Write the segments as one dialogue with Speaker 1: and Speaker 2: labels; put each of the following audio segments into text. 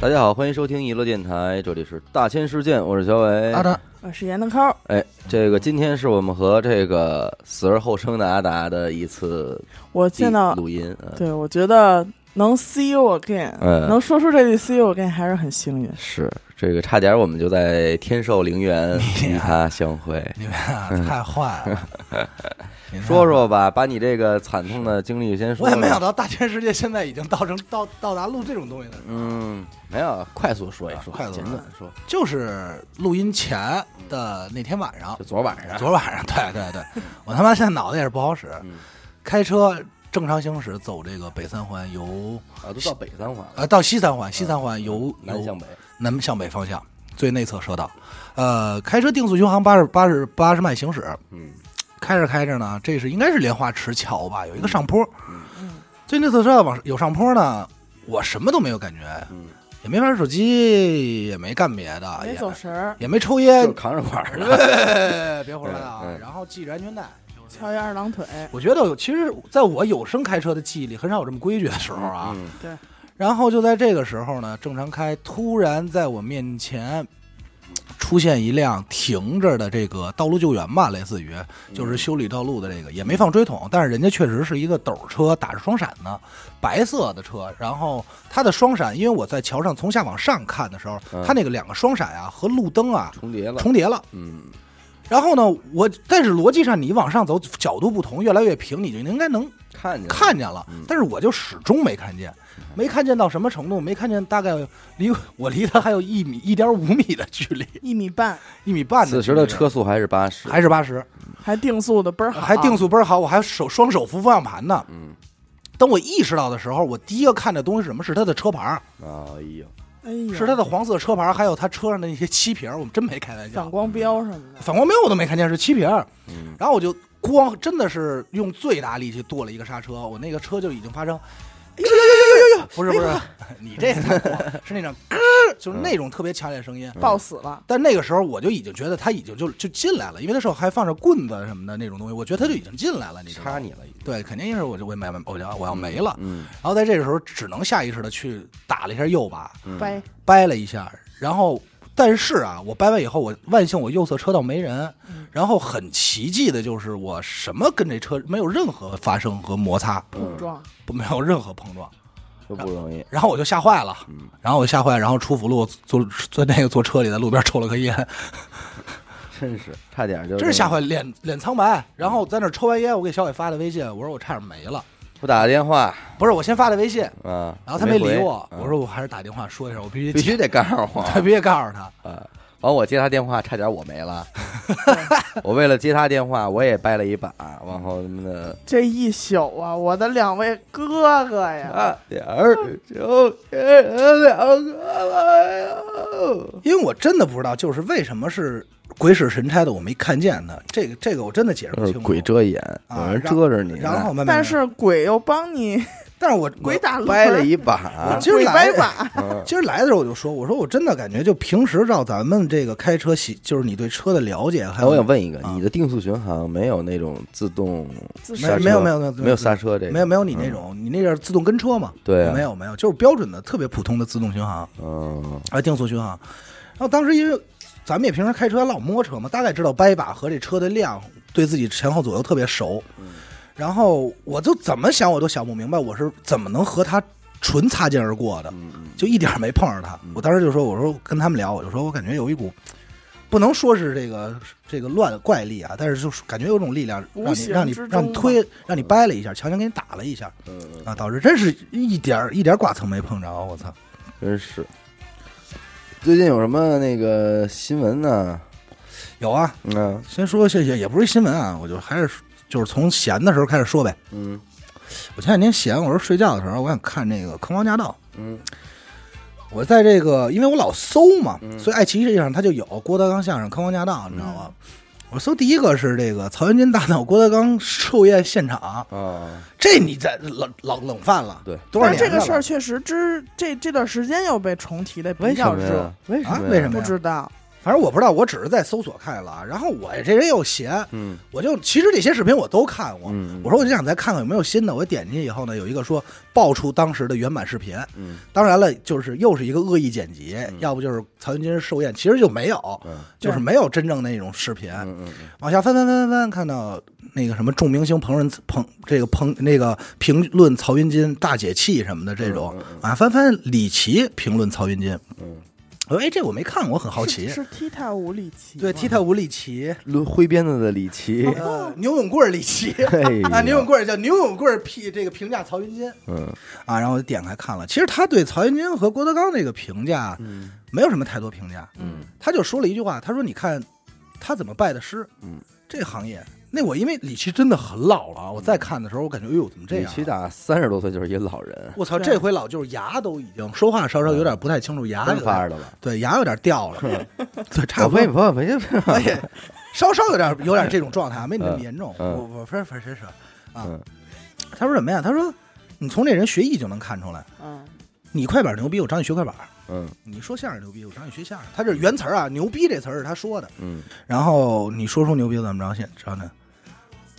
Speaker 1: 大家好，欢迎收听娱乐电台，这里是大千世界，我是小伟。
Speaker 2: 阿达，
Speaker 3: 我是闫德抠，
Speaker 1: 哎，这个今天是我们和这个死而后生的阿达的一次
Speaker 3: 我见到，
Speaker 1: 录音，嗯
Speaker 3: 对我觉得能 see you again，、
Speaker 1: 嗯
Speaker 3: 能说出这句 see you again 还是很幸运。
Speaker 1: 是这个差点我们就在天寿陵
Speaker 2: 哎
Speaker 1: 园与他相会。
Speaker 2: 你们啊太坏了！ 你们啊
Speaker 1: 说，说吧，把你这个惨痛的经历先说。
Speaker 2: 我也没想，到大千世界现在已经到成到到达录这种东西了。
Speaker 1: 嗯，没有，快速说一说，
Speaker 2: 快速
Speaker 1: 简
Speaker 2: 哎说
Speaker 1: 短说，
Speaker 2: 就是录音前的那天晚上
Speaker 1: 就，昨晚上，
Speaker 2: 昨晚上，对对对，我他妈现在脑子也是不好使
Speaker 1: 嗯，
Speaker 2: 开车正常行驶走这个北三环由
Speaker 1: 啊，都到北三环了，
Speaker 2: 呃到西三环，西三环由
Speaker 1: 嗯南
Speaker 2: 由
Speaker 1: 向北，
Speaker 2: 南向北方向最内侧车道，呃，开车定速巡航八十八十八十迈行驶，
Speaker 1: 嗯
Speaker 2: 开着开着呢，这是应该是莲花池桥吧，有一个上坡，
Speaker 3: 嗯，
Speaker 2: 所以那次车往有上坡呢，我什么都没有感觉，
Speaker 1: 嗯，
Speaker 2: 也没玩手机，也没干别的，
Speaker 3: 没
Speaker 2: 也
Speaker 3: 走神儿，
Speaker 2: 也没抽
Speaker 1: 就
Speaker 2: 烟，
Speaker 1: 扛着玩儿
Speaker 2: 哎
Speaker 1: 的，
Speaker 2: 别别胡说八道
Speaker 1: 嗯
Speaker 2: 啊
Speaker 1: 嗯！
Speaker 2: 然后系着安全带。
Speaker 3: 翘一二郎腿，
Speaker 2: 我觉得有，其实在我有生开车的记忆里，很少有这么规矩的时候啊。
Speaker 1: 嗯
Speaker 2: 然后就在这个时候呢，正常开，突然在我面前出现一辆停着的这个道路救援吧，类似于就是修理道路的这个，也没放追桶，但是人家确实是一个斗车，打着双闪呢，白色的车。然后它的双闪，因为我在桥上从下往上看的时候
Speaker 1: 嗯，
Speaker 2: 它那个两个双闪啊和路灯啊
Speaker 1: 重叠了，
Speaker 2: 重叠了。
Speaker 1: 嗯
Speaker 2: 然后呢，我但是逻辑上你往上走，角度不同，越来越平，你就应该能
Speaker 1: 看见了
Speaker 2: 看见了
Speaker 1: 嗯，
Speaker 2: 但是我就始终没看见，没看见到什么程度？没看见大概离 我离他还有一米一点五米的距离，
Speaker 3: 一米半，
Speaker 2: 一米半的距离。
Speaker 1: 此时的车速还是八十，
Speaker 2: 还是八十，
Speaker 3: 还定速的倍儿好，
Speaker 2: 还定速倍儿好，我还手双手扶方向盘呢。
Speaker 1: 嗯，
Speaker 2: 等我意识到的时候，我第一个看的东西是什么？是他的车牌儿，
Speaker 1: 哎呦，
Speaker 3: 哎呀，
Speaker 2: 是他的黄色车牌儿，还有他车上的那些漆皮儿。我们真没开玩
Speaker 3: 反
Speaker 2: 笑，
Speaker 3: 光标什么的，
Speaker 2: 反光标我都没看见是漆皮儿。
Speaker 1: 嗯
Speaker 2: 然后我就咣，真的是用最大力气跺了一个刹车，我那个车就已经发生。哎呦呦呦呦呦呦！不是不是，你这个太过了，是那种咯，就是那种特别强烈的声音。
Speaker 3: 抱死了，
Speaker 2: 但那个时候我就已经觉得他已经就就进来了，因为那时候还放着棍子什么的那种东西，我觉得他就已经进来了，你知道
Speaker 1: 插
Speaker 2: 吗？
Speaker 1: 你了已经，
Speaker 2: 对，肯定是我就我也没我就我要没了。
Speaker 1: 嗯
Speaker 2: 然后在这个时候只能下意识的去打了一下右把，
Speaker 1: 嗯
Speaker 3: 掰，
Speaker 2: 掰了一下，然后但是啊，我掰完以后，我万幸我右侧车道没人，
Speaker 3: 嗯
Speaker 2: 然后很奇迹的就是我什么跟这车没有任何发生和摩擦，
Speaker 3: 碰撞，
Speaker 2: 不没有任何碰撞，
Speaker 1: 这不容易，
Speaker 2: 然后我就吓坏了，
Speaker 1: 嗯
Speaker 2: 然后我吓坏，然后出辅路坐坐那个坐车里在路边抽了根烟，
Speaker 1: 真是差点就
Speaker 2: 真是吓坏，脸脸苍白，然后在那抽完烟，我给小伟发的微信，我说我差点没了，
Speaker 1: 我打个电话
Speaker 2: 不是我先发的微信，
Speaker 1: 啊，
Speaker 2: 然后他没理
Speaker 1: 回
Speaker 2: 我，
Speaker 1: 嗯
Speaker 2: 我说我还是打电话说一声，我必须
Speaker 1: 必须
Speaker 2: 得，
Speaker 1: 得告诉 我，
Speaker 2: 他必须告诉他，
Speaker 1: 啊，完我接他电话，差点我没 了，我为了接他电话，我也掰了一把，往后他妈的
Speaker 3: 这一宿啊，我的两位哥哥
Speaker 2: 啊
Speaker 3: 呀，
Speaker 1: 差点儿就给人两个了哟，
Speaker 2: 因为我真的不知道，就是为什么是鬼使神差的，我没看见他。这个这个我真的解释不
Speaker 1: 就是
Speaker 2: 清楚。
Speaker 1: 呃鬼遮眼，
Speaker 2: 啊，
Speaker 1: 有人遮着你，
Speaker 2: 然后然后慢慢
Speaker 3: 但是鬼又帮你
Speaker 2: 但是我
Speaker 3: 鬼打轮
Speaker 1: 掰了
Speaker 3: 儿，
Speaker 1: 一
Speaker 2: 我
Speaker 1: 把，啊
Speaker 2: 今儿
Speaker 3: 鬼
Speaker 2: 来
Speaker 3: 掰把，
Speaker 1: 嗯
Speaker 2: 今儿来的时候我就说，我说我真的感觉就平时照咱们这个开车习，就是你对车的了解，还
Speaker 1: 哎，
Speaker 2: 有
Speaker 1: 我想问一个，
Speaker 2: 啊
Speaker 1: 你的定速巡航没有那种自动
Speaker 3: 自
Speaker 2: 没
Speaker 1: 刹
Speaker 2: 有
Speaker 1: 车
Speaker 2: 没有没有没有
Speaker 1: 没有刹车这个？
Speaker 2: 没有没有你那种，你那叫自动跟车嘛？
Speaker 1: 嗯对啊
Speaker 2: 没有没有，就是标准的特别普通的自动巡航
Speaker 1: 嗯，
Speaker 2: 啊，定速巡航。然后当时因为咱们也平时开车老摸车嘛，大概知道掰把和这车的量，对自己前后左右特别熟。
Speaker 3: 嗯
Speaker 2: 然后我就怎么想我都想不明白，我是怎么能和他纯擦肩而过
Speaker 3: 嗯
Speaker 2: 的，就一点儿没碰上他。我当时就说，我说跟他们聊，我就说我感觉有一股。不能说是这个这个乱怪力啊，但是就是感觉有种力量
Speaker 3: 无
Speaker 2: 让你
Speaker 3: 形
Speaker 2: 让你
Speaker 3: 之中
Speaker 2: 让你
Speaker 3: 吧嗯
Speaker 2: 推让你掰了一下，强行给你打了一下，啊，导致真是一点儿一点儿剐蹭没碰着，我操！
Speaker 1: 真是。最近有什么那个新闻呢？
Speaker 2: 有啊，
Speaker 1: 嗯
Speaker 2: 先说谢谢，也不是新闻啊，我就还是就是从闲的时候开始说呗。
Speaker 1: 嗯
Speaker 2: 我前两天闲，我说睡觉的时候，我想看那个《坑王驾到
Speaker 1: 嗯》，
Speaker 2: 我在这个因为我老搜嘛，
Speaker 1: 嗯
Speaker 2: 所以爱奇艺上它就有郭德纲相声《坑王驾到》，你知道吗？我搜第一个是这个曹云金大闹郭德纲寿宴现场，
Speaker 1: 啊，
Speaker 2: 这你在冷冷冷饭了，
Speaker 1: 对，
Speaker 2: 多少
Speaker 3: 但
Speaker 2: 年
Speaker 3: 这个
Speaker 2: 了
Speaker 3: 事儿确实之这这段时间又被重提的比
Speaker 1: 为
Speaker 3: 较
Speaker 1: 什么
Speaker 3: 热
Speaker 1: 呀，？为什
Speaker 2: 啊
Speaker 1: 么呀？？
Speaker 2: 为什么
Speaker 3: 不
Speaker 2: 呀？
Speaker 3: 知道，
Speaker 2: 反正我不知道，我只是在搜索看了啊。然后我这人又闲，
Speaker 1: 嗯
Speaker 2: 我就其实这些视频我都看过。
Speaker 1: 嗯
Speaker 2: 我说我就想再看看有没有新的，我点进去以后呢，有一个说爆出当时的原版视频，
Speaker 1: 嗯
Speaker 2: 当然了，就是又是一个恶意剪辑，要不就是曹云金寿宴，其实就没有，
Speaker 1: 嗯
Speaker 2: 就是没有真正那种视频。
Speaker 1: 嗯嗯
Speaker 2: 往下翻翻翻翻翻，看到那个什么众明星捧人捧这个捧那个评论曹云金大解气什么的这种啊，翻翻李琦评论曹云金，
Speaker 1: 嗯
Speaker 2: 我说哎这我没看过，我很好奇。
Speaker 3: 是踢踏舞里奇
Speaker 2: 对，踢踏舞李琦，
Speaker 1: 抡灰鞭子的李 琦，
Speaker 3: 哦
Speaker 2: 呃，牛泳棍儿李琦
Speaker 1: 嘿哎呀
Speaker 2: 啊，牛泳棍儿叫牛泳棍儿 P 这个评价曹云金
Speaker 1: 嗯
Speaker 2: 啊，然后我就点开看了，其实他对曹云金和郭德纲这个评价没有什么太多评价，
Speaker 1: 嗯
Speaker 2: 他就说了一句话，他说：“你看他怎么拜的师，
Speaker 1: 嗯，
Speaker 2: 这行业。”那我因为李琦真的很老了啊，我再看的时候，我感觉，哎呦，怎么这
Speaker 1: 嗯李
Speaker 2: 样
Speaker 1: 琦
Speaker 2: 啊？
Speaker 1: 打三十多岁就是一老人，
Speaker 2: 我操，
Speaker 3: 对
Speaker 2: 这回老就是牙都已经说话稍稍有点不太清楚，牙有
Speaker 1: 真
Speaker 2: 点
Speaker 1: 法儿的吧？
Speaker 2: 对牙有点掉了， 对，差
Speaker 1: 我
Speaker 2: 不
Speaker 1: 呸
Speaker 2: 多，
Speaker 1: 呸呸呸！
Speaker 2: 哎， 稍稍有点有点这种状态，没你那么严重。
Speaker 1: 嗯嗯
Speaker 2: 我我不是不是不是是啊
Speaker 1: 嗯，
Speaker 2: 他说什么呀？他说你从这人学艺就能看出来，
Speaker 3: 嗯，
Speaker 2: 你快板牛逼，我找你学快板；
Speaker 1: 嗯
Speaker 2: 你说相声牛逼，我找你学相声。他这原词儿啊，牛逼这词儿是他说的。
Speaker 1: 嗯
Speaker 2: 然后你说出牛逼怎么着？现着呢？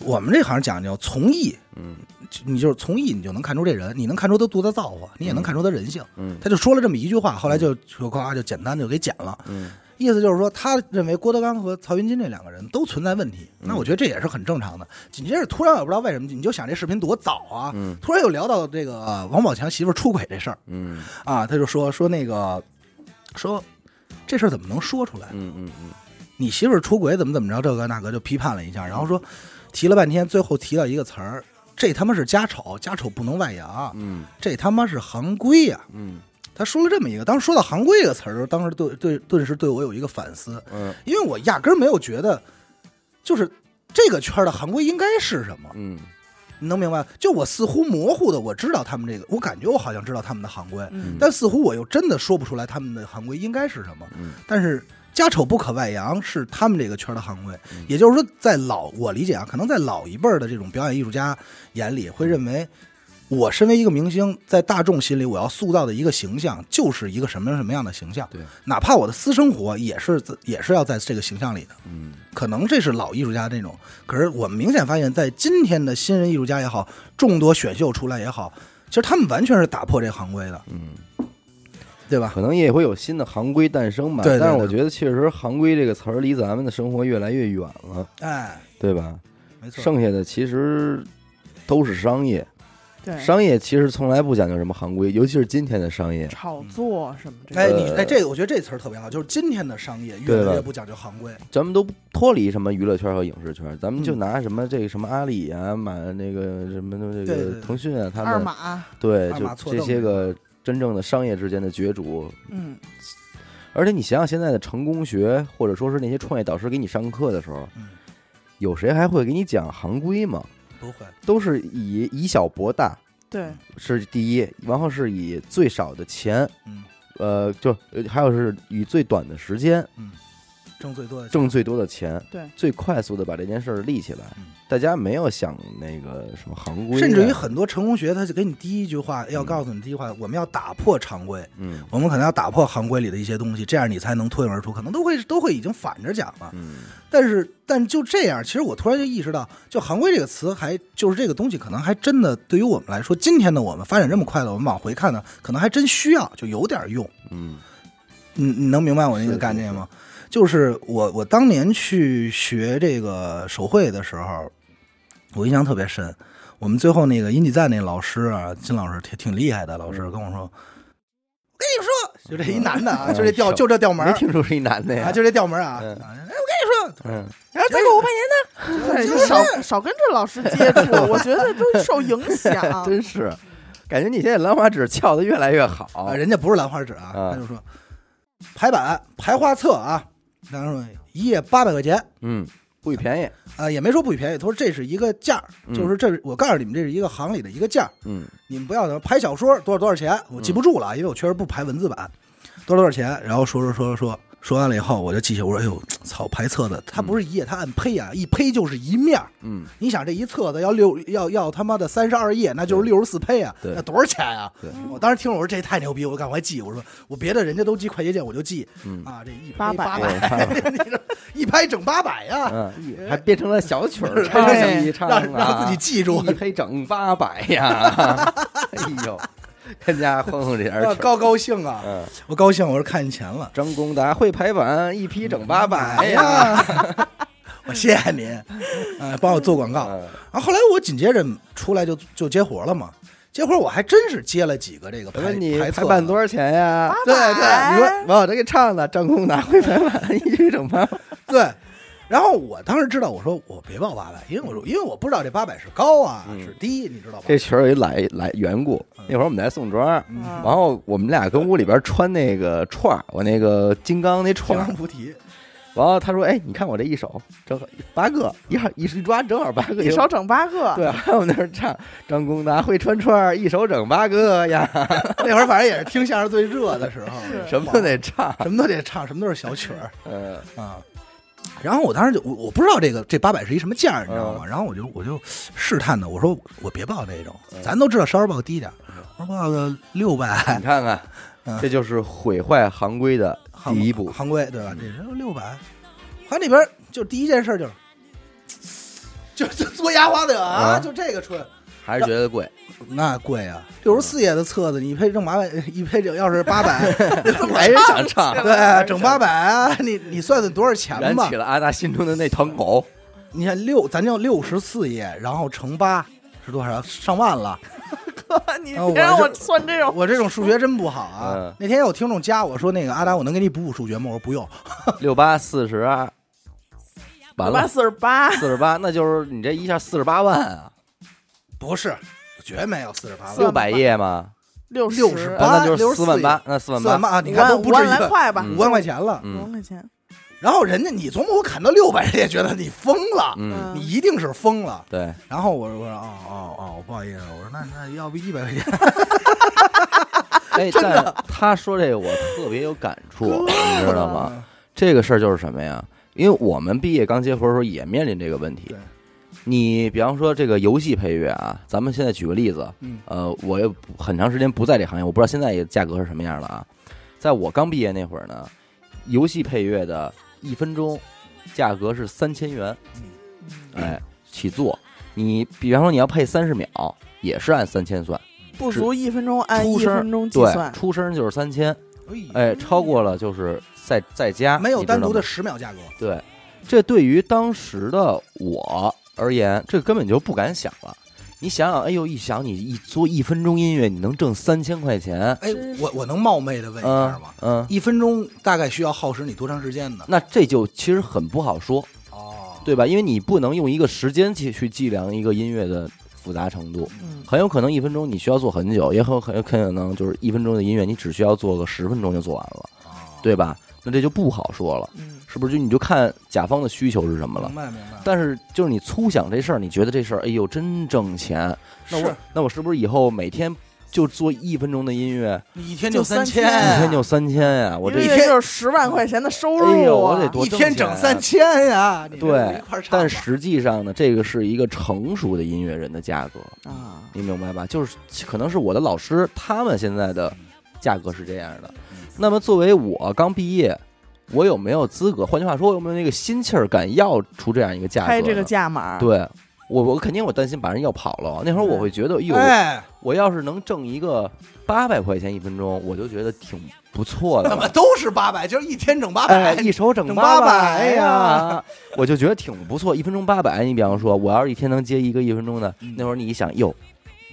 Speaker 2: 我们这行讲究从艺，
Speaker 1: 嗯
Speaker 2: 就你就是从艺，你就能看出这人，你能看出他多大造化，你也能看出他人性。
Speaker 1: 嗯
Speaker 2: 他就说了这么一句话，后来就就啊夸就简单地就给剪了，
Speaker 1: 嗯
Speaker 2: 意思就是说，他认为郭德纲和曹云金这两个人都存在问题。那我觉得这也是很正常的。紧接着突然我不知道为什么，你就想这视频多早啊，
Speaker 1: 嗯
Speaker 2: 突然又聊到这个呃王宝强媳妇儿出轨这事儿
Speaker 1: 嗯
Speaker 2: 啊，他就说说那个说这事儿怎么能说出来？
Speaker 1: 嗯嗯
Speaker 2: 你媳妇儿出轨怎么怎么着，这个那个就批判了一下，然后说提了半天，最后提到一个词儿，这他妈是家丑，家丑不能外扬，
Speaker 1: 嗯
Speaker 2: 这他妈是行规呀、
Speaker 1: 嗯
Speaker 2: 他说了这么一个，当时说到行规这个词儿的时候，当时对对顿时对我有一个反思，
Speaker 1: 嗯
Speaker 2: 因为我压根儿没有觉得，就是这个圈儿的行规应该是什么，
Speaker 1: 嗯
Speaker 2: 你能明白？就我似乎模糊的我知道他们这个，我感觉我好像知道他们的行规，
Speaker 3: 嗯
Speaker 2: 但似乎我又真的说不出来他们的行规应该是什么。
Speaker 1: 嗯
Speaker 2: 但是家丑不可外扬是他们这个圈儿的行规，也就是说，在老我理解啊，可能在老一辈儿的这种表演艺术家眼里，会认为我身为一个明星，在大众心里我要塑造的一个形象，就是一个什么什么样的形象。
Speaker 1: 对，
Speaker 2: 哪怕我的私生活也是也是要在这个形象里的。
Speaker 1: 嗯
Speaker 2: 可能这是老艺术家那种，可是我们明显发现，在今天的新人艺术家也好，众多选秀出来也好，其实他们完全是打破这行规的，
Speaker 1: 嗯，
Speaker 2: 对吧？
Speaker 1: 可能也会有新的行规诞生吧。
Speaker 2: 对对
Speaker 1: 但是我
Speaker 2: 对
Speaker 1: 觉得确实“行规”这个词儿离咱们的生活越来越远了，
Speaker 2: 哎，
Speaker 1: 对吧？
Speaker 2: 没错，
Speaker 1: 剩下的其实都是商业，
Speaker 3: 对，
Speaker 1: 商业其实从来不讲究什么行规，尤其是今天的商业。
Speaker 3: 炒作什么这
Speaker 2: 哎，
Speaker 3: 个，
Speaker 2: 你哎，这个我觉得这词儿特别好，就是今天的商业越
Speaker 1: 呃对
Speaker 2: 来
Speaker 1: 吧
Speaker 2: 越不讲究行规，
Speaker 1: 咱们都脱离什么娱乐圈和影视圈，咱们就
Speaker 2: 嗯
Speaker 1: 拿什么这个什么阿里啊、买那个什么的这
Speaker 2: 对对
Speaker 1: 个
Speaker 2: 对
Speaker 1: 腾讯啊，他
Speaker 3: 二
Speaker 1: 们
Speaker 3: 马，
Speaker 1: 对
Speaker 2: 二
Speaker 1: 就
Speaker 2: 马错
Speaker 1: 这
Speaker 2: 凳
Speaker 1: 些
Speaker 2: 那
Speaker 1: 个真正的商业之间的角逐。
Speaker 3: 嗯，
Speaker 1: 而且你想想现在的成功学，或者说是那些创业导师给你上课的时候，
Speaker 2: 嗯，
Speaker 1: 有谁还会给你讲行规吗？
Speaker 2: 不会，
Speaker 1: 都是以以小博大
Speaker 3: 对，
Speaker 1: 是第一，然后是以最少的钱，
Speaker 2: 嗯
Speaker 1: 呃，就呃还有是以最短的时间
Speaker 2: 嗯，挣最多的钱
Speaker 1: 挣最多的钱，
Speaker 3: 对，
Speaker 1: 最快速的把这件事儿立起来
Speaker 2: 嗯。
Speaker 1: 大家没有想那个什么行规啊，
Speaker 2: 甚至于很多成功学，他就给你第一句话要告诉你第一句话，我们要打破常规，
Speaker 1: 嗯
Speaker 2: 我们可能要打破行规里的一些东西，这样你才能脱颖而出，可能都会都会已经反着讲了。
Speaker 1: 嗯
Speaker 2: 但是，但就这样，其实我突然就意识到，就“行规”这个词还，就是这个东西，可能还真的对于我们来说，今天的我们发展这么快了，我们往回看呢，可能还真需要，就有点用。
Speaker 1: 嗯
Speaker 2: 你你能明白我那
Speaker 1: 是
Speaker 2: 个概念吗？就是我我当年去学这个手绘的时候，我印象特别深。我们最后那个音体赞那老师啊，金老师挺挺厉害的，老师
Speaker 1: 嗯
Speaker 2: 跟我说：“我跟你说，就这一男的啊，
Speaker 1: 嗯
Speaker 2: 就这调
Speaker 1: 手
Speaker 2: 就这调门
Speaker 1: 没
Speaker 2: 儿
Speaker 1: 听出是一男的呀
Speaker 2: 啊，，就这调门儿啊。
Speaker 1: 嗯
Speaker 2: 啊”
Speaker 1: 嗯，
Speaker 3: 然后再给我半年呢，对，少少跟这老师接触，我觉得都受影响
Speaker 2: 啊
Speaker 1: 真是，感觉你现在兰花指翘的越来越好。
Speaker 2: 啊，人家不是兰花指啊，
Speaker 1: 哦啊
Speaker 2: 他就说排版排画册啊，然后说一页八百块钱
Speaker 1: 嗯，不便宜。
Speaker 2: 啊，也没说不便宜，他说这是一个价儿，
Speaker 1: 嗯
Speaker 2: 就是这是我告诉你们这是一个行里的一个价儿，
Speaker 1: 嗯
Speaker 2: 你们不要什么拍小说多少多少钱，我记不住了啊，因为我确实不排文字版，多少多少钱，然后说说说说说，说完了以后，我就记下，我说：“哎呦，操，排册子，它不是一页，它按胚啊，一胚就是一面儿。
Speaker 1: 嗯，
Speaker 2: 你想这一册子要六要要他妈的三十二页，那就是六十四胚啊，
Speaker 1: 对
Speaker 2: 那多少钱啊？
Speaker 1: 对
Speaker 2: 我当时听我说这太牛逼，我赶快记，我说我别的人家都记快捷键，我就记、
Speaker 1: 嗯
Speaker 2: 啊，这一胚
Speaker 3: 八百
Speaker 2: 八
Speaker 1: 对八
Speaker 2: 百，你说一拍整八百啊呀、
Speaker 1: 嗯，还编成了小曲儿，
Speaker 2: 对
Speaker 1: 唱小一唱
Speaker 2: 让
Speaker 1: 啊
Speaker 2: 让自己记住
Speaker 1: 一胚整八百 呀！哎呦，跟家哼哼这点
Speaker 2: 啊
Speaker 1: 儿曲儿，
Speaker 2: 高高兴啊！
Speaker 1: 嗯，
Speaker 2: 我高兴，我说看见钱了，
Speaker 1: 张公达会排版，一批整八百
Speaker 2: 哎
Speaker 1: 嗯呀！
Speaker 2: 呀，我谢谢您，呃，帮我做广告。
Speaker 1: 嗯
Speaker 2: 然后后来我紧接着出来就就接活了嘛，接活我还真是接了几个这个
Speaker 1: 我
Speaker 2: 排
Speaker 1: 问你
Speaker 2: 排
Speaker 1: 排
Speaker 2: 测
Speaker 1: 版多少钱呀？
Speaker 3: 八
Speaker 1: 对
Speaker 3: 百
Speaker 1: 对，你说把我这给唱的，张公达会排版，一批整八百。
Speaker 2: 对。然后我当时知道，我说我别报八百，因为我说因为我不知道这八百是高啊、
Speaker 1: 嗯
Speaker 2: 是低，你知道吧？
Speaker 1: 这群儿有一来来缘故，那会儿我们在宋庄，
Speaker 3: 嗯
Speaker 1: 然后我们俩跟屋里边穿那个串儿，我那个金刚那
Speaker 2: 天
Speaker 1: 串儿
Speaker 2: 上，菩提，
Speaker 1: 然后他说：“哎，你看我这一手，正好八个，一号一抓正好八个，
Speaker 3: 你少整八个，
Speaker 1: 对，还有那儿唱张公达会穿串儿，一手整八个呀，
Speaker 2: 那会儿反正也是听相声最热的时候，
Speaker 3: 是
Speaker 1: 什么都得唱。
Speaker 2: 什么都得唱，什么都是小曲儿。
Speaker 1: 呃，
Speaker 2: 啊。然后我当时就我我不知道这个这八百是一什么价儿，你知道吗？
Speaker 1: 嗯
Speaker 2: 然后我就我就试探的，我说我别报这种，
Speaker 1: 嗯
Speaker 2: 咱都知道稍微报低点儿，我说报个六百
Speaker 1: 你，看看，
Speaker 2: 嗯
Speaker 1: 这就是毁坏行规的
Speaker 2: 行
Speaker 1: 第一步。嗯
Speaker 2: 行规对吧？这人六百，他那边儿就第一件事就是 就就嘬牙花的啊，
Speaker 1: 啊
Speaker 2: 就这个春
Speaker 1: 还是觉得贵，
Speaker 2: 那贵啊，六十四页的册子，你配正八百， 一配整要是八 百，
Speaker 1: 还是想 唱，
Speaker 2: 对，整八百啊，你你算算多少钱
Speaker 1: 燃
Speaker 2: 吧
Speaker 1: 起？了阿达心中的那团火。
Speaker 2: 你看六，咱就六十四页，然后乘八是多少？上万了。
Speaker 3: 哥，你
Speaker 2: 啊我
Speaker 3: 别让我
Speaker 2: 是
Speaker 3: 算这种，
Speaker 2: 我这种数学真不好啊。
Speaker 1: 嗯
Speaker 2: 那天有听众加我说，那个阿达，我能给你补补数学吗？我说不用，
Speaker 1: 六八四十二，完
Speaker 3: 八
Speaker 1: 了
Speaker 3: 四十八，
Speaker 1: 四十八，那就是你这一下四十八万啊，
Speaker 2: 不是，绝没有四十八万
Speaker 3: 四
Speaker 1: 六百页吗？
Speaker 3: 六
Speaker 2: 六十
Speaker 3: 十
Speaker 2: 八
Speaker 1: 啊那就是四万
Speaker 2: 68
Speaker 1: 八，那四万
Speaker 2: 四万八
Speaker 1: 八，
Speaker 2: 啊！你
Speaker 3: 五
Speaker 2: 看都
Speaker 3: 万
Speaker 2: 不
Speaker 3: 五
Speaker 2: 至
Speaker 3: 万
Speaker 2: 于
Speaker 3: 来块吧，
Speaker 2: 五万块钱了。
Speaker 3: 五万
Speaker 1: 嗯
Speaker 3: 块钱，
Speaker 2: 然后人家你琢磨我砍到六百，人也觉得你疯了，
Speaker 1: 嗯，
Speaker 2: 你一定是疯了。
Speaker 1: 对，
Speaker 2: 然后我说我说哦哦哦，不好意思，我说那那要不一百块钱？
Speaker 1: 哎，但他说这个我特别有感触，你知道吗？这个事儿就是什么呀？因为我们毕业刚结婚的时候也面临这个问题
Speaker 2: 对。
Speaker 1: 你比方说这个游戏配乐啊，咱们现在举个例子，
Speaker 2: 嗯
Speaker 1: 呃，我也不很长时间不在这行业，我不知道现在也价格是什么样了啊。在我刚毕业那会儿呢，游戏配乐的一分钟价格是三千元，哎，起做。你比方说你要配三十秒，也是按三千算，
Speaker 3: 不足一分钟按
Speaker 1: 出
Speaker 3: 一
Speaker 1: 声
Speaker 3: 分钟计
Speaker 1: 对，
Speaker 3: 算，
Speaker 1: 出声就是三千。
Speaker 2: 哎，
Speaker 1: 哎，超过了就是再再加，
Speaker 2: 没有
Speaker 1: 你知道
Speaker 2: 单独的
Speaker 1: 吗
Speaker 2: 十秒价格，
Speaker 1: 对。这对于当时的我而言，这根本就不敢想了。你想想，哎呦，一想你一做一分钟音乐，你能挣三千块钱，
Speaker 2: 哎
Speaker 3: 真，是
Speaker 2: 我我能冒昧的问一
Speaker 1: 嗯
Speaker 2: 下吗？
Speaker 1: 嗯，
Speaker 2: 一分钟大概需要耗时你多长时间呢？
Speaker 1: 那这就其实很不好说，
Speaker 2: 哦，
Speaker 1: 对吧？因为你不能用一个时间去去计量一个音乐的复杂程度，
Speaker 3: 嗯，
Speaker 1: 很有可能一分钟你需要做很久，也很很有可能就是一分钟的音乐你只需要做个十分钟就做完了，
Speaker 2: 哦，
Speaker 1: 对吧？那这就不好说了，
Speaker 3: 嗯，
Speaker 1: 是不是？就你就看甲方的需求是什么了
Speaker 2: 明。白明白。
Speaker 1: 但是就是你粗想这事儿，你觉得这事儿，哎呦，真挣钱。那
Speaker 2: 是
Speaker 1: 我那我是不是以后每天就做一分钟的音乐，
Speaker 2: 你一天
Speaker 3: 就
Speaker 2: 三
Speaker 3: 3000
Speaker 1: 一天
Speaker 3: 哎
Speaker 1: 就三千呀？我
Speaker 3: 一
Speaker 1: 这
Speaker 3: 个
Speaker 2: 一
Speaker 3: 月
Speaker 2: 天
Speaker 3: 就是十万块钱的收入啊，
Speaker 1: 哎呦我得多
Speaker 2: 一天整三千呀，你这
Speaker 1: 对
Speaker 2: 一块儿唱吧
Speaker 1: 但实际上呢，这个是一个成熟的音乐人的价格，
Speaker 3: 啊，
Speaker 1: 你明白吧？就是可能是我的老师他们现在的价格是这样的。
Speaker 3: 嗯
Speaker 1: 那么作为我刚毕业，我有没有资格？换句话说，我有没有那个心气儿敢要出这样一个价格呢？
Speaker 3: 开这个价码，，
Speaker 1: 对。我我肯定我担心把人要跑了，那会儿我会觉得，哎呦，
Speaker 2: 哎，
Speaker 1: 我要是能挣一个八百块钱一分钟，我就觉得挺不错的
Speaker 2: 怎么
Speaker 1: 了。
Speaker 2: 都是八百？就是一天整八
Speaker 1: 哎，
Speaker 2: 百，
Speaker 1: 一手整
Speaker 2: 整
Speaker 1: 八呀
Speaker 2: 800呀，
Speaker 1: 我就觉得挺不错。一分钟八百，你比方说，我要是一天能接一个一分钟的，
Speaker 2: 嗯
Speaker 1: 那会儿你一想，哟，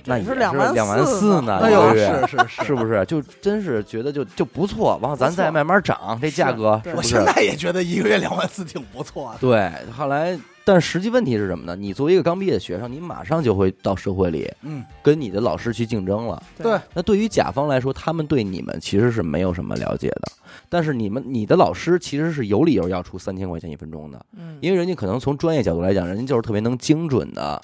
Speaker 1: 那也
Speaker 3: 是
Speaker 1: 是
Speaker 3: 两万
Speaker 1: 两万
Speaker 3: 四
Speaker 1: 四呢，
Speaker 2: 哎
Speaker 1: 一
Speaker 2: 呦，
Speaker 1: 个月
Speaker 2: 是是是
Speaker 1: 是。不是？就真是觉得就就不错，完了咱
Speaker 3: 不错
Speaker 1: 再慢慢涨，这价格
Speaker 3: 对
Speaker 1: 是
Speaker 2: 我
Speaker 1: 不
Speaker 2: 现
Speaker 1: 是？
Speaker 2: 在也觉得一个月两万四挺不错的，
Speaker 1: 对，后来，但实际问题是什么呢？你作为一个刚毕业的学生，你马上就会到社会里
Speaker 2: 嗯，
Speaker 1: 跟你的老师去竞争了。
Speaker 3: 对
Speaker 1: 那对于甲方来说，他们对你们其实是没有什么了解的，但是你们你的老师其实是有理由要出三千块钱一分钟的，
Speaker 3: 嗯，
Speaker 1: 因为人家可能从专业角度来讲，人家就是特别能精准的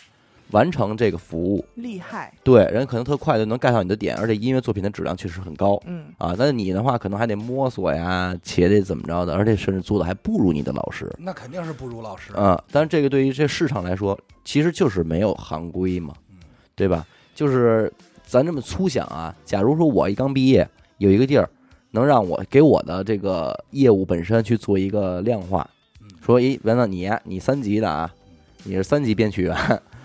Speaker 1: 完成这个服务。
Speaker 3: 厉害，
Speaker 1: 对，人可能特快就能 get 到你的点，而且音乐作品的质量确实很高
Speaker 3: 嗯，
Speaker 1: 啊。但是你的话，可能还得摸索呀，且得怎么着的，而且甚至做的还不如你的老师。
Speaker 2: 那肯定是不如老师。
Speaker 1: 啊，但是这个对于这市场来说，其实就是没有行规嘛
Speaker 2: 嗯，
Speaker 1: 对吧？就是咱这么粗想啊，假如说我一刚毕业，有一个地儿能让我给我的这个业务本身去做一个量化
Speaker 2: 嗯，
Speaker 1: 说，诶，文子你呀你三级的啊，你是三级编曲 员，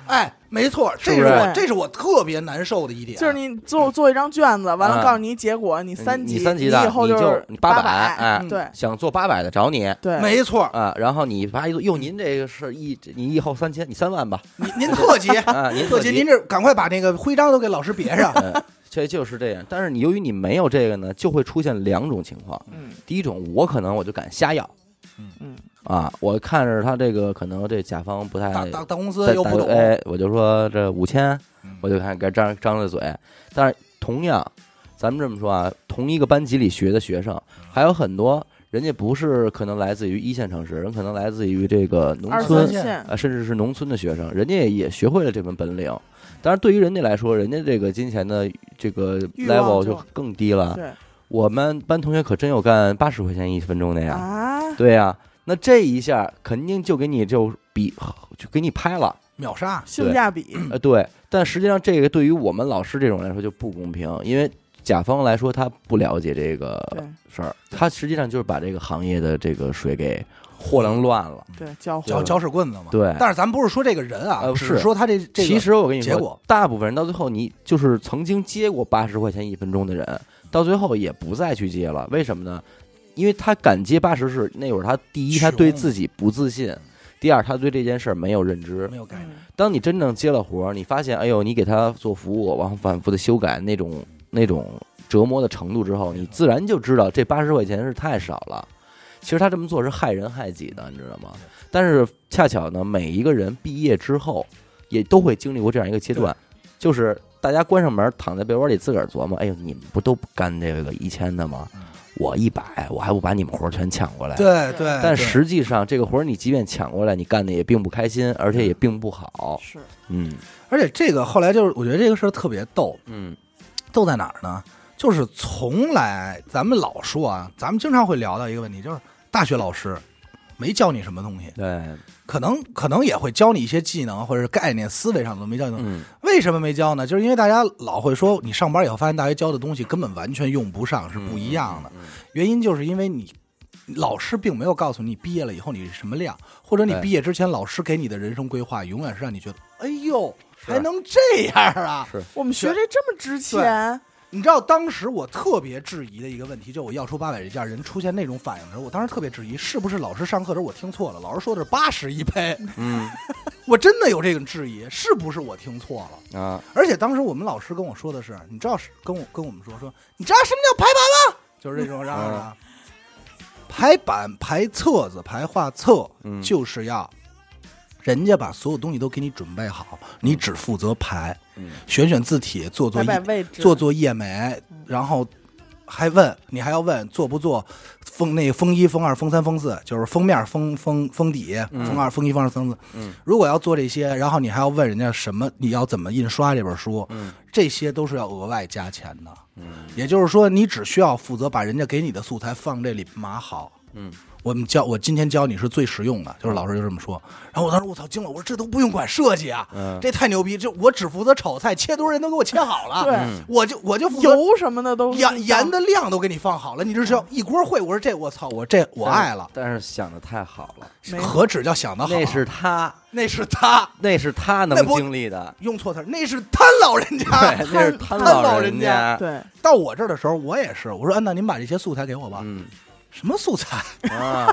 Speaker 2: 哎，没错，这
Speaker 1: 是不是
Speaker 2: 我这是我特别难受的一点，
Speaker 3: 就是你做做一张卷子，完
Speaker 1: 啊
Speaker 3: 了告诉你结果，你三
Speaker 1: 你
Speaker 3: 级，
Speaker 1: 你三级
Speaker 3: 你
Speaker 1: 的
Speaker 3: 以后
Speaker 1: 你
Speaker 3: 是
Speaker 1: 你
Speaker 3: 八
Speaker 1: 百，哎
Speaker 2: 嗯，
Speaker 3: 对
Speaker 1: 想做八百的找你。
Speaker 3: 对，
Speaker 2: 没错，
Speaker 1: 啊，然后你发一个，哟，您这个是一，你以后三千，你三万吧，
Speaker 2: 您您 特级，
Speaker 1: 啊，您
Speaker 2: 特
Speaker 1: 级，
Speaker 2: 级，您这赶快把那个徽章都给老师别上。
Speaker 1: 呃，这就是这样。但是你由于你没有这个呢，就会出现两种情况。
Speaker 3: 嗯
Speaker 1: 第一种，我可能我就敢瞎要
Speaker 3: 嗯，
Speaker 1: 啊，我看着他这个可能这甲方不太
Speaker 2: 大大大公司
Speaker 1: 哎在
Speaker 2: 又不懂，
Speaker 1: 哎，我就说这五千
Speaker 2: 嗯，
Speaker 1: 我就看该张张着嘴。但是同样，咱们这么说啊，同一个班级里学的学生，
Speaker 3: 嗯
Speaker 1: 还有很多人家不是可能来自于一线城市，人可能来自于这个农
Speaker 3: 二
Speaker 1: 村
Speaker 3: 三，线，
Speaker 1: 啊，甚至是农村的学生，人家也学会了这门本领。当然，对于人家来说，人家这个金钱的这个
Speaker 3: 欲望
Speaker 1: level
Speaker 3: 就
Speaker 1: 就更低了。
Speaker 3: 对
Speaker 1: 我们班同学可真有干八十块钱一分钟的呀，
Speaker 3: 啊，
Speaker 1: 对呀，那这一下肯定就给你就比就给你拍了，
Speaker 2: 秒杀，
Speaker 3: 性价比，
Speaker 1: 呃，对。但实际上，这个对于我们老师这种来说就不公平，因为甲方来说他不了解这个
Speaker 3: 对
Speaker 1: 事儿，他实际上就是把这个行业的这水给和弄乱了。
Speaker 3: 对，交互
Speaker 2: 搅搅屎棍子嘛。
Speaker 1: 对，
Speaker 2: 但是咱不是说这个人啊，
Speaker 1: 呃
Speaker 2: 只
Speaker 1: 是
Speaker 2: 是说他这这个
Speaker 1: 其实我跟你
Speaker 2: 结
Speaker 1: 说
Speaker 2: 果，
Speaker 1: 大部分人到最后，你就是曾经接过八十块钱一分钟的人，到最后也不再去接了。为什么呢？因为他敢接八十是那会儿他第一，
Speaker 2: 穷
Speaker 1: 他对自己不自信；第二，他对这件事儿没有认知
Speaker 2: 没。有概念。
Speaker 3: 嗯
Speaker 1: 当你真正接了活儿，你发现，哎呦，你给他做服务，然后反复的修改那种那种折磨的程度之后，你自然就知道这八十块钱是太少了。其实他这么做是害人害己的，你知道吗？但是恰巧呢，每一个人毕业之后也都会经历过这样一个阶段，就是大家关上门，躺在被窝里自个儿琢磨：哎呦，你们不都不干这个一千的吗
Speaker 2: 嗯？
Speaker 1: 我一百，我还不把你们活儿全抢过来？
Speaker 2: 对
Speaker 3: 对
Speaker 2: 对，
Speaker 1: 嗯但
Speaker 2: 对
Speaker 1: 实际上，这个活儿你即便抢过来，你干的也并不开心，而且也并不好。
Speaker 3: 是
Speaker 1: 嗯
Speaker 2: 而且这个后来就是，我觉得这个事儿特别逗，
Speaker 1: 嗯
Speaker 2: 逗在哪儿呢？就是从来咱们老说啊，咱们经常会聊到一个问题，就是大学老师没教你什么东西，，
Speaker 1: 对，
Speaker 2: 可能可能也会教你一些技能或者是概念、思维上的，没教你东西。
Speaker 1: 嗯
Speaker 2: 为什么没教呢？就是因为大家老会说，你上班以后发现大学教的东西根本完全用不上，是不一样的。
Speaker 1: 嗯嗯
Speaker 2: 原因就是因为你老师并没有告诉你毕业了以后你是什么料，或者你
Speaker 1: 对
Speaker 2: 毕业之前老师给你的人生规划永远是让你觉得，哎呦，
Speaker 1: 是
Speaker 2: 还能这样啊！
Speaker 1: 是
Speaker 3: 我们学这这么值钱，
Speaker 2: 你知道当时我特别质疑的一个问题，就我要出八百这件人出现那种反应的时候，我当时特别质疑，是不是老师上课的时候我听错了？老师说的是八十一杯，
Speaker 1: 嗯
Speaker 2: 我真的有这种质疑，是不是我听错了？
Speaker 1: 啊，
Speaker 2: 而且当时我们老师跟我说的是，你知道是跟我跟我们说说，你知道什么叫排版吗？就是这种嚷嚷啊，
Speaker 1: 嗯
Speaker 2: 排版、排册子、排画册，
Speaker 1: 嗯
Speaker 2: 就是要人家把所有东西都给你准备好，你只负责排，
Speaker 1: 嗯
Speaker 2: 选选字体，做做
Speaker 3: 摆摆
Speaker 2: 页
Speaker 3: 位置，嗯
Speaker 2: 做做页眉，然后。还问你还要问做不做封那个封一封二封三封四，就是封面封封封底
Speaker 1: 嗯
Speaker 2: 封二封一封二封三封
Speaker 1: 嗯
Speaker 2: 四。如果要做这些，然后你还要问人家什么，你要怎么印刷这本书，
Speaker 1: 嗯
Speaker 2: 这些都是要额外加钱的。
Speaker 1: 嗯
Speaker 2: 也就是说，你只需要负责把人家给你的素材放这里码好。
Speaker 1: 嗯，
Speaker 2: 我们教我今天教你是最实用的，就是老师就这么说。然后我当时我操惊了，我说这都不用管设计啊，
Speaker 1: 嗯
Speaker 2: 这太牛逼！这我只负责炒菜，切多少人都给我切好了，
Speaker 3: 对
Speaker 1: 嗯
Speaker 2: 我就我就负责
Speaker 3: 油什么的都
Speaker 2: 盐盐的量都给你放好了，你这是要一锅烩。我说这我操，我这我爱了，
Speaker 1: 但是想的太好了，
Speaker 3: 没
Speaker 2: 何止叫想得好，啊
Speaker 1: 那是他，
Speaker 2: 那是他
Speaker 1: 那是他能
Speaker 2: 那不啊
Speaker 1: 经历的，
Speaker 2: 用错词儿，那是他老人家。
Speaker 1: 对， 那是
Speaker 3: 贪
Speaker 2: 贪
Speaker 1: 老
Speaker 2: 老人
Speaker 1: 家，
Speaker 3: 对，
Speaker 2: 到我这儿的时候，我也是，我说安娜，您把这些素材给我吧。
Speaker 1: 嗯
Speaker 2: 什么素材？
Speaker 1: 啊，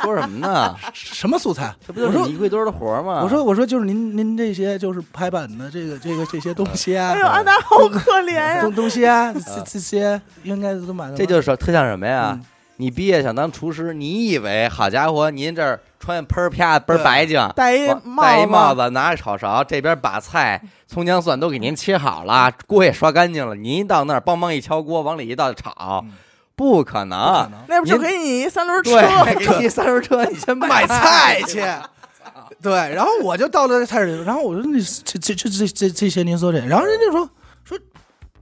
Speaker 1: 说什么呢？
Speaker 2: 什么素材？
Speaker 1: 这不就
Speaker 2: 我
Speaker 1: 是
Speaker 2: 说
Speaker 1: 你一柜堆儿的活儿
Speaker 3: 嗯
Speaker 1: 吗？
Speaker 2: 我说我说就是您您这些就是排版的这个这个这些东西啊
Speaker 3: 哎，呦，安达好可怜呀，
Speaker 1: 嗯
Speaker 3: 嗯
Speaker 2: 东东西啊，这这些应该都买的吗。
Speaker 1: 这就是特像什么呀
Speaker 2: 嗯？
Speaker 1: 你毕业想当厨师，你以为好家伙，您这儿穿喷儿啪倍儿
Speaker 2: 对
Speaker 1: 白净，
Speaker 3: 戴一
Speaker 1: 我
Speaker 3: 帽
Speaker 1: 戴一
Speaker 3: 子
Speaker 1: 帽子，拿着炒勺，这边把菜、葱姜蒜都给您切好了，锅也刷干净了。您一到那儿，梆梆一敲锅，往里一倒就炒
Speaker 2: 嗯，
Speaker 1: 不可
Speaker 2: 不可
Speaker 3: 啊
Speaker 1: 能。
Speaker 2: 能
Speaker 3: 那不是
Speaker 1: 您
Speaker 3: 给你一三轮车？。
Speaker 1: 对，给你三轮车，你先
Speaker 2: 买菜去。
Speaker 1: 操！
Speaker 2: 对，然后我就到了菜市，然后我说那这这这这这这些您所点，然后人家说说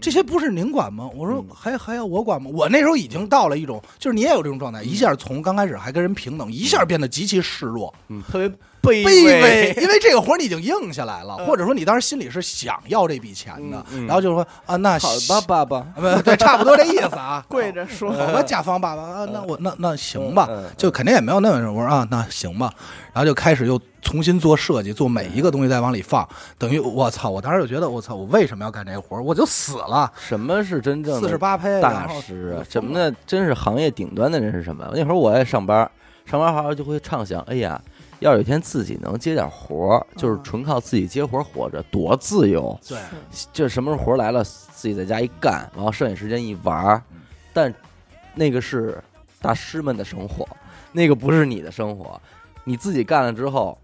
Speaker 2: 这些不是您管吗？我说、还还要我管吗？我那时候已经到了一种，就是你也有这种状态，一下从刚开始还跟人平等，一下变得极其示弱、
Speaker 1: 嗯，特别卑
Speaker 2: 卑微，因为这个活儿你已经应下来了，或者说你当时心里是想要这笔钱的，
Speaker 1: 嗯嗯嗯
Speaker 2: 然后就说啊那
Speaker 1: 好吧，爸爸，呃
Speaker 2: 不对，差不多这意思啊
Speaker 3: 跪着说，
Speaker 2: 好吧，甲方爸爸啊，那我那那行吧
Speaker 1: 嗯嗯，
Speaker 2: 就肯定也没有那么说，我说啊，那行吧，然后就开始又重新做设计，做每一个东西再往里放，等于我操，我当时就觉得我操，我为什么要干这活儿？我就死了，
Speaker 1: 什么是真正
Speaker 2: 四十
Speaker 1: 的
Speaker 2: 八胚，
Speaker 1: 大
Speaker 2: 然后
Speaker 1: 师
Speaker 2: 我
Speaker 1: 啊？
Speaker 2: 疯
Speaker 1: 什么
Speaker 2: 了？
Speaker 1: 的，真是行业顶端的人是什么？那会儿我也上班，上班好像就会畅想，哎呀，要有一天自己能接点活儿，就是
Speaker 3: 嗯
Speaker 1: 纯靠自己接活儿活着，多自由！
Speaker 2: 对，
Speaker 1: 这什么时候活儿来了，自己在家一干，然后剩下时间一玩儿。但那个是大师们的生活，那个不是你的生活。你自己干了之后，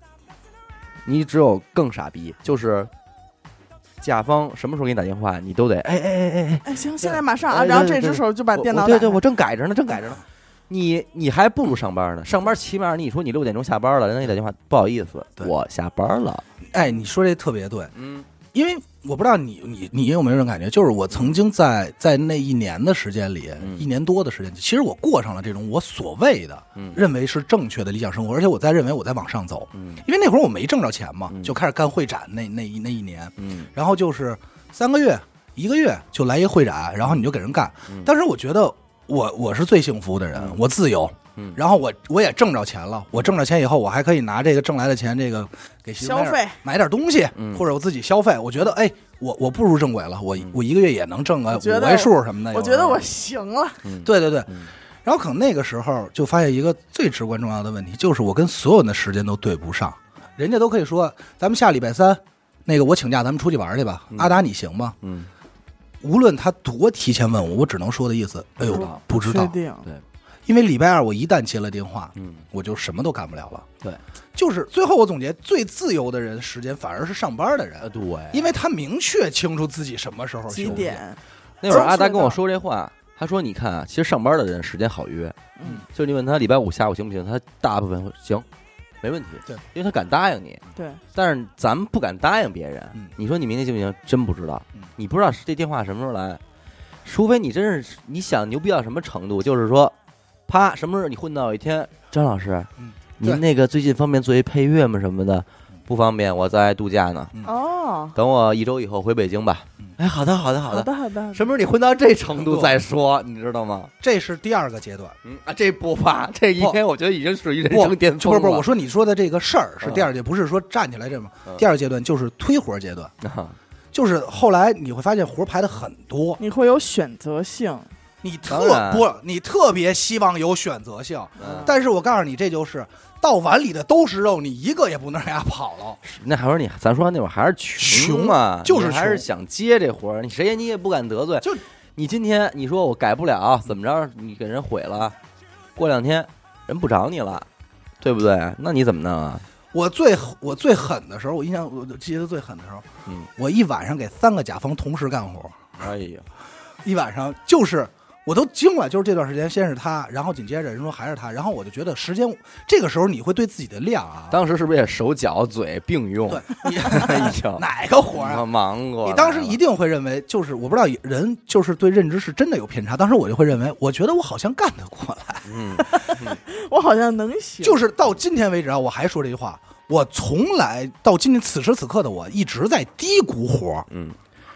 Speaker 1: 你只有更傻逼，就是甲方什么时候给你打电话，你都得哎哎哎哎哎。
Speaker 3: 哎，行，现在马上
Speaker 1: 哎
Speaker 3: 啊，
Speaker 1: 对
Speaker 3: 然后
Speaker 1: 对
Speaker 3: 这只
Speaker 1: 对
Speaker 3: 手就把
Speaker 1: 我
Speaker 3: 电
Speaker 1: 我
Speaker 3: 脑
Speaker 1: 对
Speaker 3: 打
Speaker 1: 对，
Speaker 3: 开
Speaker 1: 我正改着呢，正改着呢。你你还不如上班呢，上班起码你说你六点钟下班了，人家给你打电话，不好意思，
Speaker 2: 对
Speaker 1: 我下班了。
Speaker 2: 哎，你说这特别对，
Speaker 1: 嗯
Speaker 2: 因为我不知道你你你有没有这种感觉，就是我曾经在在那一年的时间里，
Speaker 1: 嗯
Speaker 2: 一年多的时间，其实我过上了这种我所谓的
Speaker 1: 嗯
Speaker 2: 认为是正确的理想生活，而且我在认为我在往上走，
Speaker 1: 嗯
Speaker 2: 因为那会儿我没挣着钱嘛，
Speaker 1: 嗯
Speaker 2: 就开始干会展那那一那一年，
Speaker 1: 嗯
Speaker 2: 然后就是三个月一个月就来一会展，然后你就给人干。
Speaker 1: 嗯
Speaker 2: 当时我觉得我我是最幸福的人，
Speaker 1: 嗯
Speaker 2: 我自由，
Speaker 1: 嗯
Speaker 2: 然后我我也挣着钱了，我挣着钱以后，我还可以拿这个挣来的钱，这个给媳妇
Speaker 3: 消
Speaker 2: 买
Speaker 3: 费
Speaker 2: 点买点东西，
Speaker 1: 嗯
Speaker 2: 或者我自己消费。我觉得哎，我我步入正轨了，我、
Speaker 1: 嗯
Speaker 2: 我一个月也能挣个
Speaker 3: 我觉得
Speaker 2: 五位数什么的。
Speaker 3: 我
Speaker 2: 有
Speaker 3: 觉
Speaker 2: 时
Speaker 3: 得
Speaker 2: 候
Speaker 3: 我行了，
Speaker 1: 嗯，
Speaker 2: 对对对。
Speaker 1: 嗯
Speaker 2: 然后可能那个时候就发现一个最至关重要的问题，就是我跟所有人的时间都对不上，人家都可以说咱们下礼拜三，那个我请假，咱们出去玩去吧。
Speaker 1: 嗯
Speaker 2: 阿达你行吗？
Speaker 1: 嗯，
Speaker 2: 无论他多提前问我，我只能说的意思，哎
Speaker 1: 不
Speaker 2: 呦
Speaker 1: 知道，
Speaker 2: 不知道
Speaker 3: 确，定
Speaker 1: 呃
Speaker 2: 因为礼拜二我一旦接了电话，
Speaker 1: 嗯
Speaker 2: 我就什么都干不了了。
Speaker 1: 对，
Speaker 2: 就是最后我总结，最自由的人时间反而是上班的
Speaker 1: 呃
Speaker 2: 人，
Speaker 1: 对，
Speaker 2: 因为他明确清楚自己什么时候
Speaker 3: 几
Speaker 2: 休息。
Speaker 3: 点？
Speaker 1: 那会
Speaker 2: 哦
Speaker 1: 儿阿达跟我说这话，他说你看啊，其实上班的人时间好约，
Speaker 3: 嗯，
Speaker 1: 就是你问他礼拜五下午行不行，他大部分会行，没问题，
Speaker 2: 对，
Speaker 1: 因为他敢答应你。
Speaker 3: 对，
Speaker 1: 但是咱们不敢答应别人。
Speaker 2: 嗯
Speaker 1: 你说你明天行不行？真不知道，
Speaker 2: 嗯
Speaker 1: 你不知道这电话什么时候来，除非你真是你想牛逼到什么程度，就是说，啪，什么时候你混到有一天，张老师，
Speaker 2: 嗯对
Speaker 1: 您那个最近方便做一配乐吗？什么的，不方便，我在度假呢。
Speaker 2: 嗯
Speaker 3: 哦，
Speaker 1: 等我一周以后回北京吧
Speaker 2: 嗯。
Speaker 1: 哎，好的，好的，好
Speaker 3: 好
Speaker 1: 的。
Speaker 3: 的好的，
Speaker 1: 什么时候你混到这程度再说，你知道吗？
Speaker 2: 这是第二个阶段。
Speaker 1: 嗯啊，这不吧，这应该我觉得已经属于人
Speaker 2: 不
Speaker 1: 生巅峰
Speaker 2: 不
Speaker 1: 了。
Speaker 2: 是不是，我说你说的这个事儿是
Speaker 1: 嗯
Speaker 2: 第二阶段，不是说站起来这么。
Speaker 1: 嗯
Speaker 2: 第二阶段就是推活阶段，
Speaker 1: 啊，
Speaker 2: 就是后来你会发现活排的很多，
Speaker 3: 你会有选择性，
Speaker 2: 你
Speaker 1: 当
Speaker 2: 特
Speaker 1: 然
Speaker 2: 不，你特别希望有选择性，
Speaker 1: 嗯
Speaker 2: 但是我告诉你，这就是到碗里的都是肉，你一个也不能让人家跑了。
Speaker 1: 那还说你，咱说那会儿还是穷嘛，
Speaker 2: 穷啊就是
Speaker 1: 你还是
Speaker 2: 穷
Speaker 1: 想接这活儿，你谁也你也不敢得罪。
Speaker 2: 就嗯
Speaker 1: 你今天你说我改不了，怎么着你给人毁了，过两天人不找你了，对不对？那你怎么弄啊？
Speaker 2: 我最我最狠的时候，我印象我记得最狠的时候，
Speaker 1: 嗯，
Speaker 2: 我一晚上给三个甲方同时干活，
Speaker 1: 哎呀，
Speaker 2: 一晚上就是我都惊了，就是这段时间先是他，然后紧接着人说还是他，然后我就觉得时间这个时候你会对自己的量啊，
Speaker 1: 当时是不是也手脚嘴并用？
Speaker 2: 对，你
Speaker 1: 哎呦，
Speaker 2: 哪个活儿啊
Speaker 1: 他？忙过来了，
Speaker 2: 你当时一定会认为，就是我不知道人就是对认知是真的有偏差。当时我就会认为，我觉得我好像干得过来。
Speaker 1: 嗯，
Speaker 3: 我好像能行，
Speaker 2: 就是是到今天为止啊，我还说这句话，我从来到今天此时此刻的我一直在低估活儿。
Speaker 1: 嗯，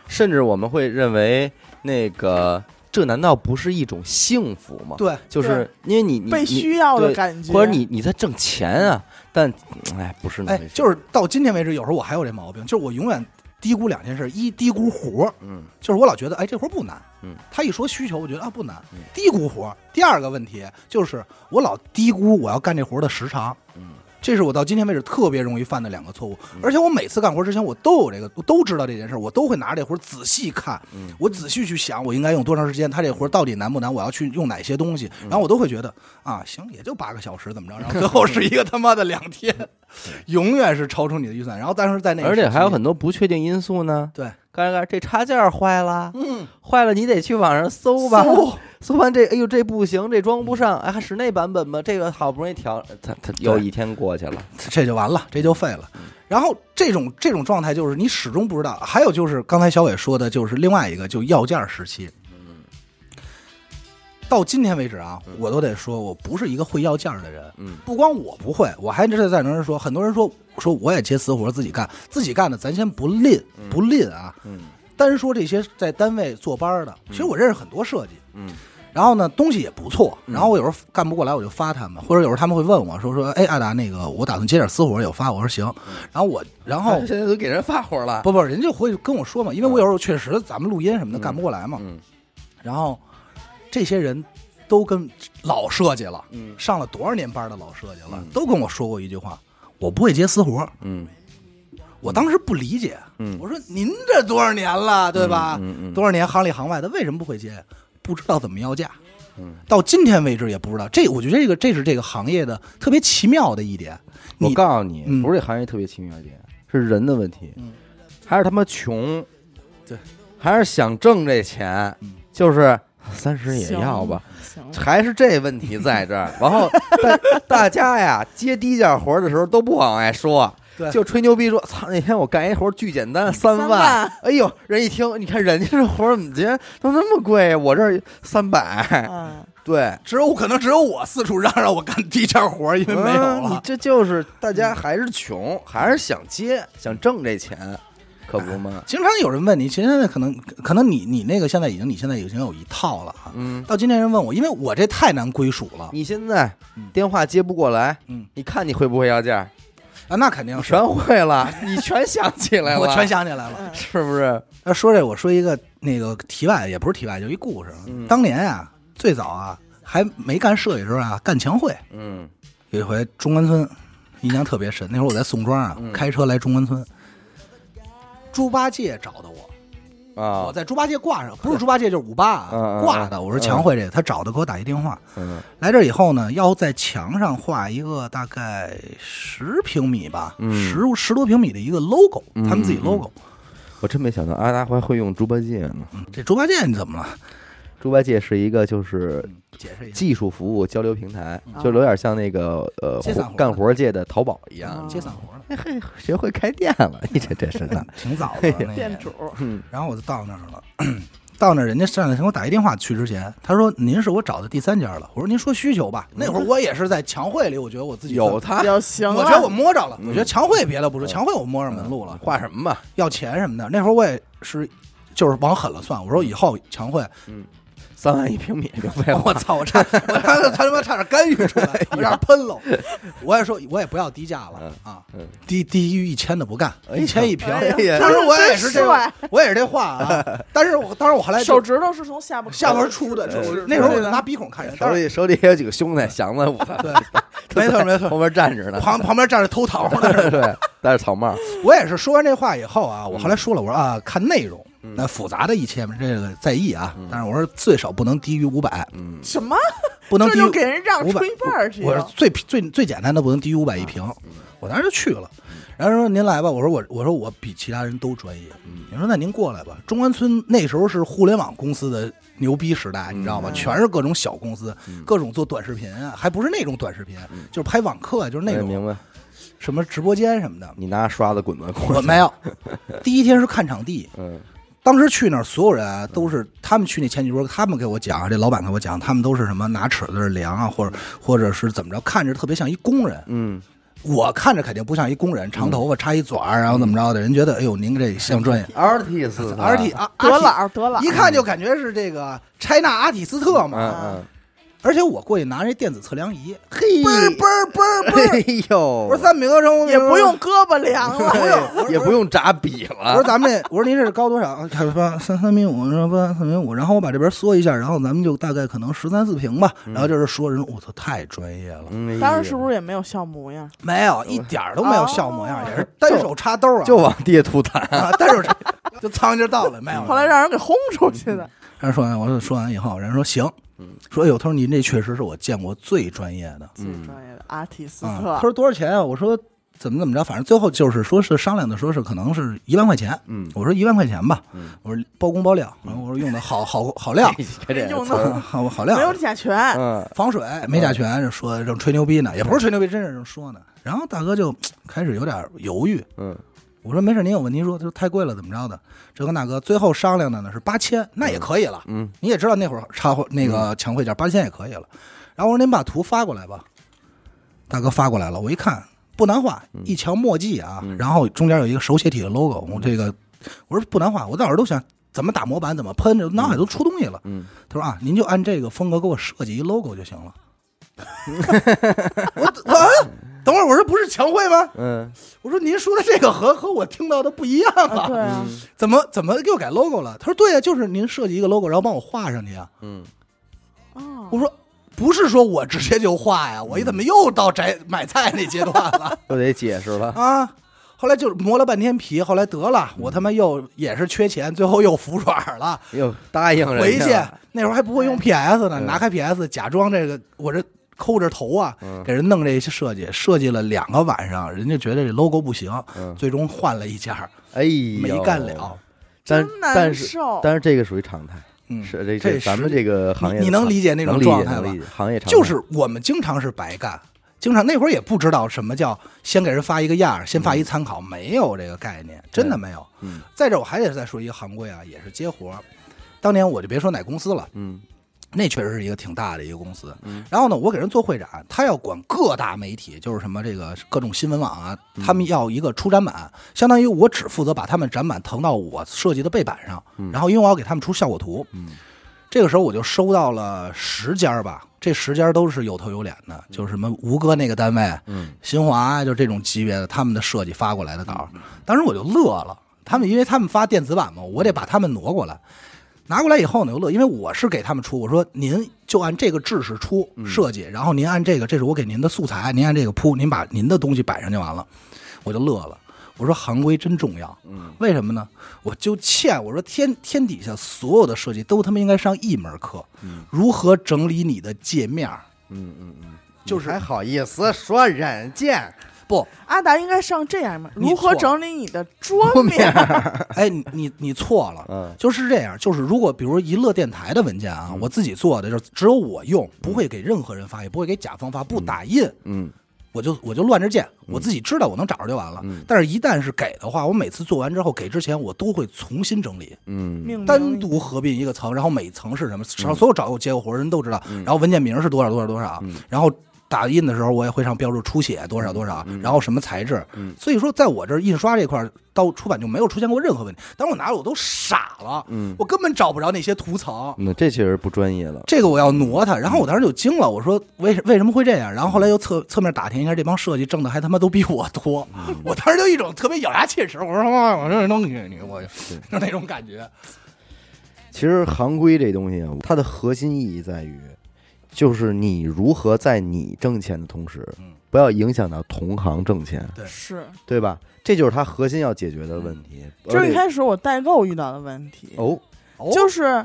Speaker 1: 甚至我们会认为那个这难道不是一种幸福吗？，
Speaker 2: 对，
Speaker 1: 就是因为你你
Speaker 3: 被
Speaker 1: 你
Speaker 3: 需要的
Speaker 1: 对
Speaker 3: 感觉，
Speaker 1: 或者你你在挣钱啊，但哎不是那
Speaker 2: 哎
Speaker 1: 回事，，
Speaker 2: 就是到今天为止，有时候我还有这毛病，就是我永远低估两件事：一低估活儿，
Speaker 1: 嗯
Speaker 2: 就是我老觉得哎这活儿不难，
Speaker 1: 嗯，
Speaker 2: 他一说需求，我觉得啊不难
Speaker 1: 嗯，
Speaker 2: 低估活儿。第二个问题就是我老低估我要干这活儿的时长。
Speaker 1: 嗯
Speaker 2: 这是我到今天为止特别容易犯的两个错误
Speaker 1: 嗯，
Speaker 2: 而且我每次干活之前，我都有这个，我都知道这件事儿，我都会拿这活儿仔细看，
Speaker 1: 嗯
Speaker 2: 我仔细去想，我应该用多长时间，他这活儿到底难不难，我要去用哪些东西，
Speaker 1: 嗯
Speaker 2: 然后我都会觉得啊，行，也就八个小时，怎么着，然后最后是一个他妈的两天，
Speaker 1: 嗯
Speaker 2: 永远是超出你的预算，然后但是在那，
Speaker 1: 而且还有，很多不确定因素呢。
Speaker 2: 对，
Speaker 1: 刚才这插件坏了，
Speaker 2: 嗯，
Speaker 1: 坏了你得去网上搜吧， 搜完这，哎呦这不行，这装不上，哎还使那版本吧，这个好不容易调，它它又一天过去了，
Speaker 2: 这就完了，这就废了。
Speaker 1: 嗯
Speaker 2: 然后这种这种状态就是你始终不知道。还有就是刚才小伟说的，就是另外一个，就要价时期。到今天为止啊，我都得说，我不是一个会要价的人。
Speaker 1: 嗯，
Speaker 2: 不光我不会，我还是在那儿说，很多人说说我也接私活，自己干，自己干的，咱先不吝不吝啊。
Speaker 1: 嗯
Speaker 2: 单说这些在单位坐班儿的，其实我认识很多设计，
Speaker 1: 嗯
Speaker 2: 然后呢，东西也不错。
Speaker 1: 嗯
Speaker 2: 然后我有时候干不过来，我就发他们，或者有时候他们会问我说说，哎，阿达，那个我打算接点私活，有发？我说行。
Speaker 1: 嗯
Speaker 2: 然后我，然后
Speaker 1: 现在都给人发火了，
Speaker 2: 不不，人家会跟我说嘛，因为我有时候确实咱们录音什么的
Speaker 1: 嗯
Speaker 2: 干不过来嘛。
Speaker 1: 嗯
Speaker 2: 然后这些人都跟老设计了，
Speaker 1: 嗯
Speaker 2: 上了多少年班的老设计了
Speaker 1: 嗯，
Speaker 2: 都跟我说过一句话：我不会接私活。
Speaker 1: 嗯
Speaker 2: 我当时不理解，
Speaker 1: 嗯
Speaker 2: 我说您这多少年了，对吧？
Speaker 1: 嗯嗯嗯
Speaker 2: 多少年行里行外的，为什么不会接？不知道怎么要价。
Speaker 1: 嗯，
Speaker 2: 到今天为止也不知道。这我觉得这个这是这个行业的特别奇妙的一点。
Speaker 1: 我
Speaker 2: 你
Speaker 1: 告诉你，
Speaker 2: 嗯
Speaker 1: 不是这行业特别奇妙一点，是人的问题，
Speaker 2: 嗯
Speaker 1: 还是他妈穷，
Speaker 2: 对，
Speaker 1: 还是想挣这钱，
Speaker 2: 嗯
Speaker 1: 就是三十也要吧，
Speaker 3: 行，行
Speaker 1: 还是这问题在这儿。然后大大家呀接低价活儿的时候都不往外说
Speaker 2: 对。
Speaker 1: 就吹牛逼说，操！那天我干一活儿巨简单，三
Speaker 3: 三万
Speaker 1: 哎呦，人一听，你看人家这活儿怎么接都那么贵，我这儿三百。
Speaker 3: 嗯，
Speaker 2: 哎
Speaker 1: 对，
Speaker 2: 只有可能只有我四处嚷嚷我干低价活儿，因 为没有
Speaker 1: 嗯你
Speaker 2: 了。嗯
Speaker 1: 这就是大家还是穷，还是想接，想挣这钱，可不嘛？
Speaker 2: 经常有人问你，其实现在可能可能你你那个现在已经你现在已经有一套了啊。
Speaker 1: 嗯，
Speaker 2: 到今天人问我，因为我这太难归属了
Speaker 1: 你现在
Speaker 2: 嗯
Speaker 1: 电话接不过来，
Speaker 2: 嗯
Speaker 1: 你看你会不会要价？
Speaker 2: 啊，那肯定
Speaker 1: 你
Speaker 2: 是
Speaker 1: 全会了，你全想起来了，
Speaker 2: 我全，想起来了。
Speaker 3: 嗯
Speaker 1: 是不是？
Speaker 2: 那说这，我说一个那个题外，也不是题外，就一故事。
Speaker 1: 嗯
Speaker 2: 当年啊，最早啊还没干设计时候啊，干墙绘
Speaker 1: 嗯
Speaker 2: 有一回中关村，印象特别深。那会儿我在宋庄啊，
Speaker 1: 嗯
Speaker 2: 开车来中关村，猪八戒找的我，
Speaker 1: 啊
Speaker 2: 我，在猪八戒挂上，不是猪八戒就是五八
Speaker 1: 嗯
Speaker 2: 啊
Speaker 1: 嗯
Speaker 2: 挂的。我说
Speaker 1: 嗯
Speaker 2: 墙绘这个，他找的给我打一电话。
Speaker 1: 嗯
Speaker 2: 来这以后呢，要在墙上画一个大概十平米吧，
Speaker 1: 嗯
Speaker 2: 十十多平米的一个 logo，
Speaker 1: 嗯
Speaker 2: 他们自己
Speaker 1: 嗯
Speaker 2: logo。
Speaker 1: 我真没想到阿达还会用猪八戒呢。
Speaker 2: 这猪八戒你怎么了？
Speaker 1: 猪八戒是一个就是
Speaker 2: 解释一下。
Speaker 1: 技术服务交流平台，
Speaker 3: 嗯
Speaker 1: 就有点像那个呃
Speaker 2: 接散活
Speaker 1: 干活界的淘宝一样
Speaker 3: 嗯，
Speaker 2: 接散活了，
Speaker 1: 学会开店了，你这真是的。
Speaker 2: 挺早的 那
Speaker 3: 店
Speaker 2: 个。
Speaker 3: 主，
Speaker 2: 然后我就到那儿了， 到那儿人家上来先给我打一电话，去之前他说您是我找的第三家了，我说您说需求吧。那会儿我也是在墙绘里，我觉得 我自己
Speaker 1: 嗯有，他
Speaker 3: 要行啊了，
Speaker 2: 我觉得我摸着了，
Speaker 1: 嗯
Speaker 2: 我觉得墙绘别的不说，墙绘我摸上门路了，
Speaker 1: 画什么吧？
Speaker 2: 要钱什么的。那会儿我也是。就是往狠了算，我
Speaker 1: 嗯
Speaker 2: 说以后 墙绘，
Speaker 1: 三万一平米就废
Speaker 2: 我操，我差，我差点，他他妈差点干预出来， 我差点喷了。我也说，我也不要低价了啊
Speaker 1: 嗯，
Speaker 2: 低低于一千的不干，
Speaker 1: 哎呀
Speaker 2: 一千一平，
Speaker 1: 哎呀
Speaker 2: 当时我也是这
Speaker 3: 真帅，
Speaker 2: 我也是这话 啊。但是我当时我后来就
Speaker 3: 手指头是从下巴
Speaker 2: 下边出的，
Speaker 3: 是
Speaker 2: 出那时候我就拿鼻孔看人，
Speaker 1: 嗯手
Speaker 2: 当时
Speaker 1: 里手里也有几个兄弟祥子，我
Speaker 2: 对，
Speaker 1: 没
Speaker 2: 没错没错
Speaker 1: 后边站着呢，
Speaker 2: 旁旁边站着偷桃呢。
Speaker 1: 对，戴着草帽，
Speaker 2: 我也是说完这话以后
Speaker 1: 嗯
Speaker 2: 啊，我后来说了，我说啊，看内容，那复杂的一切这个在意啊，但是我说最少不能低于五百，
Speaker 1: 嗯
Speaker 3: 什么？
Speaker 2: 不能
Speaker 3: 这
Speaker 2: 低
Speaker 3: 就给人让
Speaker 2: 五百
Speaker 3: 出一半儿去，啊
Speaker 2: 我说最最最简单的不能低于五
Speaker 1: 嗯
Speaker 2: 百一平，我当时就去了。然后说您来吧，我说我我说我比其他人都专业。
Speaker 1: 嗯
Speaker 2: 你说那您过来吧。中关村那时候是互联网公司的牛逼时
Speaker 1: 嗯
Speaker 2: 代，你知道吗？全是各种小公司，各种做短视频啊，还不是那种短视频，就是拍网课，啊就是
Speaker 4: 哎
Speaker 1: 嗯我
Speaker 2: 那
Speaker 1: 也
Speaker 2: 种
Speaker 1: 明白。
Speaker 2: 什么直播间什么的。
Speaker 1: 你拿刷子滚吧，
Speaker 2: 我没有，第一天是看场地，
Speaker 1: 嗯
Speaker 2: 当时去那儿，所有人啊都是他们去那前几桌，他们给我讲啊，这老板给我讲，他们都是什么拿尺子量啊，或者或者是怎么着，看着特别像一工人。
Speaker 1: 嗯
Speaker 2: 我看着肯定不像一工人，长头发插一卷儿，然后怎么着的，人觉得哎呦您这像专业。
Speaker 1: ，artist
Speaker 2: 阿体啊，
Speaker 3: 得
Speaker 2: 了，
Speaker 3: 懒得懒，
Speaker 2: 一看就感觉是这个拆纳阿体斯特嘛。
Speaker 1: 嗯哦
Speaker 2: 而且我过去拿着电子测量仪，
Speaker 1: 嘿
Speaker 2: 嘣儿嘣儿嘣儿 嘣儿，
Speaker 1: 哎呦，
Speaker 2: 我说三米多长，
Speaker 3: 也不用胳膊量了，
Speaker 2: 不用，
Speaker 1: 也不用扎笔
Speaker 2: 我
Speaker 1: 了
Speaker 2: 说，咱们这，我说您这高多少？ 他说三三米五，说八三米五，然后我把这边缩一下，然后咱们就大概可能十三四平吧。然后就是说人，我操，太专业了，
Speaker 4: 哎
Speaker 1: 嗯
Speaker 3: 当时是不是也没有笑模样？
Speaker 2: 没有一点儿都没有笑模样，
Speaker 3: 哦
Speaker 2: 也是单手插兜啊，
Speaker 1: 就 往地下吐痰？
Speaker 2: 啊，单手插就苍蝇就到了，没有。
Speaker 3: 后来让人给轰出去的，
Speaker 2: 人说哎完，我说说完以后，人说行，说哎呦，他说您这确实是我见过最专业的
Speaker 3: 最专业的阿提斯
Speaker 2: 啊。
Speaker 3: 特
Speaker 2: 他，说多少钱啊？我说怎么怎么着，反正最后就是说是商量的，说是可能是一万块钱。
Speaker 4: 嗯，
Speaker 2: 我说一万块钱吧，
Speaker 4: 嗯，
Speaker 2: 我说包工包料，然后我说用的好好好料
Speaker 4: 你看这
Speaker 3: 用
Speaker 4: 词
Speaker 3: 的
Speaker 4: 儿，
Speaker 2: 呃好好
Speaker 3: 没有
Speaker 2: 料，
Speaker 3: 甲醛，
Speaker 4: 嗯
Speaker 2: 防水没甲醛，说正吹牛逼呢，也不是吹牛逼，真是正说呢。然后大哥就开始有点犹豫，
Speaker 4: 嗯，
Speaker 2: 我说没事，您有问题说，他说太贵了，怎么着的？这跟大哥最后商量的呢是八千，那也可以了。
Speaker 4: 嗯，
Speaker 2: 你也知道那会儿差货那个抢汇价八千也可以了。然后我说您把图发过来吧，大哥发过来了，我一看不难画，一瞧墨迹啊，然后中间有一个手写体的 logo，我这个我说不难画，我当时都想怎么打模板，怎么喷，这脑海都出东西了。
Speaker 4: 嗯，
Speaker 2: 他说啊，您就按这个风格给我设计一 logo 就行了。我我、啊、等会儿我说不是强汇吗？
Speaker 4: 嗯，
Speaker 2: 我说您说的这个和和我听到的不一样
Speaker 3: 啊
Speaker 2: 啊，
Speaker 3: 对啊，
Speaker 2: 怎么怎么又改 logo 了？他说对呀、啊就是您设计一个 logo，然后帮我画上去啊。
Speaker 4: 嗯，
Speaker 3: 哦
Speaker 2: 我说不是说我直接就画呀，我怎么又到摘买菜那阶段了
Speaker 4: 又得解释了，
Speaker 2: 啊？后来就是磨了半天皮，后来得了，我他妈又也是缺钱，最后又服软了，
Speaker 4: 又答应人
Speaker 2: 回去
Speaker 4: 家了
Speaker 2: 那会儿还不会用 PS 呢，
Speaker 4: 嗯
Speaker 2: 拿开 PS 假装这个我这抠着头啊，
Speaker 4: 嗯
Speaker 2: 给人弄这些设计，设计了两个晚上，人家觉得这 logo 不行，
Speaker 4: 嗯，
Speaker 2: 最终换了一家，
Speaker 4: 哎呦，
Speaker 2: 没干了。
Speaker 4: 但
Speaker 3: 真难
Speaker 4: 但是
Speaker 3: 受，
Speaker 4: 但是这个属于常态，
Speaker 2: 嗯，
Speaker 4: 是这
Speaker 2: 这
Speaker 4: 咱
Speaker 2: 实
Speaker 4: 们这个行业的
Speaker 2: 你你能理解那种
Speaker 4: 能理
Speaker 2: 状
Speaker 4: 解
Speaker 2: 态
Speaker 4: 能
Speaker 2: 吧
Speaker 4: 理？解行业常态
Speaker 2: 就是我们经常是白干，经常那会儿也不知道什么叫先给人发一个样儿，先发一参考，没有这个概念，真的没有。
Speaker 4: 嗯
Speaker 2: 在这儿我还得再说一个行规啊，也是接活儿。当年我就别说哪公司了，
Speaker 4: 嗯
Speaker 2: 那确实是一个挺大的一个公司。
Speaker 4: 嗯
Speaker 2: 然后呢，我给人做会展，他要管各大媒体，就是什么这个各种新闻网啊，
Speaker 4: 嗯
Speaker 2: 他们要一个出展板，相当于我只负责把他们展板腾到我设计的背板上，
Speaker 4: 嗯
Speaker 2: 然后因为我要给他们出效果图，
Speaker 4: 嗯
Speaker 2: 这个时候我就收到了十家吧，这十家都是有头有脸的，就是什么吴哥那个单位、
Speaker 4: 嗯
Speaker 2: 新华啊就这种级别的，他们的设计发过来的稿，当时我就乐了。他们因为他们发电子版嘛，我得把他们挪过来，拿过来以后呢，我乐，因为我是给他们出，我说您就按这个制式出
Speaker 4: 嗯
Speaker 2: 设计，然后您按这个，这是我给您的素材，您按这个铺，您把您的东西摆上就完了，我就乐了。我说行规真重要，
Speaker 4: 嗯
Speaker 2: 为什么呢？我就欠我说天天底下所有的设计都他妈应该上一门课，
Speaker 4: 嗯
Speaker 2: 如何整理你的界面儿？
Speaker 4: 嗯嗯嗯，
Speaker 2: 就是
Speaker 5: 还好意思说人家
Speaker 2: 不，
Speaker 3: 阿达应该上这样嘛？
Speaker 2: 你
Speaker 3: 如何
Speaker 2: 错
Speaker 3: 整理你的 桌面？
Speaker 2: 哎，你你你错了，
Speaker 4: 嗯
Speaker 2: 就是这样，就是如果比如一乐电台的文件啊，我自己做的，就是只有我用，不会给任何人发，也不会给甲方发，不打印，
Speaker 4: 嗯
Speaker 2: 我就我就乱着见，我自己知道我能找着就完了。
Speaker 4: 嗯
Speaker 2: 但是，一旦是给的话，我每次做完之后给之前，我都会重新整理，
Speaker 4: 嗯
Speaker 3: 命名
Speaker 2: 单独合并一个层，然后每层是什么，然后所有找过接过活儿人都知道，
Speaker 4: 嗯
Speaker 2: 然后文件名是多少多少多少，然后打印的时候我也会上标注出血多少多少，
Speaker 4: 嗯
Speaker 2: 然后什么材质，所以说在我这儿印刷这块儿到出版就没有出现过任何问题。当时我拿着我都傻了，
Speaker 4: 嗯
Speaker 2: 我根本找不着那些图层。
Speaker 4: 那这确实不专业了，
Speaker 2: 这个我要挪它，然后我当时就惊了，我说为为什么会这样？然后后来又侧侧面打听一下，这帮设计挣的还他妈都比我多，
Speaker 4: 嗯
Speaker 2: 我当时就一种特别咬牙切齿，我说哇我这弄你你我就就那种感觉，
Speaker 4: 其实行规这东西啊，它的核心意义在于，就是你如何在你挣钱的同时
Speaker 2: 嗯，
Speaker 4: 不要影响到同行挣钱，
Speaker 3: 是，
Speaker 4: 对吧？这就是它核心要解决的问题。
Speaker 3: 这
Speaker 4: 而
Speaker 3: 嗯是一
Speaker 4: 且
Speaker 3: 开始我代购遇到的问题，
Speaker 4: 哦，
Speaker 2: 哦
Speaker 3: 就是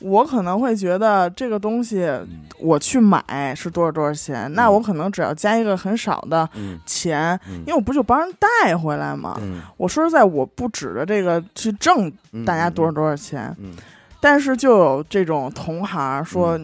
Speaker 3: 我可能会觉得这个东西
Speaker 4: 嗯
Speaker 3: 我去买是多少多少钱，那
Speaker 4: 嗯
Speaker 3: 我可能只要加一个很少的
Speaker 4: 嗯
Speaker 3: 钱，
Speaker 4: 嗯
Speaker 3: 因为我不就帮人带回来嘛。
Speaker 4: 嗯
Speaker 3: 我说实在，我不指着这个去挣
Speaker 4: 嗯，
Speaker 3: 大家多少多少钱，
Speaker 4: 嗯，
Speaker 3: 但是就有这种同行说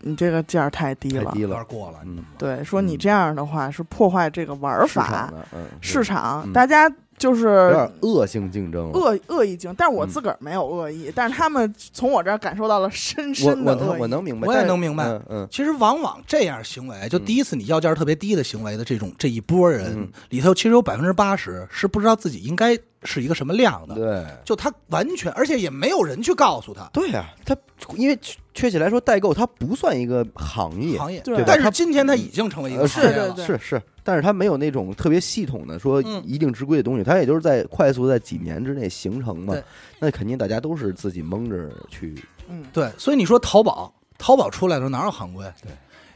Speaker 3: 你这个价儿太低
Speaker 4: 嗯太，
Speaker 3: 了
Speaker 4: 低
Speaker 2: 有点
Speaker 4: 了，
Speaker 2: 过了，
Speaker 4: 嗯，
Speaker 3: 对，说你
Speaker 4: 嗯
Speaker 3: 这样的话是破坏这个玩
Speaker 4: 市
Speaker 3: 法
Speaker 4: 场的嗯
Speaker 3: 市场，
Speaker 4: 嗯
Speaker 3: 大家就
Speaker 4: 有
Speaker 3: 是
Speaker 4: 点恶性竞争了。
Speaker 3: 恶恶意境，但是我
Speaker 4: 嗯
Speaker 3: 自个儿没有恶意，但是他们从我这儿感受到了深
Speaker 4: 我
Speaker 3: 深
Speaker 4: 我
Speaker 3: 的
Speaker 4: 能我
Speaker 3: 恶意。
Speaker 4: 能明白，
Speaker 2: 我也
Speaker 4: 但是
Speaker 2: 能明白
Speaker 4: 嗯嗯
Speaker 2: 其实往往这样行为，就
Speaker 4: 嗯
Speaker 2: 第一次你要价特别低的行为的这种这一波人、
Speaker 4: 嗯
Speaker 2: 里头，其实有百分之八十是不知道自己应该是一个什么量的，
Speaker 4: 对
Speaker 2: 就他完全，而且也没有人去告诉他
Speaker 4: 对呀，它因为确切来说，代购它不算一个行业，
Speaker 2: 行业。
Speaker 3: 对
Speaker 4: 对吧
Speaker 2: 但是
Speaker 4: 它
Speaker 2: 今天他已经成为一个
Speaker 4: 呃
Speaker 2: 行业
Speaker 3: 是对
Speaker 2: 了，
Speaker 3: 对
Speaker 4: 是是，但是它没有那种特别系统的说
Speaker 2: 嗯
Speaker 4: 一定之规的东西，它也就是在快速在几年之内形成嘛
Speaker 2: 对。
Speaker 4: 那肯定大家都是自己蒙着去，
Speaker 3: 嗯，
Speaker 2: 对所以你说淘宝，淘宝出来的时候哪有行规？对，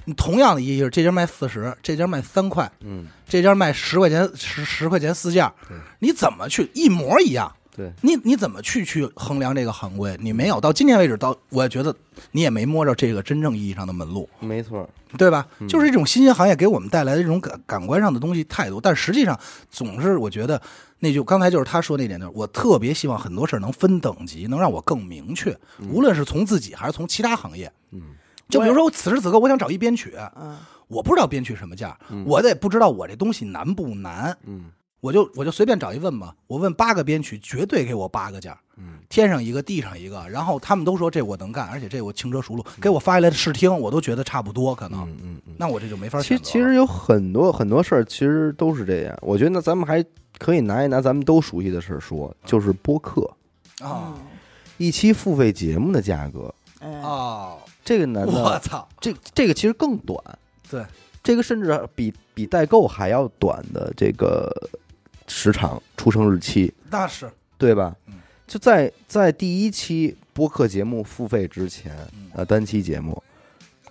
Speaker 2: 你同样的一个，这家卖四十，这家卖三块，
Speaker 4: 嗯，
Speaker 2: 这家卖十块钱十十块钱四件儿
Speaker 4: 对，
Speaker 2: 你怎么去一模一样？
Speaker 4: 对，
Speaker 2: 你你怎么去去衡量这个行规？你没有到今天为止，到我觉得你也没摸着这个真正意义上的门路，
Speaker 4: 没错，
Speaker 2: 对吧？
Speaker 4: 嗯
Speaker 2: 就是这种新兴行业给我们带来的这种感感官上的东西态度，但实际上总是我觉得，那就刚才就是他说那点，就是我特别希望很多事儿能分等级，能让我更明确，
Speaker 4: 嗯
Speaker 2: 无论是从自己还是从其他行业，嗯，就比如说我此时此刻我想找一编曲，
Speaker 3: 嗯，
Speaker 2: 我不知道编曲什么价，我也不知道我这东西难不难，
Speaker 4: 嗯，
Speaker 2: 我就我就随便找一问吧，我问八个编曲，绝对给我八个价，
Speaker 4: 嗯，
Speaker 2: 天上一个，地上一个，然后他们都说这我能干，而且这我轻车熟路，给我发下来的试听，我都觉得差不多，可能，
Speaker 4: 嗯嗯嗯。
Speaker 2: 那我这就没法
Speaker 1: 其
Speaker 2: 选
Speaker 1: 实
Speaker 2: 择
Speaker 1: 其
Speaker 2: 了啊
Speaker 1: 实有很多很多事儿，其实都是这样。我觉得那咱们还可以拿一拿咱们都熟悉的事儿说，就是播客嗯
Speaker 2: 啊
Speaker 1: 一期付费节目的价格，
Speaker 3: 哎，
Speaker 2: 哦，
Speaker 1: 这个难
Speaker 2: 我
Speaker 1: 道
Speaker 2: 操，
Speaker 1: 这这个其实更短，
Speaker 2: 对，
Speaker 1: 这个甚至比比代购还要短的这个时长出生日期，
Speaker 2: 那是
Speaker 1: 对吧
Speaker 2: 嗯？
Speaker 1: 就在在第一期播客节目付费之前
Speaker 2: 嗯，
Speaker 1: 呃，单期节目，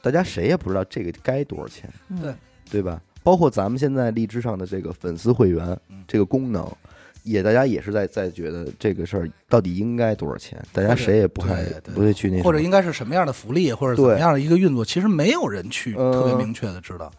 Speaker 1: 大家谁也不知道这个该多少钱。
Speaker 3: 嗯
Speaker 2: 对
Speaker 1: 对吧？包括咱们现在荔枝上的这个粉丝会员
Speaker 2: 嗯
Speaker 1: 这个功能，也大家也是在在觉得这个事儿到底应该多少钱？大家谁也不太
Speaker 2: 对对
Speaker 1: 不会去那什么，
Speaker 2: 或者应该是什么样的福利，或者怎么
Speaker 1: 对
Speaker 2: 样的一个运作，其实没有人去
Speaker 1: 呃
Speaker 2: 特别明确的知道。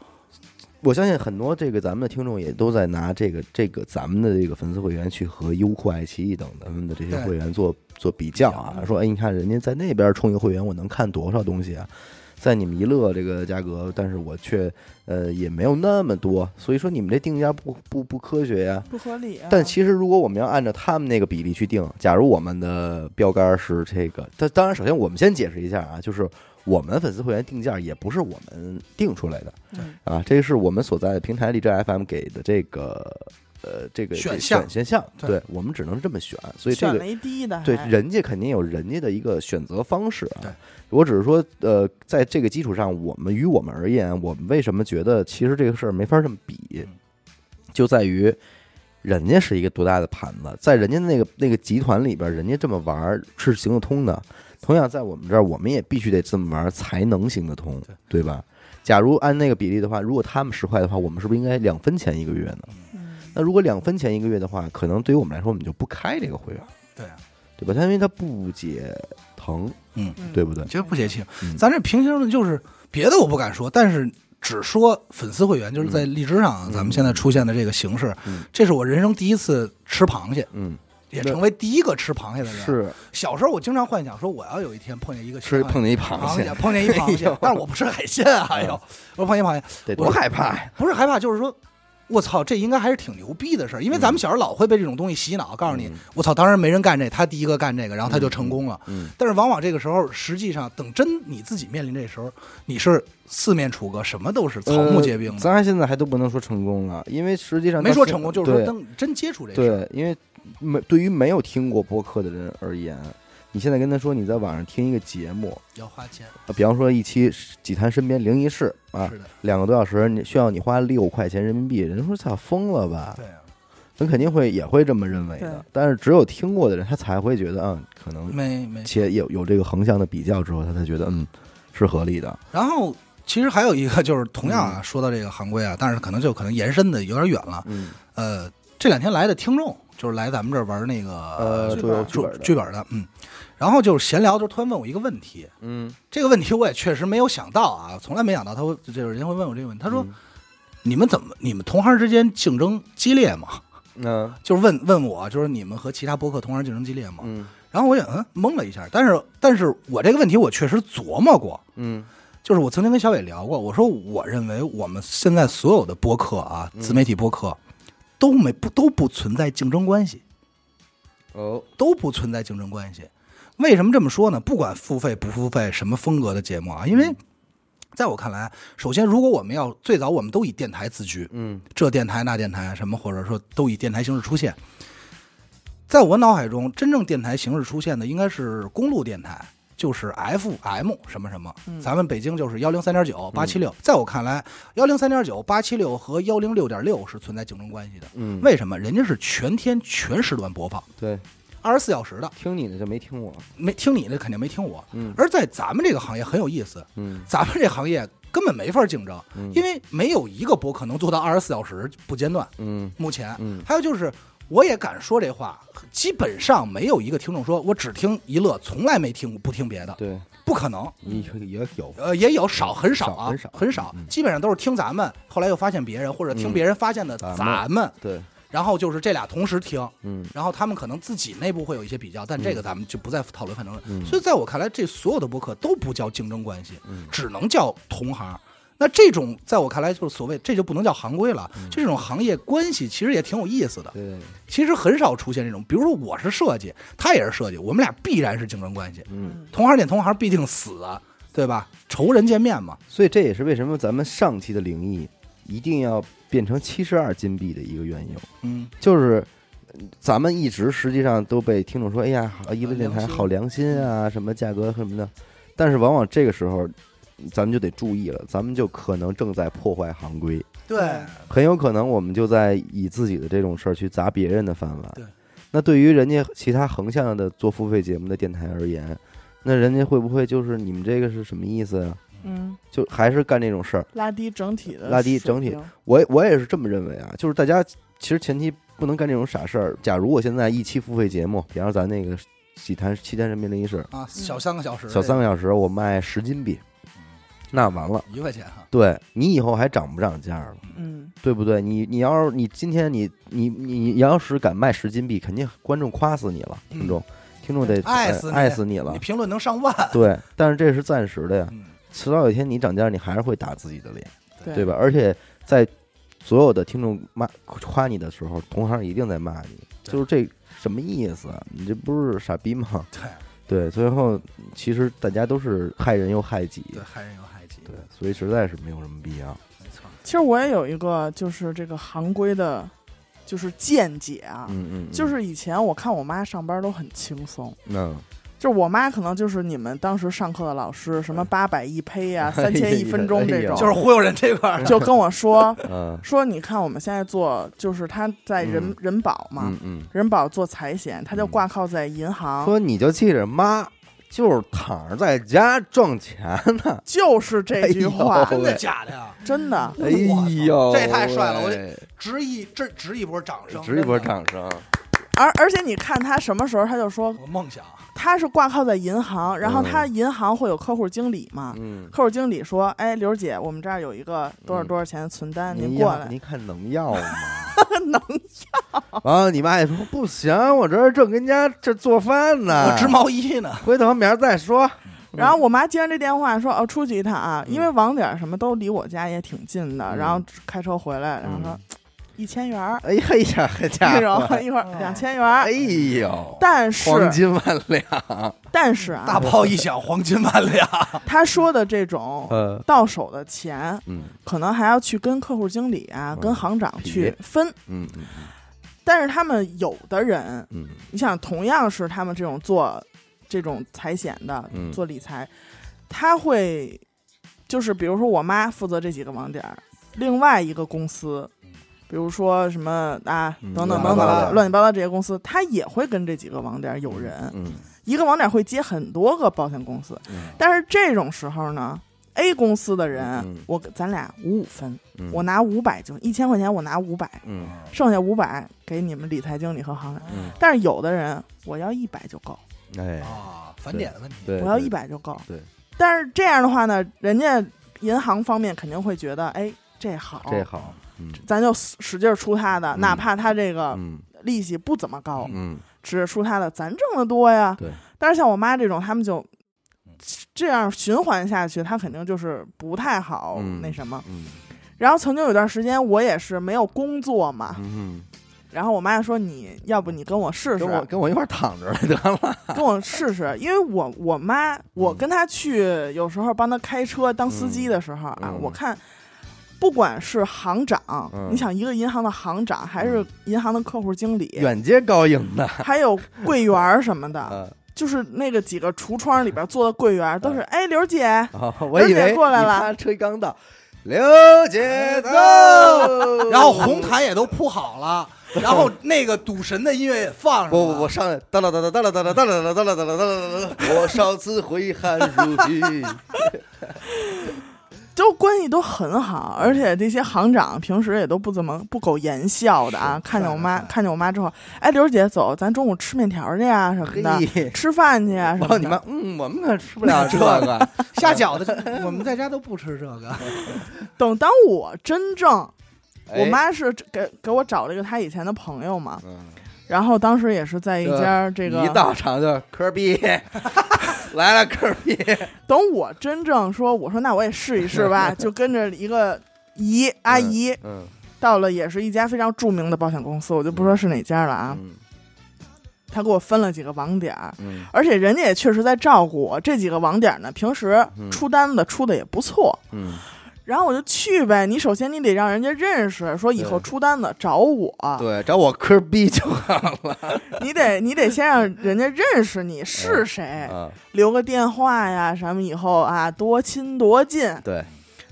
Speaker 1: 我相信很多这个咱们的听众也都在拿这个这个咱们的这个粉丝会员去和优酷、爱奇艺等咱们的这些
Speaker 2: 对
Speaker 1: 会员做做比较啊，说哎，你看人家在那边充一个会员，我能看多少东西啊？在你们一乐这个价格，但是我却呃也没有那么多，所以说你们这定价不不不科学呀、
Speaker 3: 不合理啊。
Speaker 1: 但其实，如果我们要按照他们那个比例去定，假如我们的标杆是这个，但当然，首先我们先解释一下啊，就是我们粉丝会员定价也不是我们定出来的
Speaker 3: 嗯
Speaker 1: 啊，这个是我们所在的平台荔枝 FM 给的这个呃这个
Speaker 2: 选
Speaker 1: 这
Speaker 2: 项
Speaker 1: 选选项，
Speaker 2: 对
Speaker 1: 对我们只能这么选，所以这
Speaker 3: 选
Speaker 1: 个
Speaker 3: 了一低的还，
Speaker 1: 对人家肯定有人家的一个选择方式
Speaker 2: 对
Speaker 1: 啊。我只是说，呃，在这个基础上，我们于我们而言，我们为什么觉得其实这个事儿没法这么比
Speaker 2: 嗯，
Speaker 1: 就在于人家是一个多大的盘子，在人家那个那个集团里边，人家这么玩儿是行得通的。同样，在我们这儿，我们也必须得这么玩儿才能行得通，对吧？假如按那个比例的话，如果他们十块的话，我们是不是应该两分钱一个月呢？
Speaker 3: 嗯
Speaker 1: 那如果两分钱一个月的话，可能对于我们来说，我们就不开这个会员。
Speaker 2: 对啊，
Speaker 1: 对吧？它因为它不解疼，
Speaker 2: 嗯，
Speaker 3: 嗯
Speaker 1: 对不对？
Speaker 2: 觉得不解气
Speaker 1: 嗯。
Speaker 2: 咱这平心而论，就是别的我不敢说，但是只说粉丝会员，就是在荔枝上啊，咱们现在出现的这个形式
Speaker 1: 嗯，
Speaker 2: 这是我人生第一次吃螃蟹，
Speaker 1: 嗯，
Speaker 2: 也
Speaker 1: 那
Speaker 2: 成为第一个吃螃蟹的人。，小时候我经常幻想说，我要有一天碰见一个
Speaker 1: 啊
Speaker 4: 吃
Speaker 2: 小
Speaker 4: 碰见一
Speaker 2: 螃
Speaker 4: 螃蟹，
Speaker 2: 碰见一螃蟹，但是我不吃海鲜啊，哎呦，我碰见螃蟹，
Speaker 1: 得
Speaker 2: 我
Speaker 1: 多害怕呀！
Speaker 2: 不是害怕，就是说，我操，这应该还是挺牛逼的事儿，因为
Speaker 1: 嗯
Speaker 2: 咱们小时候老会被这种东西洗脑，告诉你，我操，当然没人干这，他第一个干这个，然后他就成功了。
Speaker 1: 嗯嗯
Speaker 2: 但是往往这个时候，实际上等真你自己面临这时候，你是四面楚歌，什么都是草木皆兵
Speaker 1: 呃
Speaker 2: 的。
Speaker 1: 咱现在还都不能说成功了，因为实际上
Speaker 2: 没说成功，就是说
Speaker 1: 对
Speaker 2: 等真接触这事儿，
Speaker 1: 对，因为没对于没有听过播客的人而言，你现在跟他说你在网上听一个节目，
Speaker 2: 要花钱。
Speaker 1: 呃比方说一期《几谈身边灵异事》啊
Speaker 2: 是，的，
Speaker 1: 两个多小时，你需要你花六块钱人民币，人说操疯了吧？
Speaker 2: 对啊，
Speaker 1: 咱肯定会也会这么认为
Speaker 3: 对
Speaker 1: 的。但是只有听过的人，他才会觉得，嗯，可能
Speaker 2: 没没。
Speaker 1: 且有有这个横向的比较之后，他才觉得嗯是合理的。
Speaker 2: 然后其实还有一个就是，同样啊，说到这个行规啊，但是可能就可能延伸的有点远了。
Speaker 1: 嗯，
Speaker 2: 呃，这两天来的听众就是来咱们这儿玩那个
Speaker 1: 呃，
Speaker 3: 剧
Speaker 1: 桌游
Speaker 3: 本
Speaker 1: 剧本的，
Speaker 2: 剧本的，嗯。然后就是闲聊，就突然问我一个问题，
Speaker 1: 嗯，
Speaker 2: 这个问题我也确实没有想到啊，从来没想到他会，就是人家会问我这个问题。他说：“
Speaker 1: 嗯
Speaker 2: 你们怎么，你们同行之间竞争激烈吗
Speaker 1: 那？”
Speaker 2: 就是问问我，就是你们和其他播客同行竞争激烈吗？
Speaker 1: 嗯
Speaker 2: 然后我也嗯懵了一下，但是但是我这个问题我确实琢磨过，
Speaker 1: 嗯
Speaker 2: 就是我曾经跟小伟聊过，我说我认为我们现在所有的播客啊，
Speaker 1: 嗯
Speaker 2: 自媒体播客都没不都不存在竞争关系。
Speaker 1: 哦，
Speaker 2: 都不存在竞争关系。为什么这么说呢？不管付费不付费，什么风格的节目啊，因为在我看来，首先如果我们要最早我们都以电台自居，
Speaker 1: 嗯
Speaker 2: 这电台那电台啊什么，或者说都以电台形式出现。在我脑海中，真正电台形式出现的应该是公路电台，就是 FM 什么什么。咱们北京就是幺零三点九八七六。在我看来，幺零三点九八七六和幺零六点六是存在竞争关系的。
Speaker 1: 嗯，
Speaker 2: 为什么？人家是全天全时段播放，
Speaker 1: 对，
Speaker 2: 二十四小时的。
Speaker 1: 听你的就没听我，
Speaker 2: 没听你的肯定没听我。
Speaker 1: 嗯
Speaker 2: 而在咱们这个行业很有意思，
Speaker 1: 嗯
Speaker 2: 咱们这行业根本没法竞争，
Speaker 1: 嗯
Speaker 2: 因为没有一个博客能做到二十四小时不间断。
Speaker 1: 嗯
Speaker 2: 目前，
Speaker 1: 嗯
Speaker 2: 还有就是我也敢说这话，基本上没有一个听众说我只听一乐，从来没听过不听别的，
Speaker 1: 对，
Speaker 2: 不可能。
Speaker 1: 也也有，
Speaker 2: 呃，也有少很少啊，
Speaker 1: 少很少嗯
Speaker 2: 基本上都是听咱们，后来又发现别人，或者听
Speaker 1: 嗯
Speaker 2: 别人发现的
Speaker 1: 咱们
Speaker 2: 咱们，
Speaker 1: 对，
Speaker 2: 然后就是这俩同时听，
Speaker 1: 嗯
Speaker 2: 然后他们可能自己内部会有一些比较，但这个咱们就不再讨论范畴了。
Speaker 1: 嗯
Speaker 2: 所以在我看来，这所有的播客都不叫竞争关系，
Speaker 1: 嗯
Speaker 2: 只能叫同行。那这种在我看来就是所谓这就不能叫行规了，就这种行业关系其实也挺有意思的。
Speaker 1: 嗯对，嗯
Speaker 2: 其实很少出现这种，比如说我是设计，他也是设计，我们俩必然是竞争关系，
Speaker 1: 嗯，
Speaker 2: 同行见同行必定死啊，对吧？仇人见面嘛，
Speaker 1: 所以这也是为什么咱们上期的灵异一定要变成七十二金币的一个缘由，
Speaker 2: 嗯，
Speaker 1: 就是。咱们一直实际上都被听众说，哎呀，好一乐电台
Speaker 2: 良心嗯
Speaker 1: 好良心啊，什么价格什么的，但是往往这个时候，咱们就得注意了，咱们就可能正在破坏行规。
Speaker 2: 嗯对，
Speaker 1: 很有可能我们就在以自己的这种事儿去砸别人的饭碗。
Speaker 2: 对，
Speaker 1: 那对于人家其他横向的做付费节目的电台而言，那人家会不会就是你们这个是什么意思呀、啊
Speaker 3: 嗯，
Speaker 1: 就还是干这种事儿？
Speaker 3: 拉低整体的
Speaker 1: 拉低
Speaker 3: 水
Speaker 1: 整体
Speaker 3: 平，
Speaker 1: 我我也是这么认为啊，就是大家其实前期不能干这种傻事儿。假如我现在一期付费节目，比方说咱那个喜谈七天人民灵异事，
Speaker 2: 啊，小三个小时，
Speaker 1: 小三个小时我卖十金币，
Speaker 2: 嗯
Speaker 1: 那完了，
Speaker 2: 一块钱哈，
Speaker 1: 对你以后还涨不涨价了？
Speaker 3: 嗯，
Speaker 1: 对不对？你你要是你今天你你你你要是敢卖十金币，肯定观众夸死你了，
Speaker 2: 嗯
Speaker 1: 听众听众得
Speaker 2: 爱死你
Speaker 1: 爱死你了
Speaker 2: 你。评论能上万，
Speaker 1: 对，但是这是暂时的呀，
Speaker 2: 嗯，
Speaker 1: 迟早有一天你涨价，你还是会打自己的脸，
Speaker 3: 对
Speaker 1: 对吧？而且在所有的听众骂夸你的时候，同行一定在骂你，
Speaker 2: 对
Speaker 1: 就是这什么意思啊？你这不是傻逼吗？
Speaker 2: 对
Speaker 1: 对，最后其实大家都是害人又害己，
Speaker 2: 对，啊害人有害己，
Speaker 1: 对，所以实在是没有什么必要。
Speaker 2: 没错，
Speaker 3: 其实我也有一个就是这个行规的，就是见解啊，
Speaker 1: 嗯嗯，
Speaker 3: 就
Speaker 1: 嗯
Speaker 3: 是以前我看我妈上班都很轻松。
Speaker 1: 嗯，
Speaker 3: 就是我妈可能就是你们当时上课的老师，什么八百一胚
Speaker 1: 哎
Speaker 3: 呀、
Speaker 1: 呀
Speaker 3: 三千一分钟这种，
Speaker 2: 就是忽悠人这块 儿，
Speaker 3: 就跟我说
Speaker 2: 啊
Speaker 1: 嗯
Speaker 3: 说，你看我们现在做，就是他在人、
Speaker 1: 嗯
Speaker 3: 人保嘛，
Speaker 1: 嗯嗯。
Speaker 3: 人保做财险，他就挂靠在银
Speaker 2: 啊
Speaker 3: 行，
Speaker 1: 说你就记着，妈就是躺着在家挣钱呢。
Speaker 3: 就是这句话，
Speaker 1: 哎
Speaker 2: 真的假的呀？
Speaker 3: 真的。
Speaker 2: 哎呦这太帅了我
Speaker 1: 喂
Speaker 2: 值一这值一波掌声，
Speaker 1: 值一波
Speaker 2: 真的，
Speaker 1: 掌声。
Speaker 3: 而而且你看他什么时候，他就说
Speaker 2: 我梦想，
Speaker 3: 他是挂靠在银行，然后
Speaker 1: 嗯
Speaker 3: 他银行会有客户经理嘛。
Speaker 1: 嗯，
Speaker 3: 客户经理说：“哎，刘姐，我们这儿有一个多少
Speaker 1: 嗯
Speaker 3: 多少钱的存单，您
Speaker 1: 您
Speaker 3: 过
Speaker 1: 要
Speaker 3: 来。
Speaker 1: 您看能要吗？
Speaker 3: 能
Speaker 1: 然后你妈也说不行，我这儿正跟家这做饭呢，
Speaker 2: 我织毛衣呢，
Speaker 1: 回头明儿再说。
Speaker 3: 然后我妈接完这电话说：“哦，出去一趟啊，因为网点什么都离我家也挺近的。
Speaker 1: 嗯
Speaker 3: 然后开车回来，然后说
Speaker 1: 嗯
Speaker 3: 一千元儿，
Speaker 1: 哎呀嘿呀，好家
Speaker 3: 然
Speaker 1: 伙，
Speaker 3: 后一会儿两千元
Speaker 1: 哎
Speaker 3: 儿。
Speaker 1: 呦，
Speaker 3: 但是
Speaker 1: 黄金万两，
Speaker 3: 但是
Speaker 2: 大
Speaker 3: 啊，
Speaker 2: 炮一响，黄金万两，
Speaker 3: 他说的这种
Speaker 1: 呃，
Speaker 3: 到手的钱，
Speaker 1: 嗯
Speaker 3: 可能还要去跟客户经理啊、
Speaker 1: 嗯
Speaker 3: 跟行长
Speaker 1: 匹
Speaker 3: 去
Speaker 1: 配
Speaker 3: 分。
Speaker 1: 嗯嗯
Speaker 3: 但是他们有的人，
Speaker 1: 嗯
Speaker 3: 你想，同样是他们这种做这种财险的
Speaker 1: 嗯，
Speaker 3: 做理财，他会就是比如说我妈负责这几个网点儿，另外一个公司，比如说什么啊
Speaker 1: 嗯
Speaker 3: 等等
Speaker 1: 乱
Speaker 3: 等
Speaker 1: 七八
Speaker 3: 等
Speaker 1: 糟
Speaker 3: 的
Speaker 1: 的
Speaker 3: 乱七八糟这些公司，他也会跟这几个网点儿有人，
Speaker 1: 嗯
Speaker 3: 一个网点儿会接很多个保险公司，
Speaker 1: 嗯
Speaker 3: 但是这种时候呢。A 公司的人，
Speaker 1: 嗯嗯
Speaker 3: 我咱俩五五分，
Speaker 1: 嗯，
Speaker 3: 我拿五百就一千块钱，我拿五百，
Speaker 1: 嗯
Speaker 3: 剩下五百给你们理财经理和行长。
Speaker 1: 嗯
Speaker 3: 但是有的人我要一百就够，
Speaker 1: 哎，
Speaker 2: 啊，返点的问题，
Speaker 1: 对，
Speaker 3: 我要
Speaker 1: 对
Speaker 3: 一百就够。
Speaker 1: 对，
Speaker 3: 但是这样的话呢，人家银行方面肯定会觉得，哎，这好，
Speaker 1: 这好，嗯
Speaker 3: 咱就使使劲儿出他的，
Speaker 1: 嗯
Speaker 3: 哪怕他这个
Speaker 1: 嗯
Speaker 3: 利息不怎么高，
Speaker 1: 嗯。
Speaker 3: 只是出他的，咱挣的多呀。
Speaker 1: 对。
Speaker 3: 但是像我妈这种，他们就
Speaker 2: 嗯
Speaker 3: 这样循环下去，她肯定就是不太好、
Speaker 1: 嗯
Speaker 3: 那什么。
Speaker 1: 嗯
Speaker 3: 然后曾经有段时间，我也是没有工作嘛，
Speaker 1: 嗯
Speaker 3: 然后我妈就说你要不你跟我试
Speaker 1: 哼，
Speaker 3: 试，
Speaker 1: 跟我跟我一块儿躺着来得了。
Speaker 3: 跟我试试，因为我我妈，
Speaker 1: 嗯
Speaker 3: 我跟她去，有时候帮她开车当司机的时候啊，
Speaker 1: 嗯
Speaker 3: 我看，不管是行长，
Speaker 1: 嗯
Speaker 3: 你想一个银行的行长，还是银行的客户经理，
Speaker 1: 远接高迎的，
Speaker 3: 还有柜员儿 什么的，
Speaker 1: 啊，
Speaker 3: 就是那个几个橱窗里边坐的柜员
Speaker 1: 嗯
Speaker 3: 儿都是，哎，刘姐，
Speaker 1: 哦我以
Speaker 3: 刘
Speaker 1: 为
Speaker 3: 姐过来了
Speaker 1: 你啪吹刚到，刘姐走，
Speaker 2: 然后红毯也都铺好了，然后那个赌神的音乐也放上，
Speaker 1: 不不不，，上来哒啦哒啦哒啦哒啦哒啦哒啦 哒啦哒啦哒啦，我少次挥汗如雨。
Speaker 3: 就关系都很好，
Speaker 1: 嗯
Speaker 3: 而且这些行长平时也都不怎么不苟言笑的啊。看见我妈，看见我妈之后，哎，刘姐走，咱中午吃面条去啊什么的，
Speaker 1: 嘿，
Speaker 3: 吃饭去啊什
Speaker 1: 然
Speaker 3: 么
Speaker 1: 后你妈
Speaker 3: 的。，
Speaker 1: 嗯，我们可吃不了这个，
Speaker 2: 下饺子，我们在家都不吃这个。
Speaker 3: 等当我真正，我
Speaker 1: 哎，
Speaker 3: 妈是给给我找了一个她以前的朋友嘛，
Speaker 1: 嗯
Speaker 3: 然后当时也是在一家这个
Speaker 1: 一到场就科比 来了，科 比，
Speaker 3: 等我真正说，我说那我也试一 试吧，就跟着一个姨阿姨
Speaker 1: 嗯
Speaker 3: 到了，也是一家非常著名的保险公司，我就不说是哪家了啊。
Speaker 1: 嗯
Speaker 3: 他给我分了几个网点儿，
Speaker 1: 嗯
Speaker 3: 而且人家也确实在照顾我。这几个网点儿呢，平时
Speaker 1: 嗯
Speaker 3: 出单子出的也不错。
Speaker 1: 嗯，
Speaker 3: 然后我就去呗，你首先你得让人家认识，说以后
Speaker 1: 对
Speaker 3: 出单子找我，
Speaker 1: 对，找我科比就好了
Speaker 3: 你得 你得先让人家认识你是谁，
Speaker 1: 啊，
Speaker 3: 留个电话呀，什么以后啊多亲多近，
Speaker 1: 对，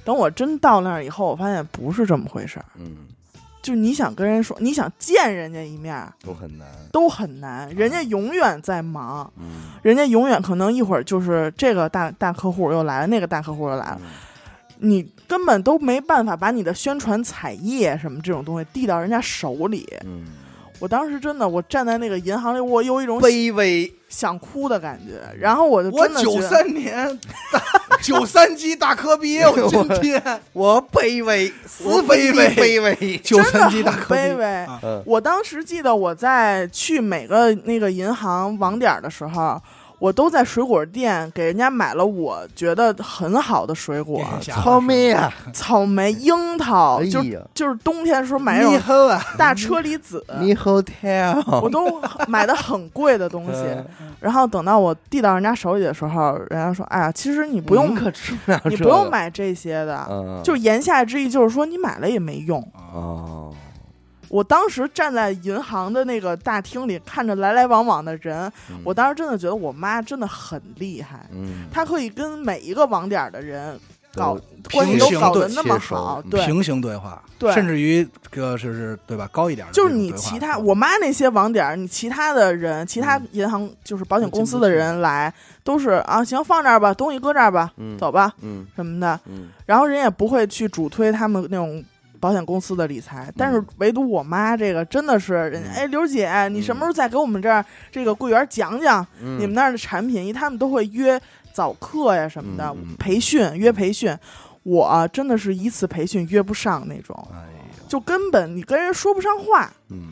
Speaker 3: 等我真到那儿以后，我发现不是这么回事儿。
Speaker 1: 嗯，
Speaker 3: 就你想跟人说，你想见人家一面儿
Speaker 1: 都很难，
Speaker 3: 都很难，人
Speaker 2: 啊
Speaker 3: 家永远在忙，
Speaker 1: 嗯
Speaker 3: 人家永远可能一会儿就是这个大大客户又来了，那个大客户又来
Speaker 2: 嗯
Speaker 3: 了，你根本都没办法把你的宣传彩页什么这种东西递到人家手里。
Speaker 1: 嗯，
Speaker 3: 我当时真的，我站在那个银行里，我有一种
Speaker 1: 卑微，
Speaker 3: 想哭的感觉，然后我就
Speaker 2: 我
Speaker 3: 真的
Speaker 2: 九
Speaker 3: 觉得
Speaker 2: 三年大九三级大科比，我今天
Speaker 1: 我卑微，
Speaker 2: 我
Speaker 1: 斯文地
Speaker 2: 卑
Speaker 1: 卑微，
Speaker 2: 九
Speaker 3: 真的
Speaker 2: 三级大
Speaker 3: 很
Speaker 2: 科
Speaker 3: 卑
Speaker 2: 比，
Speaker 3: 微
Speaker 2: 啊
Speaker 1: 嗯
Speaker 3: 我当时记得我在去每个那个银行网点儿的时候，我都在水果店给人家买了我觉得很好的水果，
Speaker 1: 聪明啊，
Speaker 3: 草莓、樱桃，
Speaker 1: 哎
Speaker 3: 就
Speaker 1: 呀
Speaker 3: 就是冬天的时候
Speaker 1: 哎
Speaker 3: 买那
Speaker 2: 你
Speaker 3: 种
Speaker 2: 好啊，
Speaker 3: 大车厘子，
Speaker 1: 你 hotel，
Speaker 3: 我都买的很贵的东西。
Speaker 1: 嗯
Speaker 3: 然后等到我递到人家手里的时候，人家说：“哎呀，其实你不用
Speaker 1: 我们，可吃不了，
Speaker 3: 你不用，买这些的。
Speaker 1: 嗯，
Speaker 3: 就言下之意就是说，你买了也没用。
Speaker 1: 哦，
Speaker 3: 我当时站在银行的那个大厅里，看着来来往往的人，
Speaker 1: 嗯
Speaker 3: 我当时真的觉得我妈真的很厉害，
Speaker 1: 嗯，
Speaker 3: 她可以跟每一个网点的人搞
Speaker 1: 都
Speaker 3: 关系
Speaker 2: 平
Speaker 3: 都
Speaker 2: 行
Speaker 3: 搞
Speaker 2: 对
Speaker 3: 得那么
Speaker 1: 接收
Speaker 3: 好，
Speaker 1: 嗯
Speaker 3: 对，
Speaker 2: 平行对话，
Speaker 3: 对
Speaker 2: 甚至于这个是是对吧？高一点的
Speaker 3: 就是你
Speaker 2: 这种对话嗯
Speaker 3: 其他我妈那些网点，你其他的人，其他银行就是保险公司的人来，都是啊，行，放这儿吧，东西搁这儿吧，
Speaker 1: 嗯
Speaker 3: 走吧
Speaker 1: 嗯
Speaker 3: 什么的，
Speaker 1: 嗯
Speaker 3: 然后人也不会去主推他们那种。保险公司的理财，但是唯独我妈这个真的是人家，
Speaker 1: 嗯
Speaker 3: 哎，刘姐，你什么时候再给我们这儿这个柜员讲讲
Speaker 1: 嗯，
Speaker 3: 你们那儿的产品，因为他们都会约早课呀什么的、
Speaker 1: 嗯嗯
Speaker 3: 培训，约培训。我、啊真的是一次培训约不上那种，
Speaker 1: 哎呀，
Speaker 3: 就根本你跟人说不上话。
Speaker 1: 嗯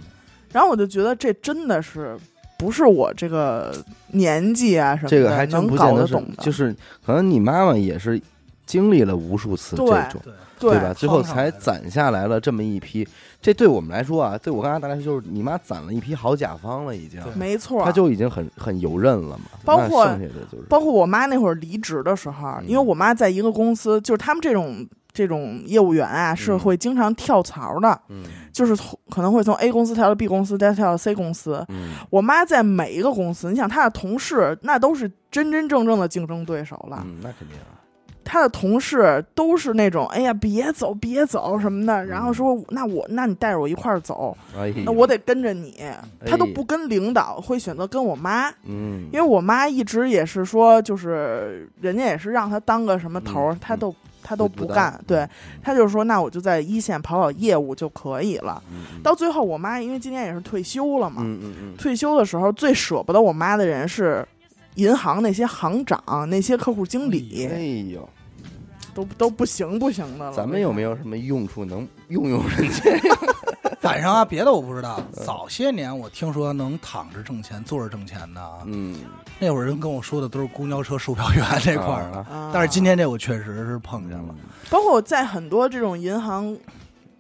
Speaker 3: 然后我就觉得这真的是不是我这个年纪啊什么的
Speaker 1: 这个还真
Speaker 3: 能
Speaker 1: 不
Speaker 3: 搞
Speaker 1: 见
Speaker 3: 得
Speaker 1: 得是
Speaker 3: 懂的，
Speaker 1: 就是可能你妈妈也是经历了无数次
Speaker 3: 对
Speaker 1: 这种。
Speaker 2: 对
Speaker 3: 对
Speaker 1: 吧？最后
Speaker 2: 上
Speaker 1: 才
Speaker 2: 来的
Speaker 1: 攒下来了这么一批，这对我们来说啊，对我跟阿达来说，就是你妈攒了一批好甲方了，已经，
Speaker 2: 对
Speaker 3: 没错，
Speaker 1: 她就已经很很游刃了嘛。
Speaker 3: 包
Speaker 1: 那
Speaker 3: 括
Speaker 1: 剩下的就是，
Speaker 3: 包括我妈那会儿离职的时候，因为我妈在一个公司，就是他们这种这种业务员啊，是会经常跳槽的，
Speaker 1: 嗯
Speaker 3: 就是从可能会从 A 公司跳到 B 公司，再跳到 C 公司。
Speaker 1: 嗯
Speaker 3: 我妈在每一个公司，你想她的同事那都是真真正正的竞争对手了，
Speaker 1: 嗯，那肯定啊，
Speaker 3: 她的同事都是那种哎呀别走别走什么的，然后说那我那你带着我一块儿走，
Speaker 1: 哎呦，
Speaker 3: 那我得跟着你，她都不跟领导，会选择跟我妈。
Speaker 1: 嗯，
Speaker 3: 因为我妈一直也是说，就是人家也是让她当个什么头儿
Speaker 1: 嗯，
Speaker 3: 她都她
Speaker 1: 她
Speaker 3: 都不干，
Speaker 1: 嗯
Speaker 3: 对，，她就说那我就在一线跑跑业务就可以了。
Speaker 1: 嗯
Speaker 3: 到最后，我妈因为今年也是退休了嘛，
Speaker 1: 嗯嗯嗯
Speaker 3: 退休的时候最舍不得我妈的人是银行那些行长、那些客户经理
Speaker 1: 嗯，，哎呦，
Speaker 3: 都都不行不行的了。
Speaker 1: 咱们有没有什么用处能用用人家？
Speaker 2: 反正啊，别的我不知道。早些年我听说能躺着挣钱、坐着挣钱的啊，
Speaker 1: 嗯，
Speaker 2: 那会儿人跟我说的都是公交车售票员这块儿的。
Speaker 1: 啊，嗯
Speaker 3: 啊？
Speaker 2: 但是今天这我确实是碰见了，
Speaker 3: 包括在很多这种银行，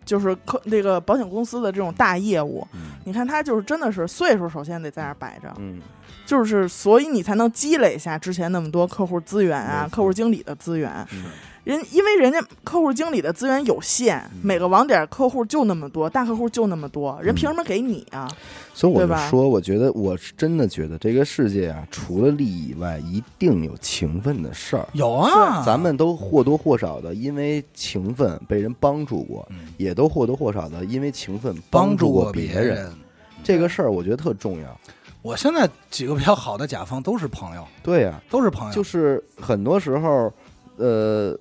Speaker 3: 就是客那个保险公司的这种大业务，
Speaker 1: 嗯
Speaker 3: 你看他就是真的是岁数，首先得在那儿摆着，
Speaker 1: 嗯，
Speaker 3: 就是所以你才能积累下之前那么多客户资源啊
Speaker 1: 没，错
Speaker 3: 客户经理的资源。
Speaker 1: 是
Speaker 3: 人因为人家客户经理的资源有限，每个网点客户就那么多，大客户就那么多，
Speaker 1: 嗯
Speaker 3: 人凭什么给你啊？
Speaker 1: 所以我
Speaker 3: 对
Speaker 1: 就
Speaker 3: 吧
Speaker 1: 说，我觉得我是真的觉得这个世界啊，除了利益以外，一定有情分的事儿。
Speaker 2: 有啊，
Speaker 1: 咱们都或多或少的因为情分被人帮助过，
Speaker 2: 嗯
Speaker 1: 也都或多或少的因为情分
Speaker 2: 帮助
Speaker 1: 助
Speaker 2: 过
Speaker 1: 别
Speaker 2: 别人。。嗯
Speaker 1: 这个事儿我觉得特重要。
Speaker 2: 我现在几个比较好的甲方都是朋友，
Speaker 1: 哎对呀、啊
Speaker 2: 都是朋友，
Speaker 1: 就是很多时候，呃，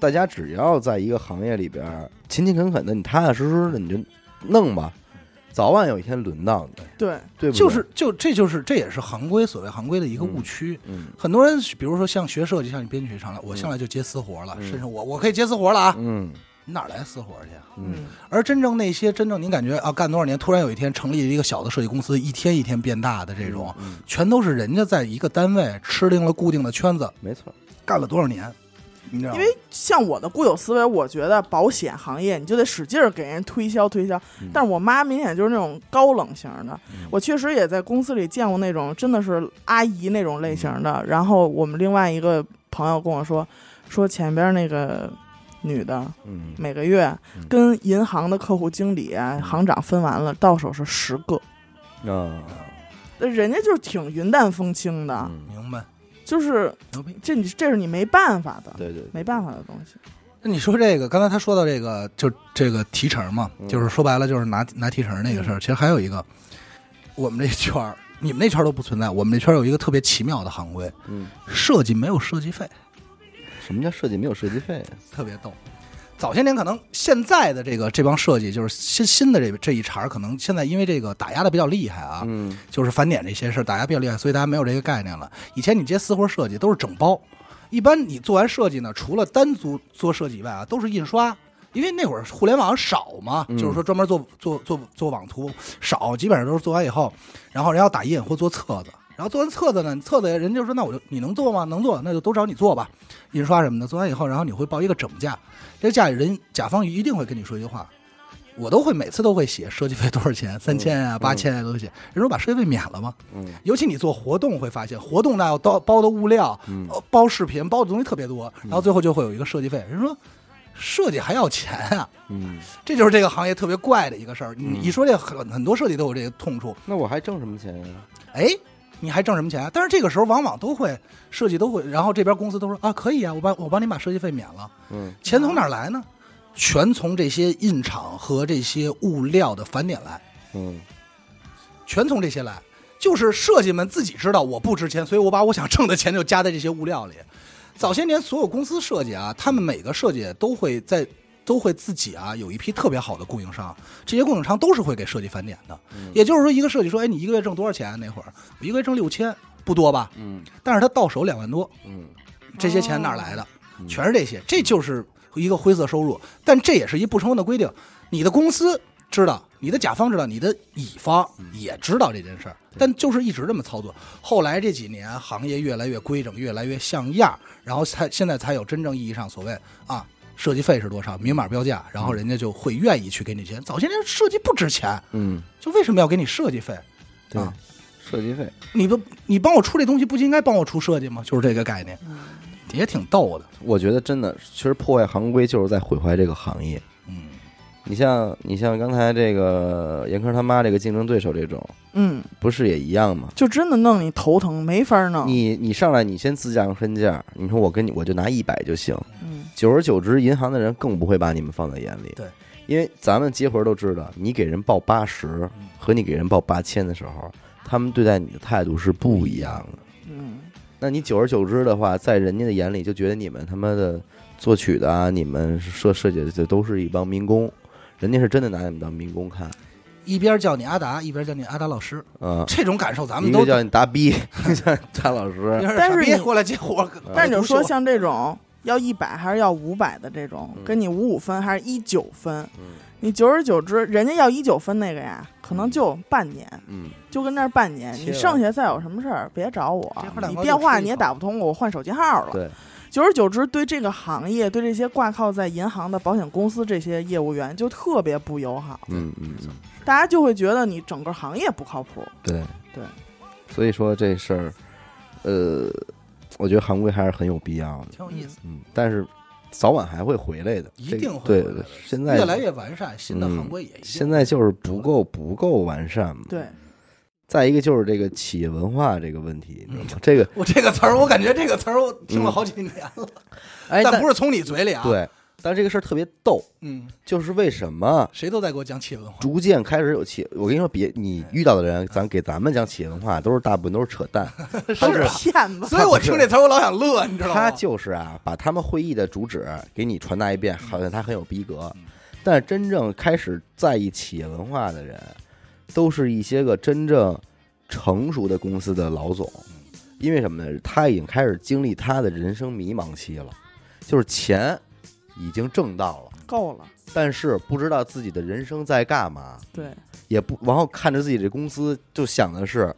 Speaker 1: 大家只要在一个行业里边儿勤勤恳恳的，你踏踏实实的，你就弄吧，早晚有一天轮到你，
Speaker 3: 对，
Speaker 1: 对不对？
Speaker 2: 就是就这就是这也是行规所谓行规的一个误区。
Speaker 1: 嗯
Speaker 2: 很多人比如说像学设计，像你编曲上来，
Speaker 3: 嗯
Speaker 2: 我上来就接私活了，甚至我我可以接私活了啊，
Speaker 1: 嗯
Speaker 2: 你哪来私活去啊？
Speaker 1: 嗯，
Speaker 2: 而真正那些真正您感觉啊，干多少年，突然有一天成立一个小的设计公司，一天一天变大的这
Speaker 1: 哦
Speaker 2: 种，
Speaker 3: 嗯
Speaker 2: 全都是人家在一个单位吃定了固定的圈子，
Speaker 1: 没错，
Speaker 2: 干了多少年，你知道吗？
Speaker 3: 嗯因为像我的固有思维，我觉得保险行业你就得使劲儿给人推销推销。
Speaker 1: 嗯
Speaker 3: 但是我妈明显就是那种高冷型的，我确实也在公司里见过那种真的是阿姨那种类型
Speaker 1: 嗯
Speaker 3: 的。然后我们另外一个朋友跟我说，说前边那个女的
Speaker 1: 嗯
Speaker 3: 每个月
Speaker 1: 嗯
Speaker 3: 跟银行的客户经理啊、行长分完了，到手是十个。
Speaker 1: 啊，
Speaker 3: 那人家就是挺云淡风轻的，
Speaker 1: 嗯
Speaker 2: 明白
Speaker 3: 就是
Speaker 2: 牛逼。
Speaker 3: 这你这是你没办法的，
Speaker 1: 对对，
Speaker 3: 没办法的东西。
Speaker 2: 那你说这个，刚才他说到这个，就这个提成嘛，
Speaker 1: 嗯
Speaker 2: 就是说白了就是拿拿提成那个事儿。其实还有一个，我们这圈儿，你们那圈儿都不存在，我们这圈儿有一个特别奇妙的行规，
Speaker 1: 嗯，
Speaker 2: 设计没有设计费，
Speaker 1: 什么叫设计没有设计费？
Speaker 2: 特别逗。早些年可能现在的这个这帮设计就是新新的这这一茬儿，可能现在因为这个打压的比较厉害啊，
Speaker 1: 嗯，
Speaker 2: 就是返点这些事儿打压比较厉害，所以大家没有这个概念了。以前你接私活设计都是整包，一般你做完设计呢，除了单独做设计以外啊，都是印刷。因为那会儿互联网少嘛，就是说专门做做做做网图少，基本上都是做完以后，然后人要打印或做册子，然后做完册子呢，册子人就说那我就你能做吗？能做，那就都找你做吧，印刷什么的。做完以后，然后你会报一个整价，这价人甲方一定会跟你说一句话，我都会每次都会写设计费多少钱，三千啊、八千啊都会写。人说把设计费免了吗？
Speaker 1: 嗯，
Speaker 2: 尤其你做活动会发现，活动那要包包的物料、
Speaker 1: 嗯
Speaker 2: 呃包视频、包的东西特别多，然后最后就会有一个设计费。人说设计还要钱啊，
Speaker 1: 嗯，
Speaker 2: 这就是这个行业特别怪的一个事儿。你一说这个很很多设计都有这个痛处，
Speaker 1: 那我还挣什么钱呀？
Speaker 2: 哎，你还挣什么钱啊？但是这个时候往往都会设计都会，然后这边公司都说啊，可以啊，我帮我帮你把设计费免了。
Speaker 1: 嗯，
Speaker 2: 钱从哪儿来呢？全从这些印厂和这些物料的返点来，
Speaker 1: 嗯，
Speaker 2: 全从这些来。就是设计们自己知道我不值钱，所以我把我想挣的钱就加在这些物料里。早些年所有公司设计啊，他们每个设计都会在都会自己啊有一批特别好的供应商，这些供应商都是会给设计返点的。也就是说，一个设计说，哎，你一个月挣多少钱啊？那会儿我一个月挣六千，不多吧？
Speaker 1: 嗯，
Speaker 2: 但是他到手两万多，
Speaker 1: 嗯，
Speaker 2: 这些钱哪儿来的？全是这些，这就是一个灰色收入。但这也是一不成文的规定，你的公司知道，你的甲方知道，你的乙方也知道这件事儿，但就是一直这么操作。后来这几年行业越来越规整，越来越像样儿，然后才现在才有真正意义上所谓啊。设计费是多少？明码标价，然后人家就会愿意去给你钱。早些年设计不值钱，
Speaker 1: 嗯，
Speaker 2: 就为什么要给你设计费？
Speaker 1: 对
Speaker 2: 啊，
Speaker 1: 设计费。
Speaker 2: 你不，你帮我出这东西，不就应该帮我出设计吗？就是这个概念，也挺逗的。
Speaker 1: 我觉得真的，其实破坏行规就是在毁坏这个行业。
Speaker 2: 嗯，
Speaker 1: 你像你像刚才这个严科他妈这个竞争对手这种，
Speaker 3: 嗯，
Speaker 1: 不是也一样吗？
Speaker 3: 就真的弄你头疼，没法弄。
Speaker 1: 你你上来你先自降身价，你说我跟你我就拿一百就行，
Speaker 3: 嗯，
Speaker 1: 久而久之，银行的人更不会把你们放在眼里。
Speaker 2: 对，
Speaker 1: 因为咱们接活儿都知道，你给人报八十
Speaker 3: 嗯
Speaker 1: 和你给人报八千的时候，他们对待你的态度是不一样的。
Speaker 3: 嗯，
Speaker 1: 那你久而久之的话，在人家的眼里就觉得你们他妈的作曲的啊，你们设设计的这都是一帮民工，人家是真的拿你们当民工看
Speaker 2: 一边叫你阿达，一边叫你阿达老师，
Speaker 1: 啊。
Speaker 2: 这种感受咱们
Speaker 1: 一
Speaker 2: 都
Speaker 1: 个。叫你达 逼，一个叫你达老师，
Speaker 2: 别
Speaker 3: 但是
Speaker 2: 别
Speaker 3: 你
Speaker 2: 过来接活，
Speaker 1: 呃
Speaker 3: 但是你就说
Speaker 2: 我
Speaker 3: 像这种要一百还是要五百的这种，
Speaker 1: 嗯
Speaker 3: 跟你五五分还是一九分，你久而久之，人家要一九分那个呀，可能就半年，
Speaker 1: 嗯，
Speaker 3: 就跟那儿半年，
Speaker 1: 切
Speaker 3: 你
Speaker 1: 了
Speaker 3: 剩下再有什么事儿别找我
Speaker 2: 这块儿，两
Speaker 3: 你
Speaker 2: 块儿
Speaker 3: 电
Speaker 2: 就
Speaker 3: 话
Speaker 2: 吃一
Speaker 3: 你也
Speaker 2: 口
Speaker 3: 打不通我，我换手机号了。
Speaker 1: 对，
Speaker 3: 久而久之，对这个行业，对这些挂靠在银行的保险公司这些业务员就特别不友好，
Speaker 1: 嗯嗯嗯，
Speaker 3: 大家就会觉得你整个行业不靠谱。
Speaker 1: 对
Speaker 3: 对，
Speaker 1: 所以说这事儿，呃，我觉得行规还是很有必要的，
Speaker 2: 挺有意思，
Speaker 1: 嗯，但是早晚还会回来的，
Speaker 2: 一
Speaker 1: 这个
Speaker 2: 定会
Speaker 1: 对
Speaker 2: 回来的
Speaker 1: 现在
Speaker 2: 越来越完善，新的
Speaker 1: 嗯
Speaker 2: 行规也一定
Speaker 1: 现在就是不够不够完善嘛，
Speaker 3: 对，
Speaker 1: 再一个就是这个企业文化这个问题，你知
Speaker 2: 嗯
Speaker 1: 道吗？这个
Speaker 2: 我这个词儿，我感觉这个词儿我听了好几年了，
Speaker 1: 哎
Speaker 2: 但不是从你嘴里啊，
Speaker 1: 对，但这个事儿特别逗，
Speaker 2: 嗯，
Speaker 1: 就是为什么
Speaker 2: 谁都在给我讲企业文化，
Speaker 1: 逐渐开始有企业？我跟你说，别你遇到的人，咱给咱们讲企业文化，都是大部分都是扯淡。
Speaker 3: 都是骗子。
Speaker 2: 所以我听这词儿我老想乐，你知道吗？
Speaker 1: 他就是啊，把他们会议的主旨给你传达一遍，好像他很有逼格。但是真正开始在意企业文化的人，都是一些个真正成熟的公司的老总。因为什么呢？他已经开始经历他的人生迷茫期了，就是钱已经挣到了，
Speaker 3: 够了，
Speaker 1: 但是不知道自己的人生在干嘛，
Speaker 3: 对，
Speaker 1: 也不然后看着自己这公司，就想的是，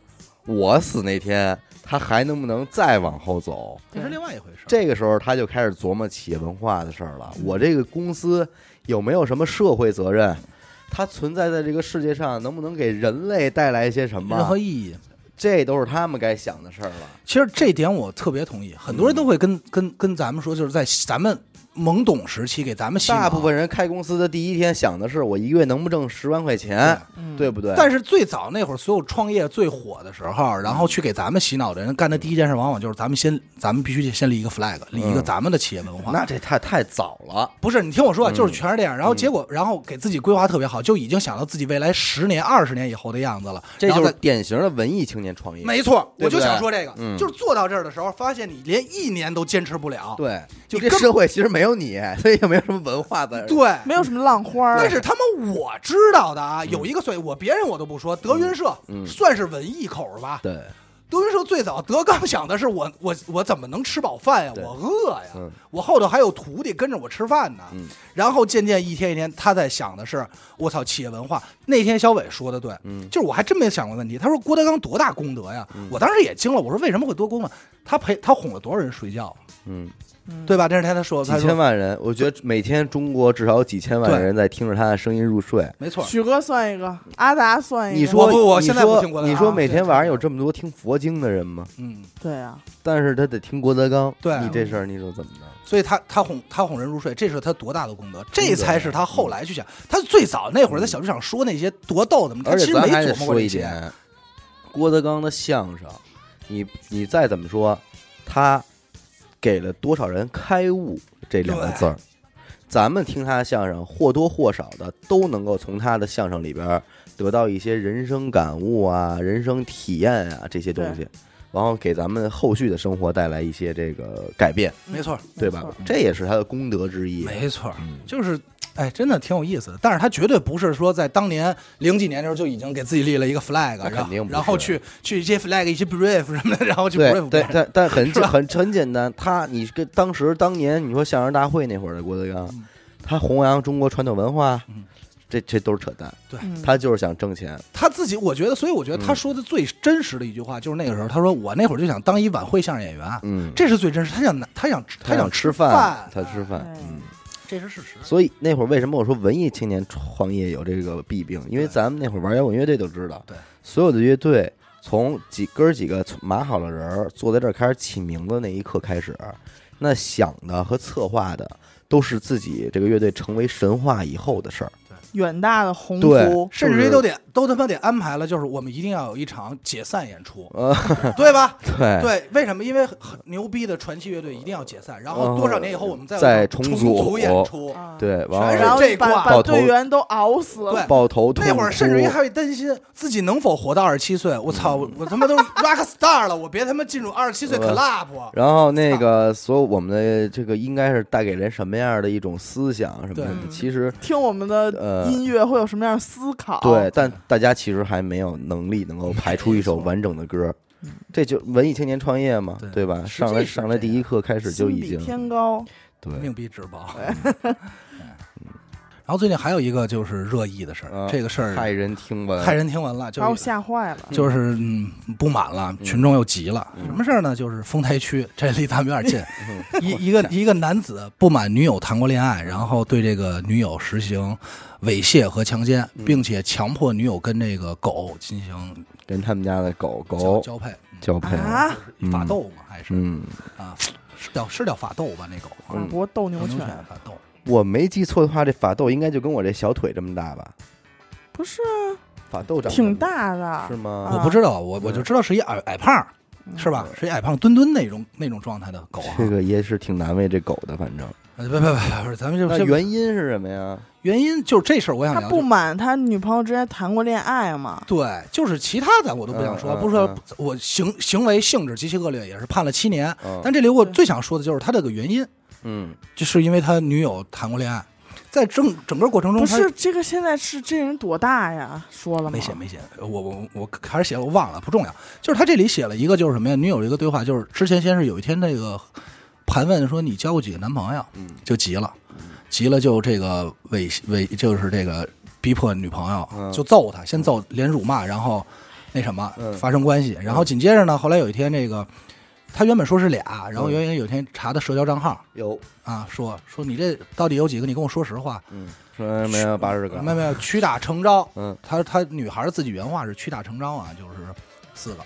Speaker 1: 我死那天他还能不能再往后走？
Speaker 2: 这是另外一回事儿。
Speaker 1: 这个时候他就开始琢磨企业文化的事儿
Speaker 2: 嗯
Speaker 1: 了。我这个公司有没有什么社会责任？它存在在这个世界上，能不能给人类带来一些什
Speaker 2: 任何
Speaker 1: 么？
Speaker 2: 意义，
Speaker 1: 这都是他们该想的事儿了。
Speaker 2: 其实这点我特别同意。很多人都会跟跟跟咱们说，就是在咱们懵懂时期给咱们洗脑
Speaker 1: 大部，分人开公司的第一天想的是，我一个月能不挣十万块钱，
Speaker 3: 嗯，
Speaker 1: 对不对？嗯
Speaker 2: 但是最早那会儿，所有创业最火的时候，然后去给咱们洗脑的人干的第一件事，往往就是咱们先，咱们必须先立一个 flag，立一个咱们的企业文
Speaker 1: 嗯
Speaker 2: 化。
Speaker 1: 那这嗯太太早了。
Speaker 2: 不是你听我说，啊，就是全是这样。然后结果，
Speaker 1: 嗯
Speaker 2: 然后给自己规划特别好，就已经想到自己未来十年、二十年以后的样子了。
Speaker 1: 这
Speaker 2: 然后
Speaker 1: 就是
Speaker 2: 再
Speaker 1: 典型的文艺青年创业，
Speaker 2: 没错，
Speaker 1: 对不对
Speaker 2: 我就想说这个，
Speaker 1: 嗯
Speaker 2: 就是做到这儿的时候，发现你连一年都坚持不了。
Speaker 1: 对，就
Speaker 2: 你
Speaker 1: 这
Speaker 2: 根
Speaker 1: 社会其实没有你，所以也没有什么文化的。
Speaker 2: 对，
Speaker 3: 没有什么浪花儿。
Speaker 2: 但是他们我知道的啊，有一个算我别人我都不说，德云社
Speaker 1: 嗯
Speaker 2: 算是文艺口儿吧。
Speaker 1: 对，
Speaker 2: 德云社最早德刚想的是我我我怎么能吃饱饭呀？
Speaker 1: 对
Speaker 2: 我饿呀，
Speaker 1: 嗯
Speaker 2: 我后头还有徒弟跟着我吃饭呢。
Speaker 1: 嗯
Speaker 2: 然后渐渐一天一天，他在想的是我操企业文化。那天小伟说的对，
Speaker 1: 嗯
Speaker 2: 就是我还真没想过问题。他说郭德纲多大功德呀？我当时也惊了，我说为什么会多功德？他陪他哄了多少人睡觉啊，
Speaker 1: 嗯。
Speaker 2: 对吧？这是他他说的，
Speaker 1: 几
Speaker 2: 他
Speaker 1: 千
Speaker 2: 说
Speaker 1: 万人，我觉得每天中国至少有几千万
Speaker 2: 对
Speaker 1: 人在听着他的声音入睡。
Speaker 2: 没错，
Speaker 3: 许哥算一个，阿达算一个。
Speaker 1: 你说，
Speaker 2: 我哦不我
Speaker 1: 你
Speaker 2: 现在
Speaker 1: 说
Speaker 2: 不听郭德纲
Speaker 1: 你说
Speaker 2: 啊
Speaker 1: 每
Speaker 2: 对
Speaker 1: 天晚上
Speaker 2: 对
Speaker 1: 有这么多听佛经的人吗？
Speaker 2: 嗯，
Speaker 3: 对啊，
Speaker 1: 但是他得听郭德纲，
Speaker 2: 对啊
Speaker 1: 你这事儿你说怎么着？
Speaker 2: 所以他他哄他哄人入睡，这是他多大的功德，这才是他后来去想。他最早那会儿在小剧场说那些多逗的嘛，嗯他
Speaker 1: 嗯而
Speaker 2: 其
Speaker 1: 且
Speaker 2: 实没
Speaker 1: 咱还得
Speaker 2: 琢磨过
Speaker 1: 说
Speaker 2: 这
Speaker 1: 一
Speaker 2: 些。
Speaker 1: 点，郭德纲的相声，你你再怎么说，他给了多少人开悟这两个字儿？咱们听他的相声，或多或少的都能够从他的相声里边儿得到一些人生感悟啊、人生体验啊这些东西，然后给咱们后续的生活带来一些这个改变，
Speaker 2: 没错，
Speaker 1: 对吧？这也是他的功德之一。
Speaker 2: 没错，
Speaker 1: 嗯
Speaker 2: 就是，哎，真的挺有意思的。但是他绝对不是说在当年零几年的时候就已经给自己立了一个 flag，
Speaker 1: 肯
Speaker 2: 然后
Speaker 1: 定不是
Speaker 2: 然后去去这些 flag 一些 brief 什么的，然后去
Speaker 1: 对
Speaker 2: brief 别
Speaker 1: 对
Speaker 2: 人
Speaker 1: 但但很
Speaker 2: 是吧
Speaker 1: 很很简单，他你跟当时当年你说相声大会那会儿的郭德纲，
Speaker 2: 嗯
Speaker 1: 他弘扬中国传统文化，
Speaker 2: 嗯
Speaker 1: 这这都是扯淡，
Speaker 3: 嗯
Speaker 1: 他就是想挣钱。
Speaker 2: 他自己，我觉得，所以我觉
Speaker 1: 嗯
Speaker 2: 得他说的最真实的一句话就是那个时候，他说我那会儿就想当一晚会相声演员，
Speaker 1: 嗯，
Speaker 2: 这是最真实。他想拿，他想吃，
Speaker 1: 他
Speaker 2: 想
Speaker 1: 吃
Speaker 2: 饭，
Speaker 1: 他吃饭
Speaker 3: 哎。
Speaker 1: 嗯，
Speaker 2: 这是事实。
Speaker 1: 所以那会儿为什么我说文艺青年创业有这个弊病？因为
Speaker 2: 对
Speaker 1: 咱们那会儿玩摇滚乐队都知道，
Speaker 2: 对，
Speaker 1: 所有的乐队从几哥儿几个码好了人儿坐在这儿开始起名字那一刻开始，那想的和策划的都是自己这个乐队成为神话以后的事儿。
Speaker 3: 远大的宏
Speaker 1: 对
Speaker 3: 图，
Speaker 2: 甚至
Speaker 1: 就是
Speaker 2: 于都得都他妈得安排了，就是我们一定要有一场解散演出，
Speaker 1: 呃，
Speaker 2: 对吧？
Speaker 1: 对
Speaker 2: 对，为什么？因为很牛逼的传奇乐队一定要解散，然后多少年以后我们再
Speaker 1: 再哦
Speaker 2: 重
Speaker 1: 重组哦
Speaker 2: 演出。
Speaker 3: 啊，
Speaker 1: 对，
Speaker 2: 全
Speaker 1: 然
Speaker 3: 然
Speaker 1: 后
Speaker 3: 后
Speaker 2: 这
Speaker 3: 把
Speaker 2: 挂
Speaker 3: 把
Speaker 1: 爆头
Speaker 3: 队员都熬死了
Speaker 2: 对，
Speaker 1: 抱头痛哭。
Speaker 2: 那会儿甚至于还会担心自己能否活到二十七岁。
Speaker 1: 嗯
Speaker 2: 我操，我我他妈都 rock star 了，我别他妈进入二十七岁
Speaker 1: 呃
Speaker 2: club。
Speaker 1: 然后那个，所有我们的这个应该是带给人什么样的一种思想什么
Speaker 2: 对
Speaker 1: 什么？其实
Speaker 3: 听我们的
Speaker 1: 呃
Speaker 3: 音乐会有什么样的思考？
Speaker 1: 对，但大家其实还没有能力能够排出一首完整的歌，这就文艺青年创业嘛
Speaker 2: 嗯对，
Speaker 1: 对吧？
Speaker 2: 实际
Speaker 1: 上来
Speaker 2: 是
Speaker 1: 上来
Speaker 2: 这
Speaker 1: 第一课开始就
Speaker 3: 心
Speaker 1: 已
Speaker 3: 比
Speaker 1: 经
Speaker 3: 天高，
Speaker 1: 对，
Speaker 2: 命比纸薄。
Speaker 1: 嗯
Speaker 2: 然后最近还有一个就是热议的事儿
Speaker 1: 啊，
Speaker 2: 这个事
Speaker 1: 骇
Speaker 2: 儿
Speaker 1: 人听闻，
Speaker 2: 骇人听闻了，就
Speaker 3: 把我
Speaker 2: 是
Speaker 3: 吓坏了。
Speaker 2: 就是嗯不满了，群众又急了。
Speaker 1: 嗯
Speaker 2: 什么事儿呢？就是丰台区，这离咱们有点近，一一个一个男子不满女友谈过恋爱，然后对这个女友实行猥亵和强奸，
Speaker 1: 嗯
Speaker 2: 并且强迫女友跟这个狗进行
Speaker 1: 跟他们家的狗
Speaker 2: 交
Speaker 1: 狗
Speaker 2: 交配，
Speaker 1: 交配，
Speaker 3: 啊，
Speaker 1: 嗯
Speaker 2: 法斗嘛，还是
Speaker 1: 嗯，
Speaker 2: 啊，是叫是叫法斗吧？那狗
Speaker 3: 法国斗牛
Speaker 2: 牛犬
Speaker 3: 犬
Speaker 2: 法斗，
Speaker 1: 我没记错的话，这法斗应该就跟我这小腿这么大吧？
Speaker 3: 不是啊，
Speaker 1: 法斗长
Speaker 3: 挺
Speaker 1: 这么
Speaker 3: 大的嗯
Speaker 1: 是吗？
Speaker 2: 啊
Speaker 3: 啊
Speaker 1: 嗯
Speaker 2: 我不知道，我我就知道是一矮矮胖儿，是吧？是一矮胖墩墩那种那种状态的狗啊。
Speaker 1: 这个也是挺难为这狗的，反正。
Speaker 2: 呃别别别别，不是咱们就
Speaker 1: 那
Speaker 2: 先
Speaker 1: 原因是什么呀？
Speaker 2: 原因就是这事儿，我想
Speaker 3: 他
Speaker 2: 聊。
Speaker 3: 不满他女朋友之前谈过恋爱嘛？
Speaker 2: 对，就是其他咱我都不想说，
Speaker 1: 嗯嗯
Speaker 2: 不是说
Speaker 1: 嗯
Speaker 2: 我行行为性质极其恶劣，也是判了七年。
Speaker 1: 嗯
Speaker 2: 但这里我最想说的就是他这个原因，
Speaker 1: 嗯，
Speaker 2: 就是因为他女友谈过恋爱，在整整个过程中
Speaker 3: 不
Speaker 2: 他
Speaker 3: 是这个，现在是这人多大呀？说了吗
Speaker 2: 没？写没写，我我我还是写了，我忘了，不重要。就是他这里写了一个就是什么呀？女友一个对话，就是之前先是有一天那个盘问说你交过几个男朋友，
Speaker 1: 嗯
Speaker 2: 就急了，急了就这个猥猥就是这个逼迫女朋友
Speaker 1: 嗯
Speaker 2: 就揍他，先揍连辱骂，然后那什么
Speaker 1: 嗯
Speaker 2: 发生关系，然后紧接着呢，后来有一天这个他原本说是俩，然后
Speaker 1: 嗯
Speaker 2: 原来有一天查的社交账号
Speaker 1: 有
Speaker 2: 啊，说说你这到底有几个？你跟我说实话，
Speaker 1: 说没有八十个
Speaker 2: 没，有没有，屈打成招。
Speaker 1: 嗯，
Speaker 2: 他他女孩自己原话是屈打成招啊，就是四个，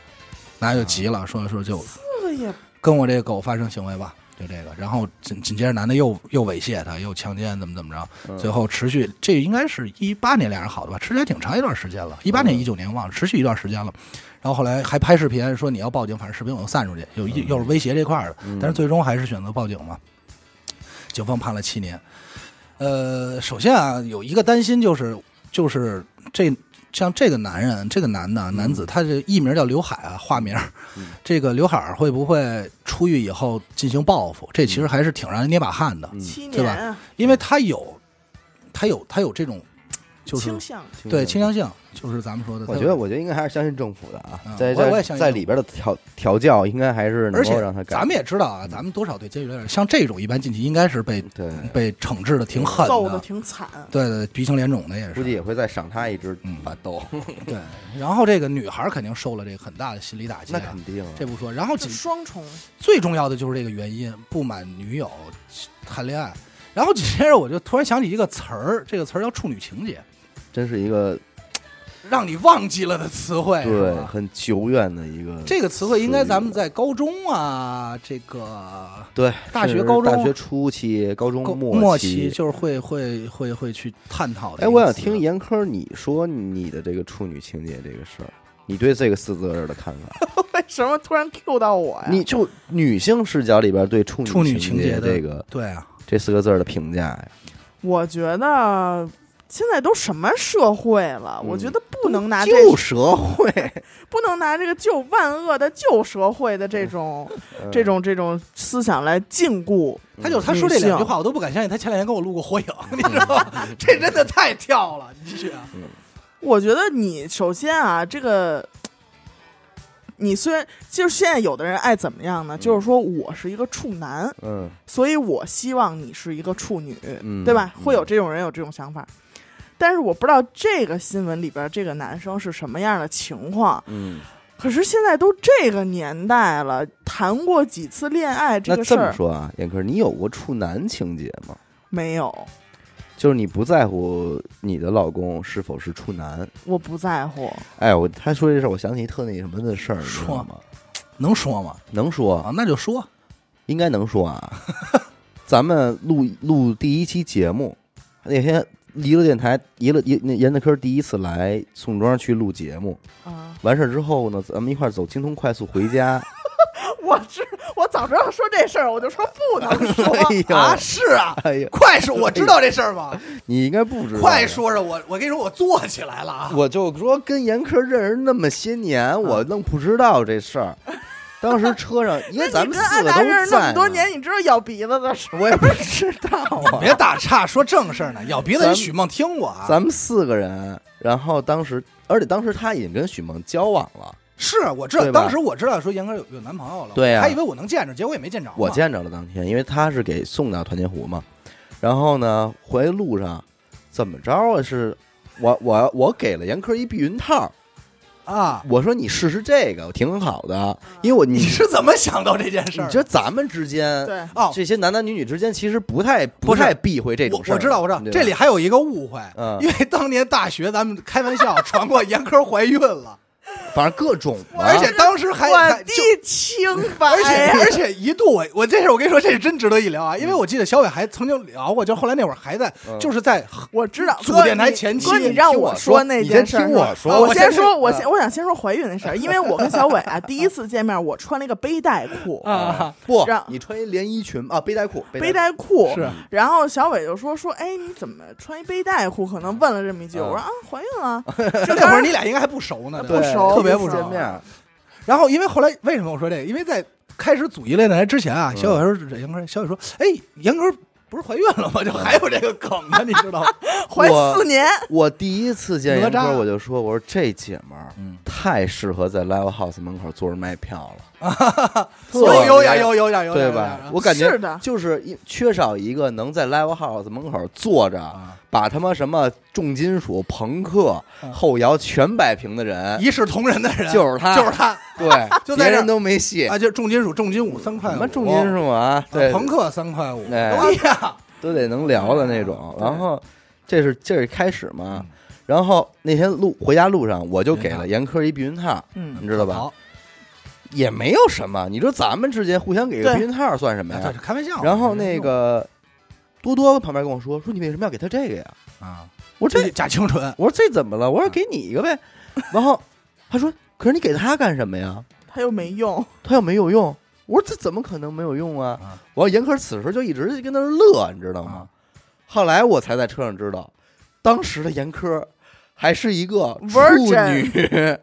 Speaker 2: 大家就急了，说说就
Speaker 3: 这个也
Speaker 2: 跟我这个狗发生行为吧，就这个。然后紧紧接着男的又又猥亵她，又强奸，怎么怎么着，最后持续这应该是一八年俩人好的吧，持续还挺长一段时间了，一八年一九年忘了，持续一段时间了。然后后来还拍视频说你要报警，反正视频我又散出去，又一又是威胁这块儿的，
Speaker 1: 嗯
Speaker 2: 但是最终还是选择报警嘛。警方判了七年。呃，首先啊，有一个担心就是就是这像这个男人，这个男的啊男
Speaker 1: 嗯
Speaker 2: 子，他这艺名叫刘海啊，化名，这个刘海儿会不会出狱以后进行报复？这
Speaker 1: 嗯
Speaker 2: 其实还是挺让人捏把汗的，
Speaker 3: 七
Speaker 2: 对吧
Speaker 3: 年啊
Speaker 2: 因为他有他有他有这种就是
Speaker 3: 倾向，
Speaker 2: 对倾向性，就是咱们说的。
Speaker 1: 我觉得，我觉得应该还是相信政府的啊
Speaker 2: 嗯，
Speaker 1: 在
Speaker 2: 我也我也
Speaker 1: 在
Speaker 2: 相信
Speaker 1: 在里边的调调教，应该还是
Speaker 2: 而
Speaker 1: 能
Speaker 2: 且
Speaker 1: 够让他改。嗯
Speaker 2: 咱们也知道啊，咱们多少对监狱有点像这种，一般进去应该是被
Speaker 1: 对，
Speaker 2: 被惩治的挺狠啊
Speaker 3: 揍的
Speaker 2: 的，
Speaker 3: 挺惨。
Speaker 2: 对对，对鼻青脸肿的也是。
Speaker 1: 估计也会再赏他一只
Speaker 2: 嗯
Speaker 1: 把斗，
Speaker 2: 对，然后这个女孩儿肯定受了这个很大的心理打击
Speaker 1: 那
Speaker 2: 啊，
Speaker 1: 肯定啊。
Speaker 2: 这不说。然后
Speaker 3: 这
Speaker 2: 紧
Speaker 3: 双重，
Speaker 2: 最重要的就是这个原因，不满女友谈恋爱。然后紧接着我就突然想起一个词儿，这个词儿叫处女情节，
Speaker 1: 真是一个
Speaker 2: 让你忘记了的词汇。是
Speaker 1: 对
Speaker 2: 吧
Speaker 1: 很久远的一个
Speaker 2: 这个词汇应该
Speaker 1: 属于
Speaker 2: 咱们在高中啊，这个
Speaker 1: 对
Speaker 2: 大学
Speaker 1: 甚至
Speaker 2: 高中
Speaker 1: 大学初期、高中
Speaker 2: 高
Speaker 1: 期
Speaker 2: 期。就是会会会会去探讨的。
Speaker 1: 哎，我想听，严科你说你的这个处女情节这个事儿，你对这个四个字儿的看法？
Speaker 3: 为什么突然 Q 到我呀？
Speaker 1: 你就女性视角里边对处
Speaker 2: 处女
Speaker 1: 情
Speaker 2: 情节的
Speaker 1: 这个
Speaker 2: 对啊，
Speaker 1: 这四个字儿的评价呀？
Speaker 3: 我觉得现在都什么社会了，我觉得不能拿这
Speaker 1: 旧社会，
Speaker 3: 不能拿这个旧万恶的旧社会的这种这种这种思想来禁锢。
Speaker 2: 他就他说这
Speaker 3: 女性
Speaker 2: 两句话，我都不敢相信。他前两天跟我录过火影，你知道吗？这真的太跳了，你继续啊。
Speaker 3: 我觉得你首先啊，这个你虽然就是现在有的人爱怎么样呢？就是说我是一个处男，
Speaker 1: 嗯
Speaker 3: 所以我希望你是一个处女，
Speaker 1: 嗯
Speaker 3: 对吧？会有
Speaker 1: 嗯
Speaker 3: 这种人有这种想法。但是我不知道这个新闻里边这个男生是什么样的情况。
Speaker 1: 嗯，
Speaker 3: 可是现在都这个年代了，谈过几次恋爱这
Speaker 1: 那
Speaker 3: 个
Speaker 1: 这
Speaker 3: 事
Speaker 1: 么
Speaker 3: 儿
Speaker 1: 说啊，严科，你有过处男情节吗？
Speaker 3: 没有，
Speaker 1: 就是你不在乎你的老公是否是处男？
Speaker 3: 我不在乎。
Speaker 1: 哎，我他说这事儿，我想起一特那什么的事儿，你知
Speaker 2: 说
Speaker 1: 道吗？
Speaker 2: 能说吗？
Speaker 1: 能说
Speaker 2: 啊，那就说。
Speaker 1: 应该能说啊。咱们录录第一期节目，那天娱乐电台，娱乐严那严德科第一次来宋庄去录节目，
Speaker 3: 啊，
Speaker 1: 完事儿之后呢，咱们一块儿走京通快速回家。
Speaker 3: 我知我早知道说这事儿，我就说不能说。
Speaker 1: 哎呦，
Speaker 2: 啊，是啊，
Speaker 1: 哎啊呦，
Speaker 2: 快说，我知道这事儿吗？
Speaker 1: 你应该不知道。
Speaker 2: 快！说说，我我跟你说，我坐起来了啊！
Speaker 1: 我就说跟严科认识那么些
Speaker 3: 嗯
Speaker 1: 年，我愣不知道这事 儿。当时车上，因
Speaker 3: 那
Speaker 1: 为
Speaker 3: 你
Speaker 1: 咱们
Speaker 3: 跟
Speaker 1: 四
Speaker 3: 安
Speaker 1: 个
Speaker 3: 达
Speaker 1: 都
Speaker 3: 认识
Speaker 1: 在
Speaker 3: 那么多
Speaker 1: 呢
Speaker 3: 年，你知道咬鼻子 的事儿？
Speaker 1: 我也不知道啊。
Speaker 2: 别打岔，说正事儿呢。咬鼻子
Speaker 1: 咱
Speaker 2: 人
Speaker 1: 们
Speaker 2: 许梦听我啊，
Speaker 1: 咱们四个人，然后当时，而且当时他已经跟许梦交往
Speaker 3: 啊
Speaker 1: 了，
Speaker 2: 是啊我知道，
Speaker 1: 对吧
Speaker 2: 当时我知道说严哥有有男朋友了，
Speaker 1: 对啊
Speaker 2: 还以为我能见着，结果也没见着嘛。
Speaker 1: 我见着了当天，因为他是给送到团结湖嘛。然后呢，回路上怎么着啊？是我我我给了严科一避孕套，
Speaker 2: 啊，
Speaker 1: 我说你试试这个，挺好
Speaker 3: 啊
Speaker 1: 的，因为我你
Speaker 2: 你是怎么想到这件事
Speaker 1: 你
Speaker 2: 儿的？
Speaker 1: 觉得咱们之间
Speaker 3: 对，
Speaker 2: 哦，
Speaker 1: 这些男男女女之间其实不太
Speaker 2: 不
Speaker 1: 不
Speaker 2: 是
Speaker 1: 太避讳这
Speaker 2: 我
Speaker 1: 种事儿
Speaker 2: 我知道，我知道，
Speaker 1: 对吧
Speaker 2: 这里还有一个误会
Speaker 1: 嗯，
Speaker 2: 因为当年大学咱们开玩笑传过严科怀孕了，
Speaker 1: 反正各种吧。
Speaker 2: 而且当时还还
Speaker 3: 我
Speaker 2: 就
Speaker 3: 地。清白
Speaker 2: 而且
Speaker 3: 呀，
Speaker 2: 而且一度我我这事儿我跟你说这是真值得一聊
Speaker 1: 嗯
Speaker 2: 啊，因为我记得小伟还曾经聊过，就是后来那会儿还在，就是 在
Speaker 3: 我知道。
Speaker 2: 组
Speaker 3: 哥
Speaker 2: 电台
Speaker 3: 你
Speaker 2: 前期
Speaker 3: 哥，你让
Speaker 1: 听
Speaker 3: 我
Speaker 1: 我说
Speaker 3: 那
Speaker 1: 你
Speaker 3: 件
Speaker 1: 先
Speaker 3: 事儿
Speaker 1: 听
Speaker 3: 是吧，
Speaker 1: 我说
Speaker 3: 啊我
Speaker 2: 我
Speaker 3: 先
Speaker 2: 先
Speaker 3: 说，
Speaker 2: 听
Speaker 3: 我先我想先说怀孕的事儿，因为我跟小伟啊第一次见面，我穿了一个背带裤，
Speaker 2: 啊，
Speaker 1: 不
Speaker 3: 让，
Speaker 1: 你穿一连衣裙啊，背带裤，
Speaker 3: 背
Speaker 1: 带
Speaker 3: 带裤
Speaker 2: 是
Speaker 3: 然后小伟就说说，哎，你怎么穿一背带裤？可能问了这么一句，我说啊，怀孕了，
Speaker 2: 就那会儿你俩应该还不熟呢，
Speaker 1: 对
Speaker 3: 不熟
Speaker 2: 特别
Speaker 3: 不
Speaker 2: 不
Speaker 3: 熟
Speaker 2: 熟
Speaker 1: 见。面，
Speaker 2: 然后因为后来为什么我说这个？因为在开始组一类
Speaker 1: 嗯
Speaker 2: 来之前啊，小伟说严哥，小伟说，哎，严哥不是怀孕了吗？就还有这个梗呢，你 知道吗？
Speaker 3: 怀
Speaker 1: 我
Speaker 3: 四年，
Speaker 1: 我第一次见
Speaker 2: 哪
Speaker 1: 严
Speaker 2: 吒
Speaker 1: 哥，我就说，我说这姐们儿
Speaker 2: 嗯
Speaker 1: 太适合在 live house 门口坐着卖票 了，特
Speaker 2: 有
Speaker 1: 别
Speaker 2: 有点有有点有点
Speaker 1: 对
Speaker 2: 有点
Speaker 1: 吧
Speaker 2: 啊？
Speaker 1: 我感
Speaker 3: 是
Speaker 1: 觉
Speaker 3: 的
Speaker 1: 就是一缺少一个能在 live house 门口坐着，
Speaker 2: 啊，
Speaker 1: 把他妈什么重金属、朋克、后摇全摆平的人，
Speaker 2: 一视同仁的人
Speaker 1: 哎就是他，
Speaker 2: 就是他
Speaker 1: 对，
Speaker 2: 就
Speaker 1: 别
Speaker 2: 在这儿
Speaker 1: 人都没戏，
Speaker 2: 啊，就重金属重金舞三块
Speaker 1: 什
Speaker 2: 五，
Speaker 1: 么重金属啊，对
Speaker 2: 哎啊，朋克三块五，
Speaker 1: 哎
Speaker 2: 都一样。
Speaker 1: 都得能聊的那种。然后这是这是开始嘛，然后那天路回家路上，我就给了严科一避孕套，
Speaker 3: 嗯，
Speaker 1: 你知道吧？
Speaker 2: 好，
Speaker 1: 也没有什么，你说咱们之间互相给个
Speaker 3: 对
Speaker 1: 避孕套算什么
Speaker 2: 那
Speaker 1: 呀
Speaker 2: 啊这？开玩笑。
Speaker 1: 然后那个多多旁边跟我说说你为什么要给他这个呀？
Speaker 2: 啊，
Speaker 1: 我说
Speaker 2: 这
Speaker 1: 这
Speaker 2: 假清纯，
Speaker 1: 我说这怎么了？我说给你一个呗。然后他说可是你给他干什么呀？
Speaker 3: 他又没用，
Speaker 1: 他又没有用。我说这怎么可能没有用啊
Speaker 2: 啊？
Speaker 1: 我说严科此时就一直跟那儿乐，你知道吗？后来我才在车上知道，当时的严科还是一个处
Speaker 3: Virgin
Speaker 1: 女。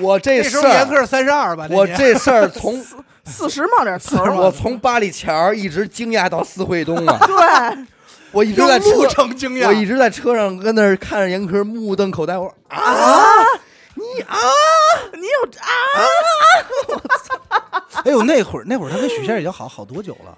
Speaker 1: 我这
Speaker 2: 那
Speaker 1: 事
Speaker 2: 时候严
Speaker 1: 儿，
Speaker 2: 克三十二吧，那
Speaker 1: 我
Speaker 2: 年
Speaker 1: 这事儿 从
Speaker 3: 四十冒点词儿
Speaker 1: 我
Speaker 3: 嘛，
Speaker 1: 从八里桥一直惊讶到四惠东啊！
Speaker 3: 对，
Speaker 1: 我一直
Speaker 2: 用
Speaker 1: 在车
Speaker 2: 路程经验
Speaker 1: 我，一直在车上跟那儿看着严科目瞪口呆，我说啊，你啊，
Speaker 3: 你有啊，
Speaker 2: 哎呦，那会儿那会儿他跟许仙儿已经好好多久 了，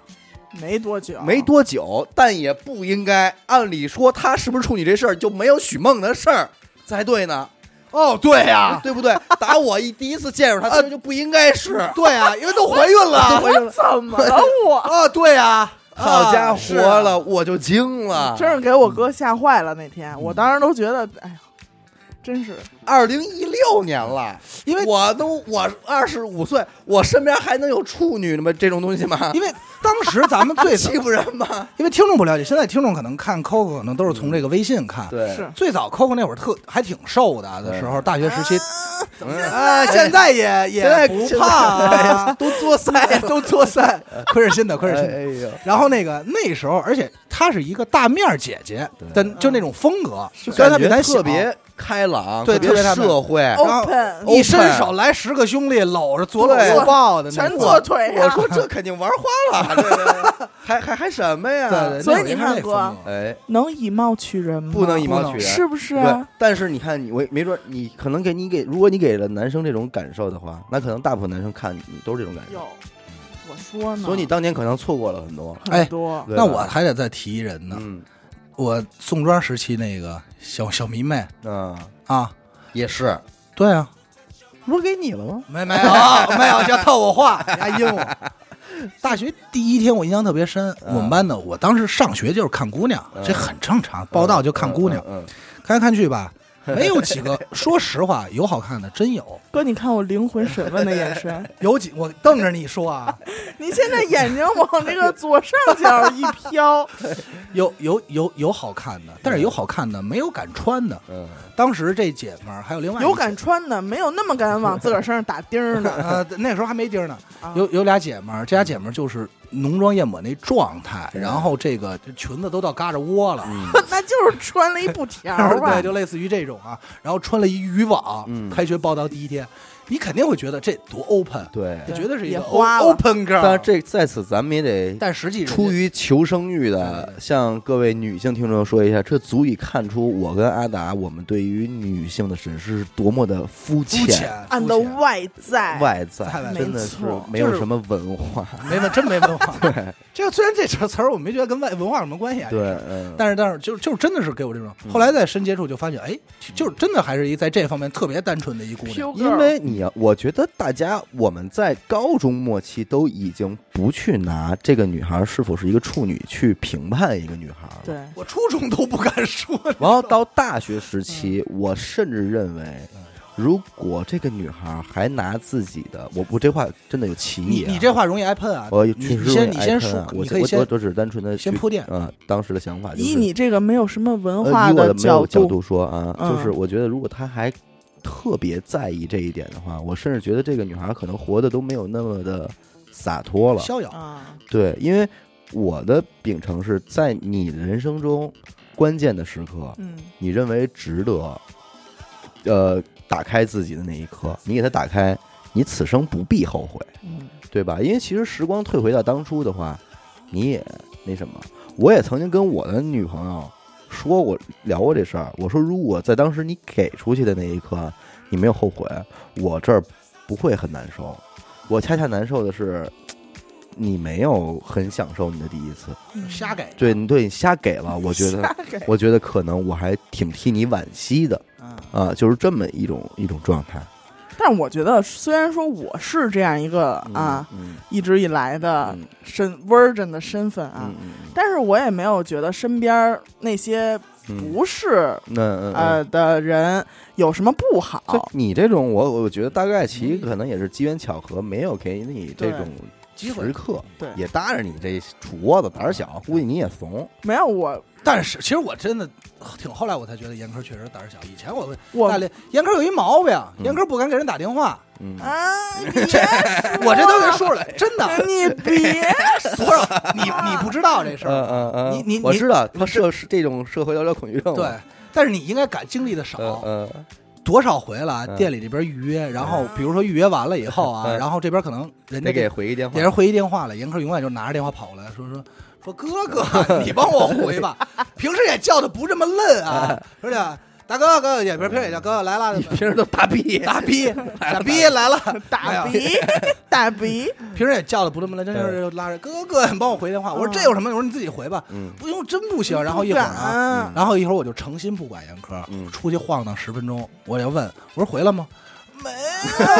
Speaker 3: 没多久，
Speaker 1: 没多久，但也不应该。按理说他是不是处女这事儿就没有许梦的事儿才对呢？
Speaker 2: 哦，对呀，
Speaker 1: 对不啊对？打我一第一次见着他，这就不应该是。
Speaker 2: 对呀，因为都怀孕 了，
Speaker 3: 我怎么了 我？
Speaker 2: 啊，啊对呀，
Speaker 1: 好家
Speaker 2: 啊
Speaker 1: 伙
Speaker 2: 是啊
Speaker 1: 了，我就惊了。
Speaker 3: 真是给
Speaker 1: 嗯
Speaker 3: 我哥吓坏了那天，我当时都觉得，哎呀，真是
Speaker 1: 二零一六年了，
Speaker 2: 因为
Speaker 1: 我都我二十五岁，我身边还能有处女吗？这种东西吗？
Speaker 2: 因为当时咱们 最早
Speaker 1: 欺负人吗？
Speaker 2: 因为听众不了解，现在听众可能看 Coco 可能都是从这个微信看，
Speaker 1: 对
Speaker 3: 是
Speaker 2: 最早 Coco 那会儿特还挺瘦的的时候，大学时期，
Speaker 1: 啊，
Speaker 2: 现在也
Speaker 1: 现在
Speaker 2: 也不胖 啊，，
Speaker 1: 哎都作赛哎
Speaker 2: 都 作散， 亏是新的，亏是新的。
Speaker 1: 呦，
Speaker 2: 然后那个那时候，而且她是一个大面儿姐姐，
Speaker 3: 嗯
Speaker 2: 但就那种风格，
Speaker 1: 就
Speaker 2: 虽
Speaker 1: 感
Speaker 2: 然她比
Speaker 1: 觉
Speaker 2: 咱小
Speaker 1: 特别开朗，
Speaker 2: 对
Speaker 1: 啊特
Speaker 2: 特别开朗
Speaker 1: 社会。
Speaker 2: 后
Speaker 3: open，
Speaker 2: 一伸手来十个兄弟搂着左搂
Speaker 1: 对
Speaker 2: 右抱的那
Speaker 3: 全
Speaker 2: 种，
Speaker 3: 坐腿
Speaker 1: 我
Speaker 3: 上，
Speaker 1: 说这肯定玩花 了，这个 还还还什么呀？
Speaker 2: 对对，对
Speaker 3: 所以你
Speaker 2: 那会儿
Speaker 3: 看
Speaker 2: 那
Speaker 3: 哥
Speaker 2: 风格
Speaker 1: 哎，
Speaker 3: 能以貌取人吗？
Speaker 1: 不能以貌取人，
Speaker 3: 是不是
Speaker 1: 对
Speaker 3: 啊？，
Speaker 1: 但是你看，你我没准你可能给你给，如果你给了男生这种感受的话，那可能大部分男生看你，你都是这种感
Speaker 3: 有
Speaker 1: 受，，
Speaker 3: 我说呢，
Speaker 1: 所以你当年可能错过了很多。
Speaker 2: 哎
Speaker 3: 很多
Speaker 1: 对吧
Speaker 2: 那我还得再提一人呢，
Speaker 1: 嗯
Speaker 2: 我宋庄时期那个小小迷妹
Speaker 1: 嗯，
Speaker 2: 啊，
Speaker 1: 也是，
Speaker 2: 对啊，
Speaker 1: 不是给你了吗？
Speaker 2: 没没有没有， 要套我话，压阴我。哎大学第一天我印象特别深，
Speaker 1: 嗯
Speaker 2: 我们班的，我当时上学就是看姑娘，这很正
Speaker 1: 嗯
Speaker 2: 常，报道就看姑娘，
Speaker 1: 嗯，嗯
Speaker 2: 看来看去吧，没有几个，说实话，有好看的真有，
Speaker 3: 哥，你看我灵魂审问的眼 神，
Speaker 2: 有几我瞪着你说啊，
Speaker 3: 你现在眼睛往这个左上角一飘，
Speaker 2: 有有有有好看的，但是有好看的没有敢穿的。
Speaker 1: 嗯嗯
Speaker 2: 当时这姐们儿还有另外一
Speaker 3: 有
Speaker 2: 姐
Speaker 3: 敢穿的，没有那么敢往自个儿身上打钉儿 的。
Speaker 2: 呃，那时候还没钉儿呢
Speaker 3: 啊。
Speaker 2: 有有俩姐们儿，这俩姐们儿就是浓妆艳抹那状态，然后这个这裙子都到嘎着窝了。
Speaker 3: 那就是穿了一布条儿吧
Speaker 2: 对，，就类似于这种啊，然后穿了一渔网，
Speaker 1: 嗯
Speaker 2: 开学报道第一天，你肯定会觉得这多 open，
Speaker 1: 对。
Speaker 2: 这绝对是一
Speaker 3: 也
Speaker 2: 个
Speaker 3: 花
Speaker 2: o-
Speaker 3: 了
Speaker 1: 但
Speaker 2: open girl
Speaker 1: 是。这在此咱们也得
Speaker 2: 但实际人家
Speaker 1: 出于求生欲的，向各位女性听众说一下，这足以看出我跟阿达，我们对于女性的审视是多么的肤
Speaker 2: 肤浅，
Speaker 3: 按的
Speaker 2: 肤 浅
Speaker 3: 外在，
Speaker 1: 外
Speaker 2: 太
Speaker 1: 在
Speaker 2: 外
Speaker 3: 在
Speaker 1: 真的是
Speaker 3: 没错
Speaker 1: 没有
Speaker 2: 就是
Speaker 1: 什么文化。
Speaker 2: 没文真没文化，这个虽然这词词儿我没觉得跟外文化有什么关系啊，
Speaker 1: 对，
Speaker 2: 这事儿
Speaker 1: 嗯，
Speaker 2: 但是但是就就真的是给我这种
Speaker 1: 嗯，
Speaker 2: 后来再深接触就发现，哎，就是真的还是一在这方面特别单纯的一姑娘，
Speaker 3: Pure
Speaker 1: 因
Speaker 3: girl
Speaker 1: 为你啊，我觉得大家我们在高中末期都已经不去拿这个女孩是否是一个处女去评判一个女孩了。
Speaker 3: 对
Speaker 2: 我初中都不 敢说。
Speaker 1: 然后到大学时期，
Speaker 2: 嗯
Speaker 1: 我甚至认为，如果这个女孩还拿自己的，我我这话真的有歧义、
Speaker 2: 你
Speaker 1: 啊。
Speaker 2: 你这话容易挨喷啊，
Speaker 1: 我
Speaker 2: 你
Speaker 1: 确实
Speaker 2: 你
Speaker 1: 有
Speaker 2: 先
Speaker 1: 点
Speaker 2: 你
Speaker 1: 哀
Speaker 2: 先
Speaker 1: 叹
Speaker 2: 说
Speaker 1: 啊，我
Speaker 2: 你可以
Speaker 1: 我
Speaker 2: 先
Speaker 1: 我我只是单纯的
Speaker 2: 先铺垫
Speaker 1: 啊，当时的想法就是
Speaker 3: 以你这个没有什么文
Speaker 1: 呃
Speaker 3: 化
Speaker 1: 以我的没
Speaker 3: 角
Speaker 1: 有角
Speaker 3: 度，
Speaker 1: 度说啊，
Speaker 3: 嗯
Speaker 1: 就是我觉得如果她还特别在意这一点的话，我甚至觉得这个女孩可能活的都没有那么的洒脱了。
Speaker 2: 逍遥，
Speaker 3: 啊，
Speaker 1: 对，因为我的秉承是在你的人生中关键的时刻，
Speaker 3: 嗯，
Speaker 1: 你认为值得，呃，打开自己的那一刻，你给它打开，你此生不必后悔，
Speaker 3: 嗯
Speaker 1: 对吧？因为其实时光退回到当初的话，你也那什么，我也曾经跟我的女朋友说过聊过这事儿，我说如果在当时你给出去的那一刻，你没有后悔，我这儿不会很难受，我恰恰难受的是。你没有很享受你的第一次，
Speaker 3: 嗯
Speaker 2: 瞎给，
Speaker 1: 对你对你瞎给了，我觉得
Speaker 3: 瞎给
Speaker 1: 我觉得可能我还挺替你惋惜的
Speaker 2: 嗯，
Speaker 1: 啊，就是这么一种一种状态
Speaker 3: 但我觉得，虽然说我是这样一个啊，，
Speaker 1: 嗯
Speaker 3: 一直以来
Speaker 2: 啊
Speaker 3: 的
Speaker 1: 嗯
Speaker 3: 身 virgin 的身份啊，
Speaker 1: 嗯嗯
Speaker 3: 但是我也没有觉得身边儿那些
Speaker 1: 嗯，
Speaker 3: 不是
Speaker 1: 那嗯嗯
Speaker 3: 呃的人有什么不
Speaker 1: 所
Speaker 3: 好
Speaker 1: 以。你这种我我觉得大概其
Speaker 2: 嗯
Speaker 1: 可能也是机缘巧合，没有给你这种
Speaker 2: 机会
Speaker 1: 时刻，
Speaker 3: 对
Speaker 1: 也搭着你这杵窝子胆儿小，估计你也怂，
Speaker 3: 没有我，
Speaker 2: 但是其实我真的挺后来我才觉得严科确实胆儿小，以前我会
Speaker 3: 我
Speaker 2: 大连严科有一毛病，
Speaker 1: 嗯
Speaker 2: 严科不敢给人打电话，
Speaker 1: 嗯，
Speaker 3: 啊，你别说
Speaker 2: 我这都给说出来， 真的，
Speaker 3: 你别
Speaker 2: 多少你你不知道这事
Speaker 1: 嗯
Speaker 2: 儿，
Speaker 1: 嗯嗯，
Speaker 2: 你你
Speaker 1: 我知道他社是这种社会聊聊恐惧症，
Speaker 2: 对，，但是你应该感经历的少，
Speaker 1: 哦嗯嗯
Speaker 2: 多少回了，
Speaker 1: 嗯
Speaker 2: 店里这边预约，然后
Speaker 3: 嗯
Speaker 2: 比如说预约完了以后啊，
Speaker 1: 嗯
Speaker 2: 然后这边可能人家
Speaker 1: 得给回一电话
Speaker 2: 别，人回一电话了，严科永远就拿着电话跑过来说说说哥哥，你帮我回吧，平时也叫的不这么嫩啊，是的，大哥哥也平时也叫哥哥来了
Speaker 1: 你，平时都大逼，
Speaker 2: 大逼大逼来了，
Speaker 3: 打
Speaker 2: 没有，
Speaker 3: 鼻 打鼻，
Speaker 2: 平时也叫的不这么嫩，真是就拉着哥哥你帮我回电话，我说
Speaker 3: 嗯
Speaker 2: 这有什么，我说你自己回吧，
Speaker 1: 嗯
Speaker 2: 不用真不行，然后一会儿啊。
Speaker 3: 啊，
Speaker 2: 然后一会儿我就诚心不管严科，
Speaker 1: 嗯
Speaker 2: 出去晃荡十分钟，我要问我说回来吗？
Speaker 3: 没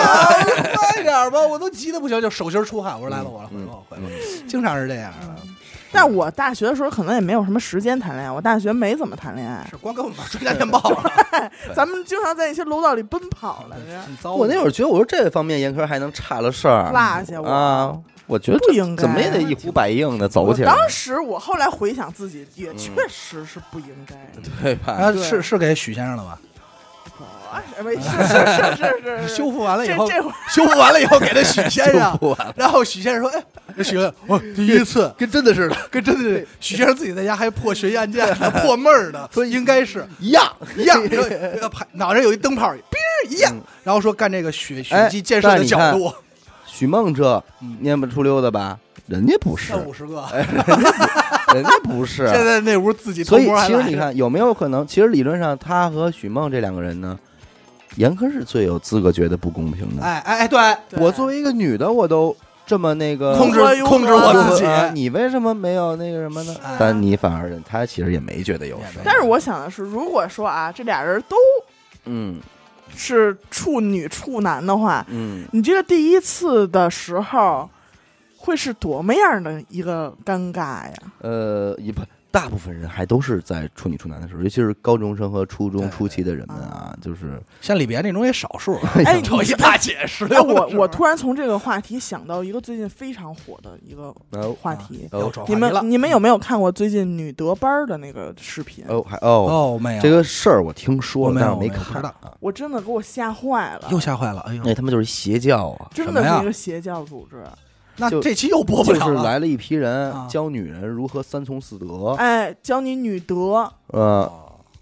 Speaker 2: 快点儿吧，我都急得不行，就手心儿出汗。我说来
Speaker 1: 嗯
Speaker 2: 吧，我来回吧，我回吧，经常是这样啊，
Speaker 3: 嗯但我大学的时候可能也没有什么时间谈恋爱，我大学没怎么谈恋爱，
Speaker 2: 是光跟我们玩追加电报啊了，
Speaker 3: 咱们经常在一些楼道里奔跑来着，
Speaker 2: 很糟。
Speaker 1: 我那会儿觉得我说这方面严苛还能差了事儿，
Speaker 3: 落下我
Speaker 1: 啊，我觉得
Speaker 3: 不应该
Speaker 1: 怎么也得一呼百应的走
Speaker 3: 我
Speaker 1: 起来，
Speaker 3: 当时我后来回想自己，也确实是不应该。
Speaker 1: 对吧？
Speaker 2: 啊，
Speaker 3: 对
Speaker 2: 是是给许先生了吧？
Speaker 3: 啊，没事，是是是是 是，
Speaker 2: 修复完了以
Speaker 3: 这
Speaker 2: 后，
Speaker 3: 这会儿
Speaker 2: 修复完了以后给他许先
Speaker 1: 就
Speaker 2: 生，
Speaker 1: 不完了，
Speaker 2: 然后许先生说：“哎，这许我第一次
Speaker 1: 跟真的似的，
Speaker 2: 跟真的是许先生自己在家还破悬疑案件呢，破闷儿呢，说应该是
Speaker 1: 一样。
Speaker 2: 一 样，说拍脑袋有一灯泡，哔儿一样，然后说干这个血血
Speaker 1: 嗯哎
Speaker 2: 迹建设
Speaker 1: 但
Speaker 2: 的
Speaker 1: 你
Speaker 2: 角
Speaker 1: 看
Speaker 2: 度，
Speaker 1: 许梦这
Speaker 2: 嗯
Speaker 1: 蔫不出溜的吧？人家不是
Speaker 2: 三，五十个。”
Speaker 1: 人家不是。
Speaker 2: 现在那屋自己偷
Speaker 1: 所以
Speaker 2: 摸还
Speaker 1: 其实
Speaker 2: 来
Speaker 1: 你
Speaker 2: 着，
Speaker 1: 看，有没有可能？其实理论上，他和许梦这两个人呢，严苛是最有资格觉得不公平的。
Speaker 2: 哎哎哎，对，
Speaker 1: 我作为一个女的，我都这么那个
Speaker 2: 控制
Speaker 3: 如何如何
Speaker 2: 控制我自己，
Speaker 1: 啊你为什么没有那个什么呢
Speaker 2: 哎？
Speaker 1: 但你反而他其实也没觉得有什么。
Speaker 3: 但是我想的是，如果说啊，这俩人都
Speaker 1: 嗯
Speaker 3: 是处女处男的话，
Speaker 1: 嗯，
Speaker 3: 你这个第一次的时候会是多么样的一个尴尬呀？
Speaker 1: 呃，也不，大部分人还都是在处女处男的时候，尤其是高中生和初中
Speaker 2: 对
Speaker 1: 初期的人们啊，就是
Speaker 2: 哎像李别那种也少数 啊，
Speaker 3: 哎，
Speaker 2: 瞅
Speaker 3: 你
Speaker 2: 一大姐十
Speaker 3: 哎，
Speaker 2: 六的时候，
Speaker 3: 我我突然从这个话题想到一个最近非常火的一个
Speaker 1: 哦
Speaker 3: 话题，
Speaker 2: 又转话
Speaker 3: 你
Speaker 2: 题了嗯
Speaker 3: 们你们有没有看过最近女德班儿的那个视频？
Speaker 1: 哦还哦，
Speaker 2: 哦，没有
Speaker 1: 这个事儿我听说
Speaker 2: 我
Speaker 1: 了，
Speaker 2: 没
Speaker 1: 但
Speaker 2: 有
Speaker 1: 是没
Speaker 2: 我没有不
Speaker 1: 看
Speaker 2: 知道
Speaker 1: 啊。
Speaker 3: 我真的给我吓坏了，
Speaker 2: 又吓坏了，哎呦，
Speaker 1: 那他们就是邪教啊，
Speaker 3: 真
Speaker 2: 什
Speaker 3: 的
Speaker 2: 么呀
Speaker 3: 是一个邪教组织。
Speaker 2: 那
Speaker 1: 就
Speaker 2: 这期又播不
Speaker 1: 就
Speaker 2: 了
Speaker 1: 是
Speaker 2: 了，
Speaker 1: 来了一批人
Speaker 2: 啊
Speaker 1: 教女人如何三从四德，
Speaker 2: 哦
Speaker 3: 哎，教你女德，
Speaker 1: 呃，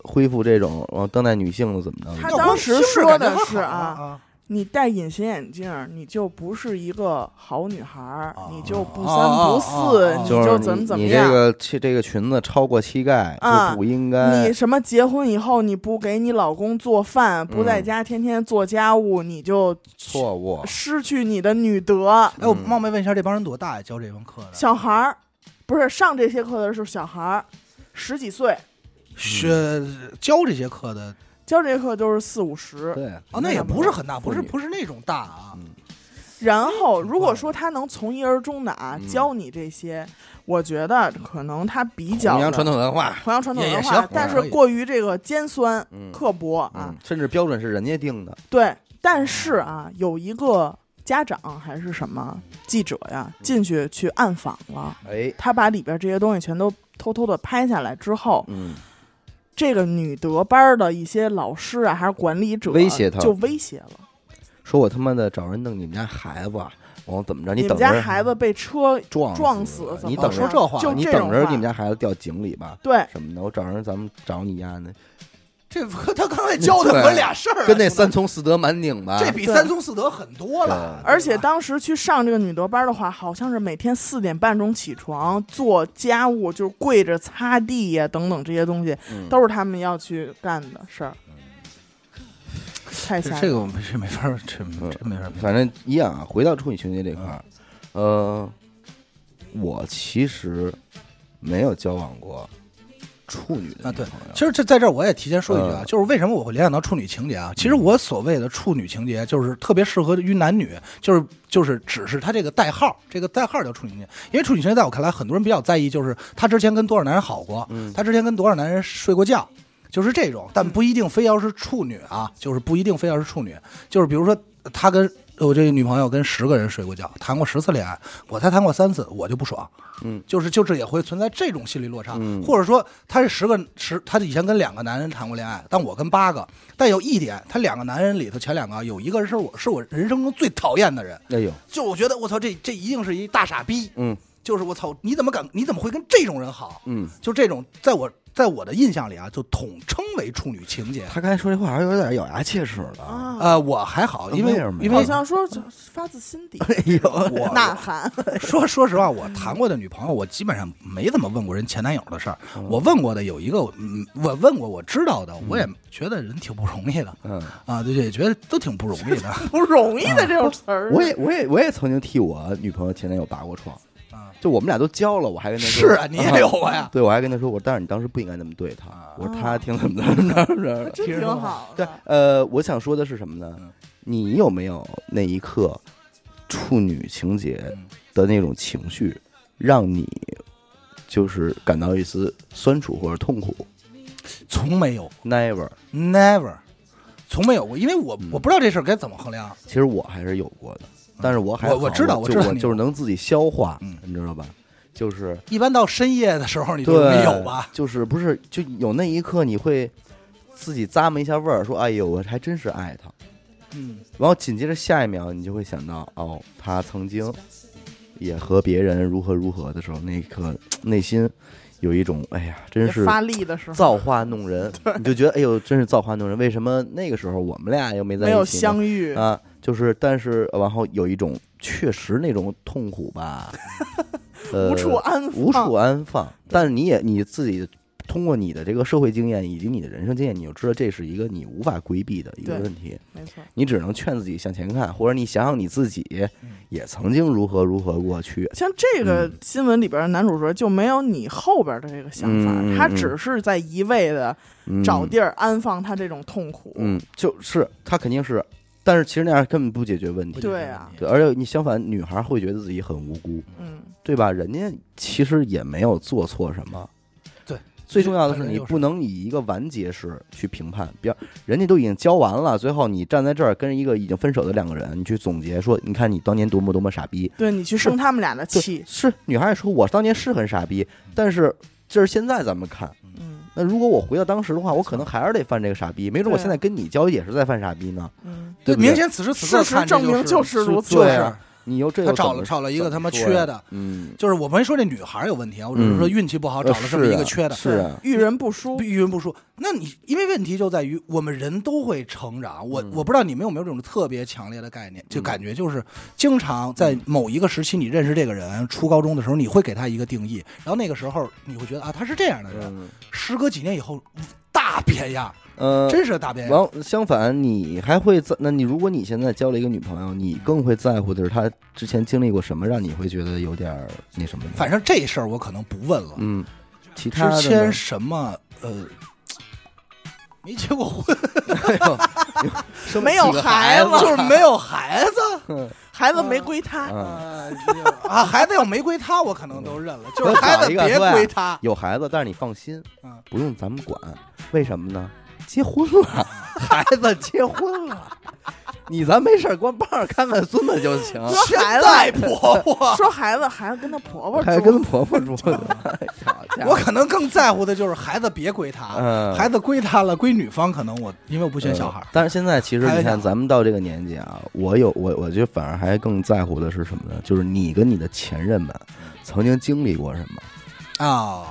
Speaker 1: 恢复这种呃当代女性的怎么着
Speaker 3: 他
Speaker 1: 的？
Speaker 2: 要
Speaker 3: 当
Speaker 2: 光
Speaker 3: 时
Speaker 2: 听着
Speaker 3: 说
Speaker 2: 感觉
Speaker 3: 的
Speaker 2: 很
Speaker 3: 是
Speaker 2: 好
Speaker 3: 啊
Speaker 2: 啊，
Speaker 3: 你戴隐形眼镜儿，你就不是一个好女孩儿，你就不
Speaker 2: 哦
Speaker 3: 三不
Speaker 2: 哦哦
Speaker 3: 四，
Speaker 2: 哦
Speaker 3: 你
Speaker 1: 就是
Speaker 3: 就
Speaker 1: 你
Speaker 3: 怎么怎么
Speaker 1: 你这
Speaker 3: 样。
Speaker 1: 个这这个裙子超过膝盖
Speaker 3: 啊
Speaker 1: 就不应该
Speaker 2: 哎
Speaker 3: 你，什么结婚以后你不给你老公做饭，不
Speaker 2: 嗯
Speaker 3: 在家天天做家务，你就
Speaker 1: 错
Speaker 2: 哦
Speaker 1: 误。
Speaker 3: 失去你的女德。
Speaker 2: 哎，我冒昧问一下，这帮人多大呀？教这帮课的
Speaker 3: 小孩儿不是上这些课的是小孩儿，十几岁
Speaker 2: 学教这节课的
Speaker 3: 教这些课都是四五十。
Speaker 1: 对，
Speaker 2: 啊，那也不是很大，不是
Speaker 1: 妇女
Speaker 2: 不是那种大啊，
Speaker 3: 然后，如果说他能从一而终的啊
Speaker 1: 嗯
Speaker 3: 教你这些，我觉得可能他比较
Speaker 1: 弘
Speaker 3: 弘
Speaker 1: 扬传统文化，
Speaker 3: 弘扬传统
Speaker 2: 也也
Speaker 3: 文化
Speaker 2: 行，
Speaker 3: 但
Speaker 2: 嗯
Speaker 3: 是
Speaker 2: 可以
Speaker 3: 过于这个尖酸
Speaker 1: 嗯
Speaker 3: 刻薄啊
Speaker 1: 嗯，，甚至标准是人家定的，
Speaker 3: 对，但是啊，有一个家长还是什么记者呀，进去去暗访了，
Speaker 1: 哎，
Speaker 3: 他把里边这些东西全都偷偷的拍下来之后，
Speaker 1: 嗯，
Speaker 3: 这个女德班的一些老师啊，还是管理者，
Speaker 1: 威胁她
Speaker 3: 就威胁了。
Speaker 1: 说我他妈的找人弄你们家孩子，我怎么着？
Speaker 3: 你
Speaker 1: 等
Speaker 3: 们
Speaker 1: 着嗯
Speaker 3: 家孩子被车
Speaker 1: 撞
Speaker 3: 撞
Speaker 1: 死
Speaker 3: 死
Speaker 1: 了，
Speaker 3: 怎
Speaker 1: 你
Speaker 3: 么
Speaker 1: 等
Speaker 2: 哦
Speaker 3: 了
Speaker 2: 说
Speaker 1: 着，
Speaker 2: 这话，
Speaker 3: 就
Speaker 1: 你
Speaker 3: 这
Speaker 1: 等
Speaker 3: 种
Speaker 1: 着
Speaker 3: 话
Speaker 1: 你们家孩子掉井里吧，
Speaker 3: 对，
Speaker 1: 什么的，我找人咱们找你丫的，
Speaker 2: 这他刚才教的我俩事儿啊，
Speaker 1: 跟那
Speaker 2: 兄
Speaker 1: 三从四德满拧吧
Speaker 2: 弟，这比
Speaker 3: 对
Speaker 2: 三从四德狠多了
Speaker 1: 对，
Speaker 3: 而且
Speaker 2: 对吧
Speaker 3: 当时去上这个女德班的话，好像是每天四点半钟起床做家务，就是跪着擦地呀、等等这些东西，
Speaker 1: 嗯
Speaker 3: 都是他们要去干的事儿。太吓
Speaker 2: 这这
Speaker 3: 人了！
Speaker 2: 个我们这没法儿，这
Speaker 1: 嗯
Speaker 2: 这没法儿。
Speaker 1: 反正一样啊。回到处女情节这块儿，呃，我其实没有交往过处女的
Speaker 2: 啊
Speaker 1: 女
Speaker 2: 对
Speaker 1: 朋友
Speaker 2: 其实这在这儿我也提前说一句啊，
Speaker 1: 嗯
Speaker 2: 就是为什么我会联想到处女情节啊？其实我所谓的处女情节，就是特别适合于男女，就是就是只是他这个代号，这个代号叫处女情节。因为处女情节在我看来，很多人比较在意，就是他之前跟多少男人好过，
Speaker 1: 嗯
Speaker 2: 他之前跟多少男人睡过觉，就是这种，但不一定非要是处女啊，就是不一定非要是处女，就是比如说他跟。我这女朋友跟十个人睡过觉，谈过十次恋爱，我才谈过三次，我就不爽。
Speaker 1: 嗯，
Speaker 2: 就是就是也会存在这种心理落差，
Speaker 1: 嗯
Speaker 2: 或者说他是十个十，他以前跟两个男人谈过恋爱，但我跟八个。但有一点，他两个男人里头前两个有一个是我是我人生中最讨厌的人，
Speaker 1: 哎呦，
Speaker 2: 就我觉得我操这这一定是一大傻逼，
Speaker 1: 嗯
Speaker 2: 就是我操你怎么敢你怎么会跟这种人好？
Speaker 1: 嗯，
Speaker 2: 就这种，在我在我的印象里啊，就统称为处女情节。
Speaker 1: 他刚才说这话还有点咬牙切齿的啊，
Speaker 3: 啊，
Speaker 2: 呃，我还好，因为
Speaker 1: 为什么呀
Speaker 2: 因
Speaker 3: 好
Speaker 2: 为
Speaker 3: 像说就发自心底
Speaker 1: 哎呦，
Speaker 2: 我
Speaker 3: 呐喊，
Speaker 2: 说说实话，我谈过的女朋友，我基本上没怎么问过人前男友的事儿。
Speaker 1: 嗯
Speaker 2: 我问过的有一个，嗯，我问过我知道的，我也觉得人挺不容易的
Speaker 1: 嗯。
Speaker 2: 啊，对，也觉得都挺不容易的
Speaker 3: 不容易的这种词儿。
Speaker 1: 啊我也我也我也曾经替我女朋友前男友拔过床，
Speaker 2: 啊。
Speaker 1: 就我们俩都交了，我还跟他
Speaker 2: 是
Speaker 1: 说，嗯
Speaker 2: 啊，你也有啊过呀？
Speaker 1: 对我还跟他说，我但是你当时不应该那么对他，我说他听怎么怎么着 着。
Speaker 3: 啊真挺好
Speaker 1: 对
Speaker 3: 的，，
Speaker 1: 呃，我想说的是什么
Speaker 2: 嗯
Speaker 1: 呢？你有没有那一刻处女情节
Speaker 2: 嗯
Speaker 1: 的那种情绪，让你就是感到一丝酸楚或者痛苦
Speaker 2: 从没有
Speaker 1: ？Never，
Speaker 2: ，never，从没有过，因为我
Speaker 1: 嗯
Speaker 2: 我不知道这事儿该怎么衡量。
Speaker 1: 其实我还是有过的，但是我还
Speaker 2: 我
Speaker 1: 好
Speaker 2: 我知道
Speaker 1: 我
Speaker 2: 我
Speaker 1: 就
Speaker 2: 知道
Speaker 1: 我
Speaker 2: 你
Speaker 1: 就是能自己消化
Speaker 2: 嗯，
Speaker 1: 你知道吧？就是
Speaker 2: 一般到深夜的时候，你就
Speaker 1: 对，
Speaker 2: 没有吧？
Speaker 1: 就是不是就有那一刻你会自己咂摸一下味儿，说哎呦，我还真是爱他。
Speaker 2: 嗯，
Speaker 1: 然后紧接着下一秒，你就会想到哦，他曾经也和别人如何如何的时候，那一刻内心有一种哎呀，真是
Speaker 3: 发力的时候
Speaker 1: 造化弄 人，你就觉得哎呦，真是造化弄人。为什么那个时候我们俩又没在一
Speaker 3: 没
Speaker 1: 起呢
Speaker 3: 有相遇，
Speaker 1: 啊？就是，但是然后有一种确实那种痛苦 吧，呃
Speaker 3: 无处安放，
Speaker 1: 无处安放。但是你也你自己通过你的这个社会经验以及你的人生经验，你就知道这是一个你无法规避的一个
Speaker 3: 对
Speaker 1: 问题，
Speaker 3: 没错，
Speaker 1: 你只能劝自己向前看，或者你想想你自己也曾经如何如何过去。
Speaker 3: 像这个
Speaker 1: 嗯
Speaker 3: 新闻里边的男主角就没有你后边的这个想法，
Speaker 1: 嗯嗯嗯
Speaker 3: 他只是在一味的
Speaker 1: 嗯、
Speaker 3: 找地儿安放他这种痛苦。
Speaker 1: 嗯，就是他肯定是，但是其实那样根本不解决问题。
Speaker 3: 对啊
Speaker 1: 对，而且你相反，女孩会觉得自己很无辜，
Speaker 3: 嗯，
Speaker 1: 对吧？人家其实也没有做错什么。
Speaker 2: 对，
Speaker 1: 最重要的是
Speaker 2: 本来
Speaker 1: 你
Speaker 2: 就是
Speaker 1: 不能以一个完结式去评判，比方人家都已经交完了，最后你站在这儿跟一个已经分手的两个人，你去总结说，你看你当年多么多么傻逼。
Speaker 3: 对你去生他们俩的
Speaker 1: 对
Speaker 3: 气，
Speaker 1: 是女孩也说，我当年是很傻逼，
Speaker 2: 嗯
Speaker 1: 但是这是现在咱们看。
Speaker 3: 嗯
Speaker 1: 那如果我回到当时的话，我可能还是得犯这个傻逼，没准我
Speaker 3: 对
Speaker 1: 现在跟你交也是在犯傻逼呢。
Speaker 3: 嗯，
Speaker 1: 对不对
Speaker 2: 明显此时此刻
Speaker 3: 事实
Speaker 2: 看
Speaker 3: 证明
Speaker 2: 就是
Speaker 3: 如此，
Speaker 1: 对啊，你又这
Speaker 2: 他
Speaker 1: 又
Speaker 2: 找
Speaker 1: 怎
Speaker 2: 了
Speaker 1: 么
Speaker 2: 找了一个
Speaker 1: 怎
Speaker 2: 他
Speaker 1: 么
Speaker 2: 妈
Speaker 1: 说呀
Speaker 2: 缺的，
Speaker 1: 嗯，
Speaker 2: 就是我没说这女孩有问题啊，我只是说
Speaker 1: 嗯
Speaker 2: 运气不好
Speaker 1: 呃
Speaker 2: 找了这么
Speaker 1: 是
Speaker 2: 一个
Speaker 1: 啊
Speaker 2: 缺的。
Speaker 1: 是啊，
Speaker 3: 遇人不淑，
Speaker 2: 遇人不淑。那你因为问题就在于我们人都会成长，啊
Speaker 1: 嗯
Speaker 2: 我、我不知道你们有没有这种特别强烈的概念，就感觉就是经常在某一个时期你认识这个人，初高中的时候你
Speaker 1: 嗯
Speaker 2: 会给他一个定义，然后那个时候你会觉得啊他是这样的人，时隔几年以后大大变样，
Speaker 1: 呃，
Speaker 2: 真是大变样。
Speaker 1: 完相反，你还会在？那你如果你现在交了一个女朋友，你更会在乎的是她之前经历过什么，让你会觉得有点儿那什么呢？
Speaker 2: 反正这事儿我可能不问了。
Speaker 1: 嗯，其他
Speaker 2: 之
Speaker 1: 的
Speaker 2: 前
Speaker 1: 呢
Speaker 2: 什么呃，没结过婚，
Speaker 1: 生
Speaker 3: 没有
Speaker 1: 几个孩
Speaker 3: 孩子
Speaker 2: 就是没有孩子。
Speaker 3: 孩子没归他，
Speaker 1: 嗯，
Speaker 2: 啊，啊，孩子要没归他，我可能都认了，就是
Speaker 1: 我
Speaker 2: 孩子
Speaker 1: 找一个啊
Speaker 2: 别
Speaker 1: 说呀
Speaker 2: 归他。
Speaker 1: 有孩子，但是你放心
Speaker 2: 嗯，
Speaker 1: 不用咱们管，为什么呢？结婚 了，孩子结婚了，你咱没事儿光帮着看看孙子就 行，
Speaker 3: 说
Speaker 2: 现
Speaker 3: 孩
Speaker 2: 在
Speaker 3: 子，
Speaker 2: 婆 婆，
Speaker 3: 说孩子，孩子跟他婆婆
Speaker 1: 还
Speaker 3: 住，
Speaker 1: 啊跟婆婆住 呢，好家
Speaker 2: 我
Speaker 1: 伙，
Speaker 2: 可能更在乎的就是孩子别归他，
Speaker 1: 嗯，
Speaker 2: 孩子归他了，归女方可能我因为我不
Speaker 1: 不
Speaker 2: 选小孩儿，
Speaker 1: 呃但是现在其实
Speaker 2: 还有
Speaker 1: 你
Speaker 2: 小
Speaker 1: 看，
Speaker 2: 孩
Speaker 1: 咱们到这个年纪啊，我有我，我觉得反而还更在乎的是什么呢？就是你跟你的前任们曾经经历过什么。
Speaker 2: 啊，
Speaker 1: 嗯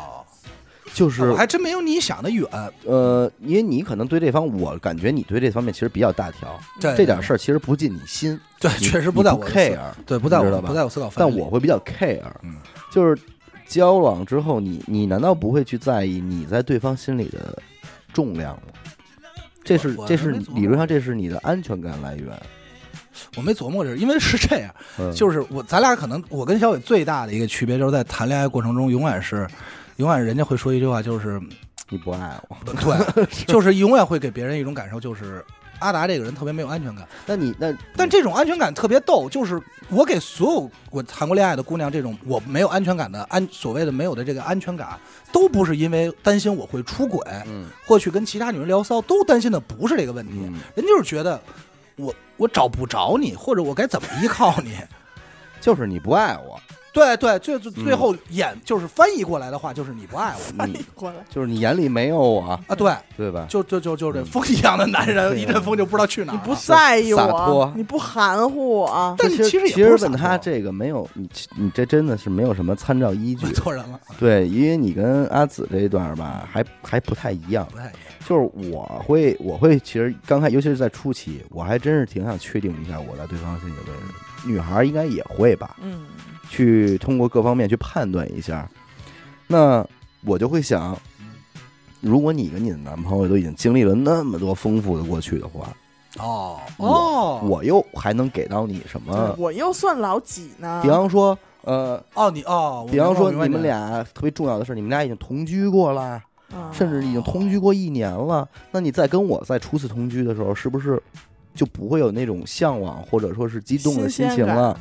Speaker 1: 就是
Speaker 2: 我还真没有你想的远。
Speaker 1: 呃，因为你可能对这方，我感觉你对这方面其实比较大条，
Speaker 2: 对
Speaker 1: 这点事儿其实不进你心，
Speaker 2: 对，
Speaker 1: 你
Speaker 2: 确实
Speaker 1: 不
Speaker 2: 在我的思
Speaker 1: care，
Speaker 2: 对，不在
Speaker 1: 你知
Speaker 2: 我
Speaker 1: 道吧
Speaker 2: 不在我思考范
Speaker 1: 但
Speaker 2: 围里。
Speaker 1: 我会比较 care，
Speaker 2: 嗯
Speaker 1: 就是交往之后你，你难道不会去在意你在对方心里的重量吗？这是
Speaker 2: 我我
Speaker 1: 这是
Speaker 2: 还没琢磨
Speaker 1: 理论上这是你的安全感来源，
Speaker 2: 我没琢磨这，因为是这样，
Speaker 1: 嗯、
Speaker 2: 就是我咱俩可能我跟小伟最大的一个区别就是在谈恋爱过程中，永远是，永远人家会说一句话，就是
Speaker 1: 你不爱 我。
Speaker 2: 对，就是永远会给别人一种感受，就是阿达这个人特别没有安全感。
Speaker 1: 那你那
Speaker 2: 但这种安全感特别逗，就是我给所有我谈过恋爱的姑娘，这种我没有安全感的安所谓的没有的这个安全感，都不是因为担心我会出轨，
Speaker 1: 嗯
Speaker 2: 或去跟其他女人聊骚，都担心的不是这个问题，
Speaker 1: 嗯，
Speaker 2: 人就是觉得我我找不着你，或者我该怎么依靠你。
Speaker 1: 就是你不爱我，
Speaker 2: 对对，最最最
Speaker 1: 嗯
Speaker 2: 后演、就是翻译过来的话，就是你不爱我
Speaker 1: 你
Speaker 3: 过来，
Speaker 1: 就是你眼里没有我，
Speaker 2: 啊！对，
Speaker 1: 对吧？
Speaker 2: 就就就就
Speaker 1: 嗯
Speaker 2: 这风一样的男人，一阵风就不知道去哪儿
Speaker 3: 你
Speaker 2: 了。
Speaker 3: 不在意
Speaker 1: 洒
Speaker 3: 我
Speaker 1: 脱，
Speaker 3: 你不含糊我，
Speaker 2: 但
Speaker 1: 其
Speaker 2: 你其实也
Speaker 1: 其
Speaker 2: 不
Speaker 1: 实
Speaker 2: 是
Speaker 1: 问
Speaker 2: 洒
Speaker 1: 他
Speaker 2: 脱
Speaker 1: 这个没有你，你这真的是没有什么参照依据
Speaker 2: 问。错人了，
Speaker 1: 对，因为你跟阿紫这一段吧，还还不太一样。
Speaker 2: 不太一样。
Speaker 1: 就是我会，我会，其实刚开，尤其是在初期，我还真是挺想确定一下我在对方心里的位置。女孩应该也会吧，
Speaker 3: 嗯，
Speaker 1: 去通过各方面去判断一下。那我就会想，如果你跟你的男朋友都已经经历了那么多丰富的过去的话，
Speaker 2: 哦
Speaker 1: 我
Speaker 2: 哦
Speaker 1: 我又还能给到你什么？
Speaker 3: 我又算老几呢
Speaker 1: 比？方说，呃，
Speaker 2: 哦，你啊哦，我
Speaker 1: 比方
Speaker 2: 明白
Speaker 1: 说
Speaker 2: 我明白
Speaker 1: 你们俩特别重要的事，你们俩已经同居过了，
Speaker 3: 嗯
Speaker 1: 甚至已经同居过一年了。那你再跟我再初次同居的时候，是不是就不会有那种向往或者说是激动的心
Speaker 3: 新
Speaker 1: 情
Speaker 3: 鲜感
Speaker 1: 了？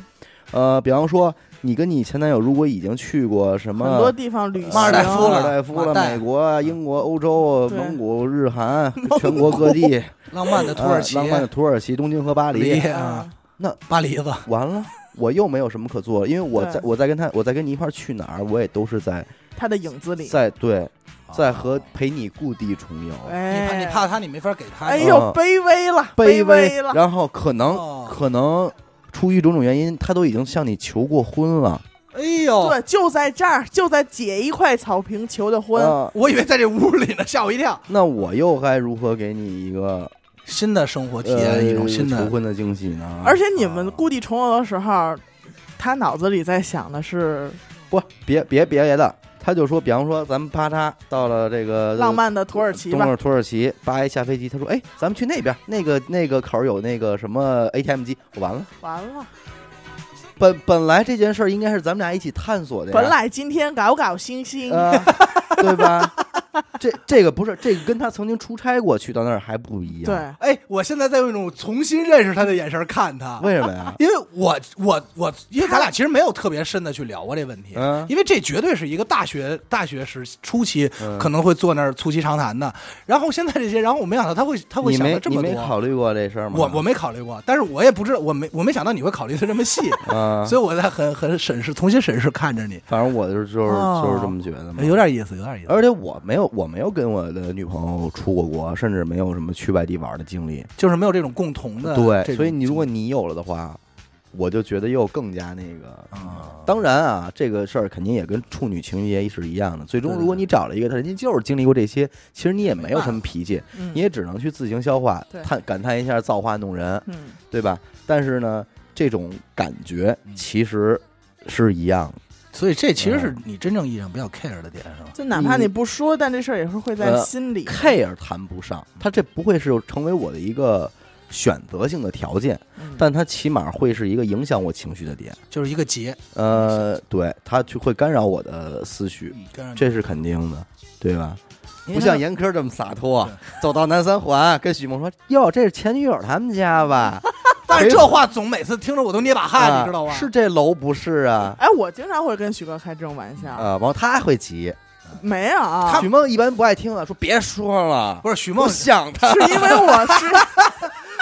Speaker 1: 呃，比方说你跟你前男友如果已经去过什
Speaker 3: 很多
Speaker 1: 么
Speaker 3: 地方旅行，
Speaker 2: 马尔代夫
Speaker 1: 马
Speaker 2: 了
Speaker 1: 尔代夫
Speaker 2: 马代嗯
Speaker 1: 了、美国啊、英国、欧洲啊、
Speaker 3: 对
Speaker 1: 蒙古、日 韩，啊全国各地，
Speaker 2: 浪漫的 土耳其，
Speaker 1: 呃浪漫的土耳其、东京和巴黎，
Speaker 2: 黎啊
Speaker 3: 嗯，，
Speaker 2: 巴黎子
Speaker 1: 完了，我又没有什么可做，因为我
Speaker 3: 对
Speaker 1: 在我在跟他，我在跟你一块儿去哪儿，我也都是在
Speaker 3: 他的影子里，
Speaker 1: 在对，在和
Speaker 2: 哦
Speaker 1: 陪你故地重游，
Speaker 2: 你怕
Speaker 3: 哎，
Speaker 2: 你怕他，你没法给他。
Speaker 3: 哎
Speaker 1: 呀
Speaker 3: 呦，卑微了，
Speaker 1: 卑
Speaker 3: 微了，
Speaker 1: 然后可能、
Speaker 2: 哦
Speaker 1: 可能出于种种原因，他都已经向你求过婚了，
Speaker 2: 哎呦，
Speaker 3: 对，就在这儿，就在姐一块草坪求的婚，
Speaker 1: 啊
Speaker 2: 我以为在这屋里呢，吓我一跳。
Speaker 1: 那我又该如何给你一个
Speaker 2: 新的生活体
Speaker 1: 呃
Speaker 2: 验，一种新
Speaker 1: 求
Speaker 2: 的啊
Speaker 1: 婚的惊喜呢？
Speaker 3: 而且你们故地重游的时候，他脑子里在想的是
Speaker 1: 不别别别别的，他就说，比方说咱们啪嚓到了这个
Speaker 3: 浪。漫的土耳其
Speaker 1: 呃东
Speaker 3: 吧，
Speaker 1: 二土耳其，八一下飞机，他说：“哎，咱们去那边，那个那个口儿有那个什么 ATM 机。”我完了，
Speaker 3: 完了，
Speaker 1: 本本来这件事儿应该是咱们俩一起探索的呀，
Speaker 3: 本来今天搞搞星星，
Speaker 1: 啊呃，对吧？这这个不是这个跟他曾经出差过去到那儿还不一样，
Speaker 3: 对，
Speaker 2: 哎，我现在在用一种重新认识他的眼神看他，
Speaker 1: 为什么 呀？
Speaker 2: 因为我我我，因为咱俩其实没有特别深的去聊过这问题，
Speaker 1: 嗯
Speaker 2: 因为这绝对是一个大学大学时初期
Speaker 1: 嗯
Speaker 2: 可能会坐那儿促膝长谈的。然后现在这些，然后我没想到他会他会
Speaker 1: 你
Speaker 2: 想
Speaker 1: 没
Speaker 2: 的这
Speaker 1: 你
Speaker 2: 么
Speaker 1: 没
Speaker 2: 多。
Speaker 1: 考虑过这事儿吗？
Speaker 2: 我我没考虑过，但是我也不知道，我没我没想到你会考虑的这么细，
Speaker 1: 啊，
Speaker 2: 所以我在很很审视，重新审视看着你，
Speaker 1: 反正我就是就是
Speaker 2: 哦
Speaker 1: 就是这么觉
Speaker 3: 哎
Speaker 1: 得嘛。
Speaker 2: 有点意思，有点意思。
Speaker 1: 而且我没有我没有跟我的女朋友出过国，甚至没有什么去外地玩的经历。
Speaker 2: 就是没有这种共同的这
Speaker 1: 对，
Speaker 2: 种
Speaker 1: 所以你如果你有了的话，我就觉得又更加那个。
Speaker 2: 啊，
Speaker 1: 当然啊，这个事儿肯定也跟处女情节是一样的。最终，
Speaker 2: 对对
Speaker 1: 如果你找了一个他，人家就是经历过这些，其实你也没有
Speaker 2: 没办法
Speaker 1: 什么脾气，
Speaker 3: 嗯
Speaker 1: 你也只能去自行消化
Speaker 3: 对，
Speaker 1: 叹感叹一下造化弄人，
Speaker 3: 嗯，
Speaker 1: 对吧？但是呢，这种感觉
Speaker 2: 嗯
Speaker 1: 其实是一样的，
Speaker 2: 所以这其实是
Speaker 1: 嗯
Speaker 2: 你真正意义上比较 care 的点，是吧？
Speaker 3: 就哪怕你不说，但这事儿也是会在
Speaker 1: 呃
Speaker 3: 心里。
Speaker 1: care 谈不上，它这不会是成为我的一个选择性的条件，
Speaker 3: 嗯
Speaker 1: 但它起码会是一个影响我情绪的点。
Speaker 2: 就是一个结，
Speaker 1: 呃，对，它就会干扰我的思绪，
Speaker 2: 干
Speaker 1: 这是肯定的，对吧？
Speaker 6: 不像严科这么洒脱，走到南三环跟许梦说：“哟，这是前女友他们家 吧？
Speaker 2: 但是这话总每次听着我都捏把汗，
Speaker 6: 啊
Speaker 2: 你知道吧？
Speaker 6: 是这楼不是啊？
Speaker 3: 哎，我经常会跟许哥开这种玩笑，
Speaker 1: 嗯
Speaker 6: 啊，完了他还会急，
Speaker 3: 没有啊，
Speaker 6: 许梦一般不爱听了，说别说了，
Speaker 2: 不是许
Speaker 6: 我
Speaker 2: 梦？
Speaker 6: 想他。
Speaker 3: 是因为我是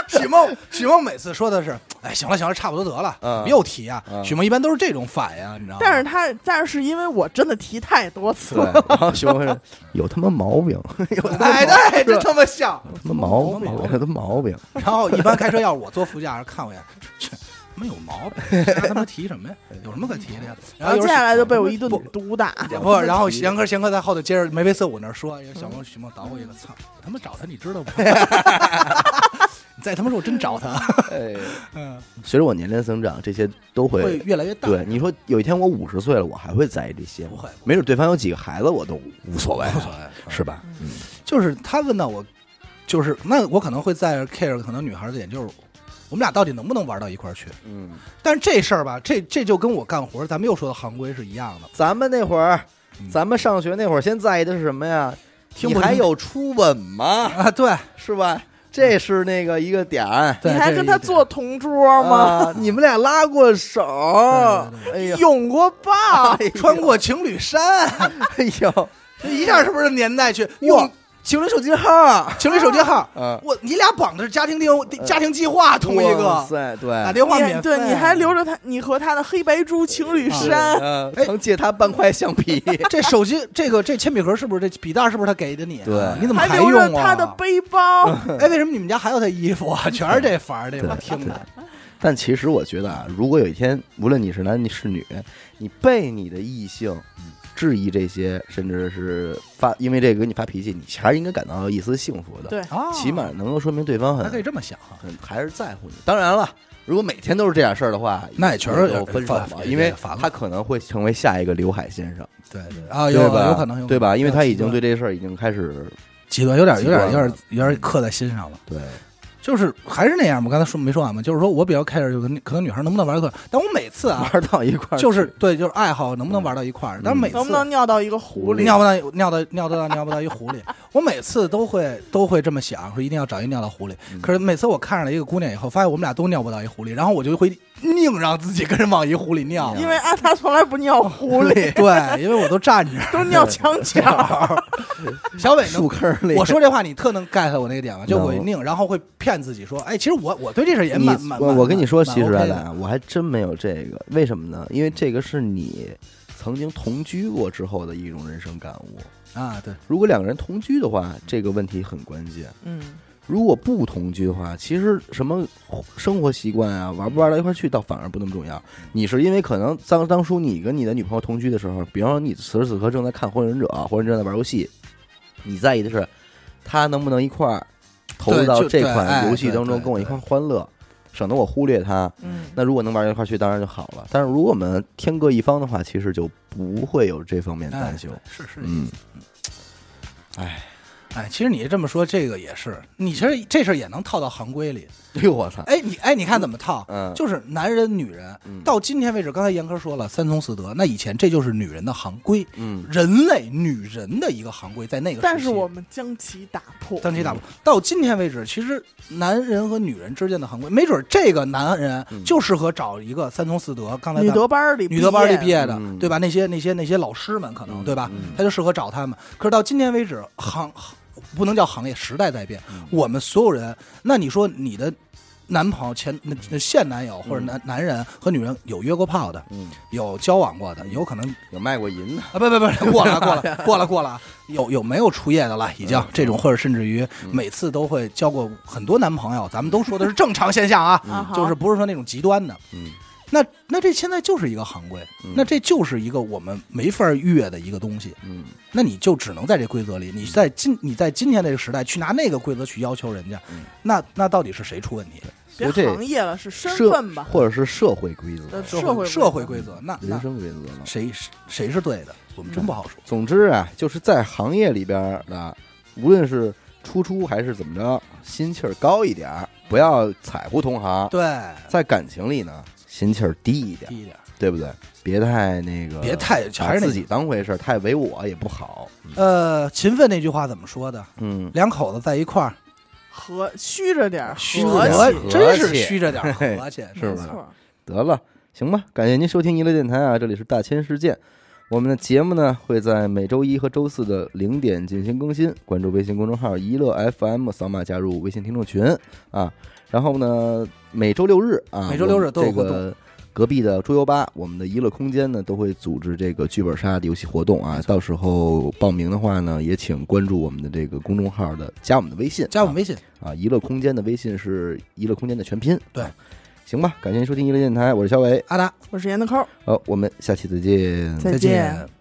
Speaker 2: 许梦，许梦每次说的是，哎，行了行了，差不多得了，
Speaker 6: 嗯
Speaker 2: 别又提啊。
Speaker 6: 嗯
Speaker 2: 许梦一般都是这种反应，你知道吗？
Speaker 3: 但是他，但是因为我真的提太多次
Speaker 6: 对，
Speaker 3: 了，
Speaker 6: 然后许梦 会说有他妈毛病，有他妈
Speaker 2: 哎，对，真他妈像。
Speaker 6: 有他妈毛
Speaker 2: 毛
Speaker 6: 病，
Speaker 2: 病
Speaker 6: 有他妈毛病。
Speaker 2: 然后一般开车要是我坐副驾驶看我一眼，这这他妈有毛病，瞎他妈提什么呀？有什么可提的呀？
Speaker 3: 然
Speaker 2: 然后
Speaker 3: 后
Speaker 2: 有
Speaker 3: 哦接
Speaker 2: 时
Speaker 3: 下来就被我一顿毒打。
Speaker 2: 不，然
Speaker 6: 哎
Speaker 2: 后贤哥贤哥在后头接着梅维瑟我那儿说，哎小梦许梦捣鼓一个，操，我他妈找他，你知道吗？ 你再他妈说，我真找他，
Speaker 6: 哎，
Speaker 2: 嗯，
Speaker 1: 随着我年龄增长，这些都会
Speaker 2: 会越来越大。
Speaker 1: 对你说，有一天我五十岁了，我还会在意这些
Speaker 2: 不
Speaker 1: 吗？
Speaker 2: 会，
Speaker 1: 没准对方有几个孩子，我都无所
Speaker 6: 啊
Speaker 1: 谓，
Speaker 2: 啊
Speaker 1: 是吧？
Speaker 2: 嗯就是他问到我，就是那我可能会在 care 可能女孩的点，就是我们俩到底能不能玩到一块儿去？
Speaker 1: 嗯，
Speaker 2: 但是这事儿吧，这这就跟我干活，咱们又说到行规是一样的。
Speaker 6: 咱们那会儿
Speaker 2: 嗯，
Speaker 6: 咱们上学那会儿，先在意的是什么呀？
Speaker 2: 听
Speaker 6: 你
Speaker 2: 不
Speaker 6: 还
Speaker 2: 听
Speaker 6: 有初吻吗？
Speaker 2: 啊，对，
Speaker 6: 是吧？
Speaker 2: 嗯
Speaker 6: 这是那个一个点儿
Speaker 3: 你
Speaker 2: 对
Speaker 3: 还
Speaker 2: 这
Speaker 3: 跟
Speaker 2: 是一
Speaker 3: 他
Speaker 2: 点
Speaker 3: 做同桌吗？
Speaker 6: 啊你们俩拉过手，哎呀，
Speaker 3: 拥过抱，
Speaker 2: 穿过情侣衫，
Speaker 6: 哎 呦，
Speaker 2: 这一下是不是年代去用
Speaker 6: 情侣手机号，
Speaker 2: 情侣手机号？
Speaker 6: 嗯，
Speaker 2: 我你俩绑的是家庭定家庭计划同一
Speaker 6: 哇
Speaker 2: 个，
Speaker 6: 塞，对，
Speaker 2: 打电话免
Speaker 3: 呃
Speaker 2: 费，
Speaker 3: 你对，你还留着他，你和他的黑白猪情侣衫，
Speaker 6: 嗯，
Speaker 2: 哎
Speaker 6: 曾借他半块橡皮，
Speaker 2: 这手机这个这铅笔盒是不是这笔袋是不是他给的你啊？
Speaker 6: 对
Speaker 2: 你怎么
Speaker 3: 还嗯留
Speaker 2: 用
Speaker 3: 着
Speaker 2: 啊？
Speaker 3: 他的背包。
Speaker 2: 哎，为什么你们家还有他衣服 啊？全是这法儿，这我
Speaker 1: 对
Speaker 2: 听的。
Speaker 1: 但其实我觉得啊，如果有一天，无论你是男你是女，你被你的异性质疑这些，甚至是发因为这个给你发脾气，你还是应该感到一丝幸福的。
Speaker 3: 对
Speaker 2: 啊
Speaker 1: 起码能够说明对方
Speaker 2: 他可以
Speaker 1: 很
Speaker 2: 这么想啊，
Speaker 1: 很还是在乎你。当然了，如果每天都是这样事儿的话，
Speaker 2: 那也确实有点
Speaker 1: 就分手
Speaker 2: 烦
Speaker 1: 了，
Speaker 2: 也
Speaker 1: 因为
Speaker 2: 也烦了
Speaker 1: 他可能会成为下一个刘海先生，
Speaker 2: 对对啊，有
Speaker 1: 对吧？
Speaker 2: 有可能有
Speaker 1: 对吧？因为他已经
Speaker 2: 对
Speaker 1: 对这事儿已经开始
Speaker 2: 极端有点有点有
Speaker 1: 极
Speaker 2: 点
Speaker 1: 端了
Speaker 2: 有点刻在心上了。
Speaker 1: 对
Speaker 2: 就是还是那样嘛，我刚才说没说完嘛，就是说我比较 care 就跟可能女孩能不能玩得快，但我每 次啊，
Speaker 1: 玩到一块儿去，
Speaker 2: 就是对，就是爱好能不能玩到一块儿，但
Speaker 1: 嗯
Speaker 2: 每次
Speaker 3: 能不能尿到一个狐狸？
Speaker 2: 尿不到尿到尿到尿不到一狐狸，我每次都会都会这么想，说一定要找一尿到狐狸。
Speaker 1: 嗯
Speaker 2: 可是每次我看上了一个姑娘以后，发现我们俩都尿不到一狐狸，然后我就会宁让自己跟人往一狐狸尿，
Speaker 3: 因为安达从来不尿狐狸，
Speaker 2: 对，因为我都站着。
Speaker 3: 都尿墙角。
Speaker 2: 小伟
Speaker 1: 树
Speaker 2: 能。
Speaker 1: 坑里。
Speaker 2: 我说这话你特能 get 我那个点吧？就我
Speaker 1: No
Speaker 2: 宁，然后会骗自己说，哎，其实我我对这事儿也
Speaker 1: 你
Speaker 2: 蛮蛮。
Speaker 1: 我
Speaker 2: 蛮
Speaker 1: 我跟你说，其实啊阿
Speaker 2: 蛮 OK 的
Speaker 1: 兰，我还真没有这个，为什么呢？因为这个是你曾经同居过之后的一种人生感悟。
Speaker 2: 啊，对，
Speaker 1: 如果两个人同居的话，这个问题很关键；
Speaker 3: 嗯，
Speaker 1: 如果不同居的话，其实什么生活习惯啊，玩不玩到一块儿去，倒反而不那么重要。你是因为可能当当初你跟你的女朋友同居的时候，比方说你此时此刻正在看《火影忍者》或者正在玩游戏，你在意的是她能不能一块儿投入
Speaker 2: 对
Speaker 1: 到
Speaker 2: 就
Speaker 1: 这
Speaker 2: 对哎
Speaker 1: 款游戏
Speaker 2: 对
Speaker 1: 当中，
Speaker 2: 对
Speaker 1: 跟我一
Speaker 2: 对
Speaker 1: 块儿欢乐，省得我忽略她。
Speaker 3: 嗯，
Speaker 1: 那如果能玩到一块儿去，当然就好了。但是如果我们天各一方的话，其实就不会有这方面的
Speaker 2: 哎
Speaker 1: 担，忧。
Speaker 2: 是是，
Speaker 1: 嗯，
Speaker 2: 哎，其实你这么说，这个也是，你其实这事儿也能套到行规里。
Speaker 1: 哎呦我操！
Speaker 2: 哎，你哎，你看怎么套？
Speaker 1: 嗯
Speaker 2: 就是男人、女人
Speaker 1: 嗯，
Speaker 2: 到今天为止，刚才严科说了三从四德，那以前这就是女人的行规，
Speaker 1: 嗯，
Speaker 2: 人类女人的一个行规，在那个时期
Speaker 3: 但是我们将其打破。
Speaker 2: 当机打破。到今天为止，其实男人和女人之间的行规，没准这个男人
Speaker 1: 嗯
Speaker 2: 就适合找一个三从四德。刚才
Speaker 3: 女
Speaker 2: 咱
Speaker 3: 德班里，
Speaker 2: 女德班里毕业的，
Speaker 1: 嗯
Speaker 2: 对吧？那些那些那些老师们可能，对吧？
Speaker 1: 嗯
Speaker 2: 他就适合找他们。可是到今天为止，行行不能叫行业，时代在变，
Speaker 1: 嗯
Speaker 2: 我们所有人，那你说你的男朋友前那那现男友或者男、男人和女人有约过炮的，
Speaker 1: 嗯，
Speaker 2: 有交往过的，有可能
Speaker 1: 有卖过淫的，
Speaker 2: 啊，不不不， 过 了过了过了过了啊，有有没有出夜的了？已
Speaker 1: 嗯
Speaker 2: 经这种，或者甚至于每次都会交过很多男朋友，咱们都说的是正常现象啊，
Speaker 3: 啊哈
Speaker 2: 就是不是说那种极端的。
Speaker 1: 嗯，
Speaker 2: 那那这现在就是一个行规，那这就是一个我们没法逾越的一个东西。
Speaker 1: 嗯，
Speaker 2: 那你就只能在这规则里，你
Speaker 1: 嗯
Speaker 2: 在今你在今天这个时代去拿那个规则去要求人家，那那到底是谁出问题？
Speaker 3: 别
Speaker 1: 这
Speaker 3: 行业了，是身
Speaker 1: 社
Speaker 3: 份吧？
Speaker 1: 或者是社会规则、嗯
Speaker 3: 呃
Speaker 2: 社
Speaker 3: 会
Speaker 2: 社会规则，那
Speaker 1: 人
Speaker 2: 那
Speaker 1: 生规则了。
Speaker 2: 谁谁是对的，我们真不好说。
Speaker 1: 总之啊，就是在行业里边儿的，无论是初出还是怎么着，心气儿高一点儿，不要踩乎同行。
Speaker 2: 对，
Speaker 1: 在感情里呢，心气儿低一点儿，
Speaker 2: 低一点，
Speaker 1: 对不对？别太那个，
Speaker 2: 别太还
Speaker 1: 嗯把
Speaker 2: 是那
Speaker 1: 自己当回事儿，太唯我也不好。
Speaker 2: 呃，勤奋那句话怎么说的？
Speaker 1: 嗯，
Speaker 2: 两口子在一块儿，
Speaker 3: 和虚着点儿，
Speaker 2: 虚
Speaker 3: 和
Speaker 1: 着点
Speaker 3: 气
Speaker 1: 儿
Speaker 2: 和
Speaker 1: 气
Speaker 2: 真是虚着点儿
Speaker 1: 嘿
Speaker 2: 和气，
Speaker 1: 是
Speaker 3: 没
Speaker 1: 吧
Speaker 3: 错儿
Speaker 1: 得了，行吧，感谢您收听娱乐电台啊，这里是大千世界。我们的节目呢会在每周一和周四的零点进行更新，关注微信公众号“娱乐 FM”，扫码加入微信听众群啊。然后呢，每周六日啊，
Speaker 2: 每周六日
Speaker 1: 我们
Speaker 2: 都有活
Speaker 1: 这
Speaker 2: 动
Speaker 1: 个隔壁的桌游吧，我们的娱乐空间呢都会组织这个剧本杀的游戏活动啊。到时候报名的话呢，也请关注我们的这个公众号的，加我们的微信啊，
Speaker 2: 加我们微信，
Speaker 1: 啊，娱乐空间的微信是娱乐空间的全拼。
Speaker 2: 对
Speaker 1: 啊行吧，感谢您收听娱乐电台，我是小伟，
Speaker 2: 阿达，
Speaker 3: 我是严德抠儿，
Speaker 1: 好，我们下期再见。
Speaker 3: 再
Speaker 2: 再
Speaker 3: 见
Speaker 2: 见。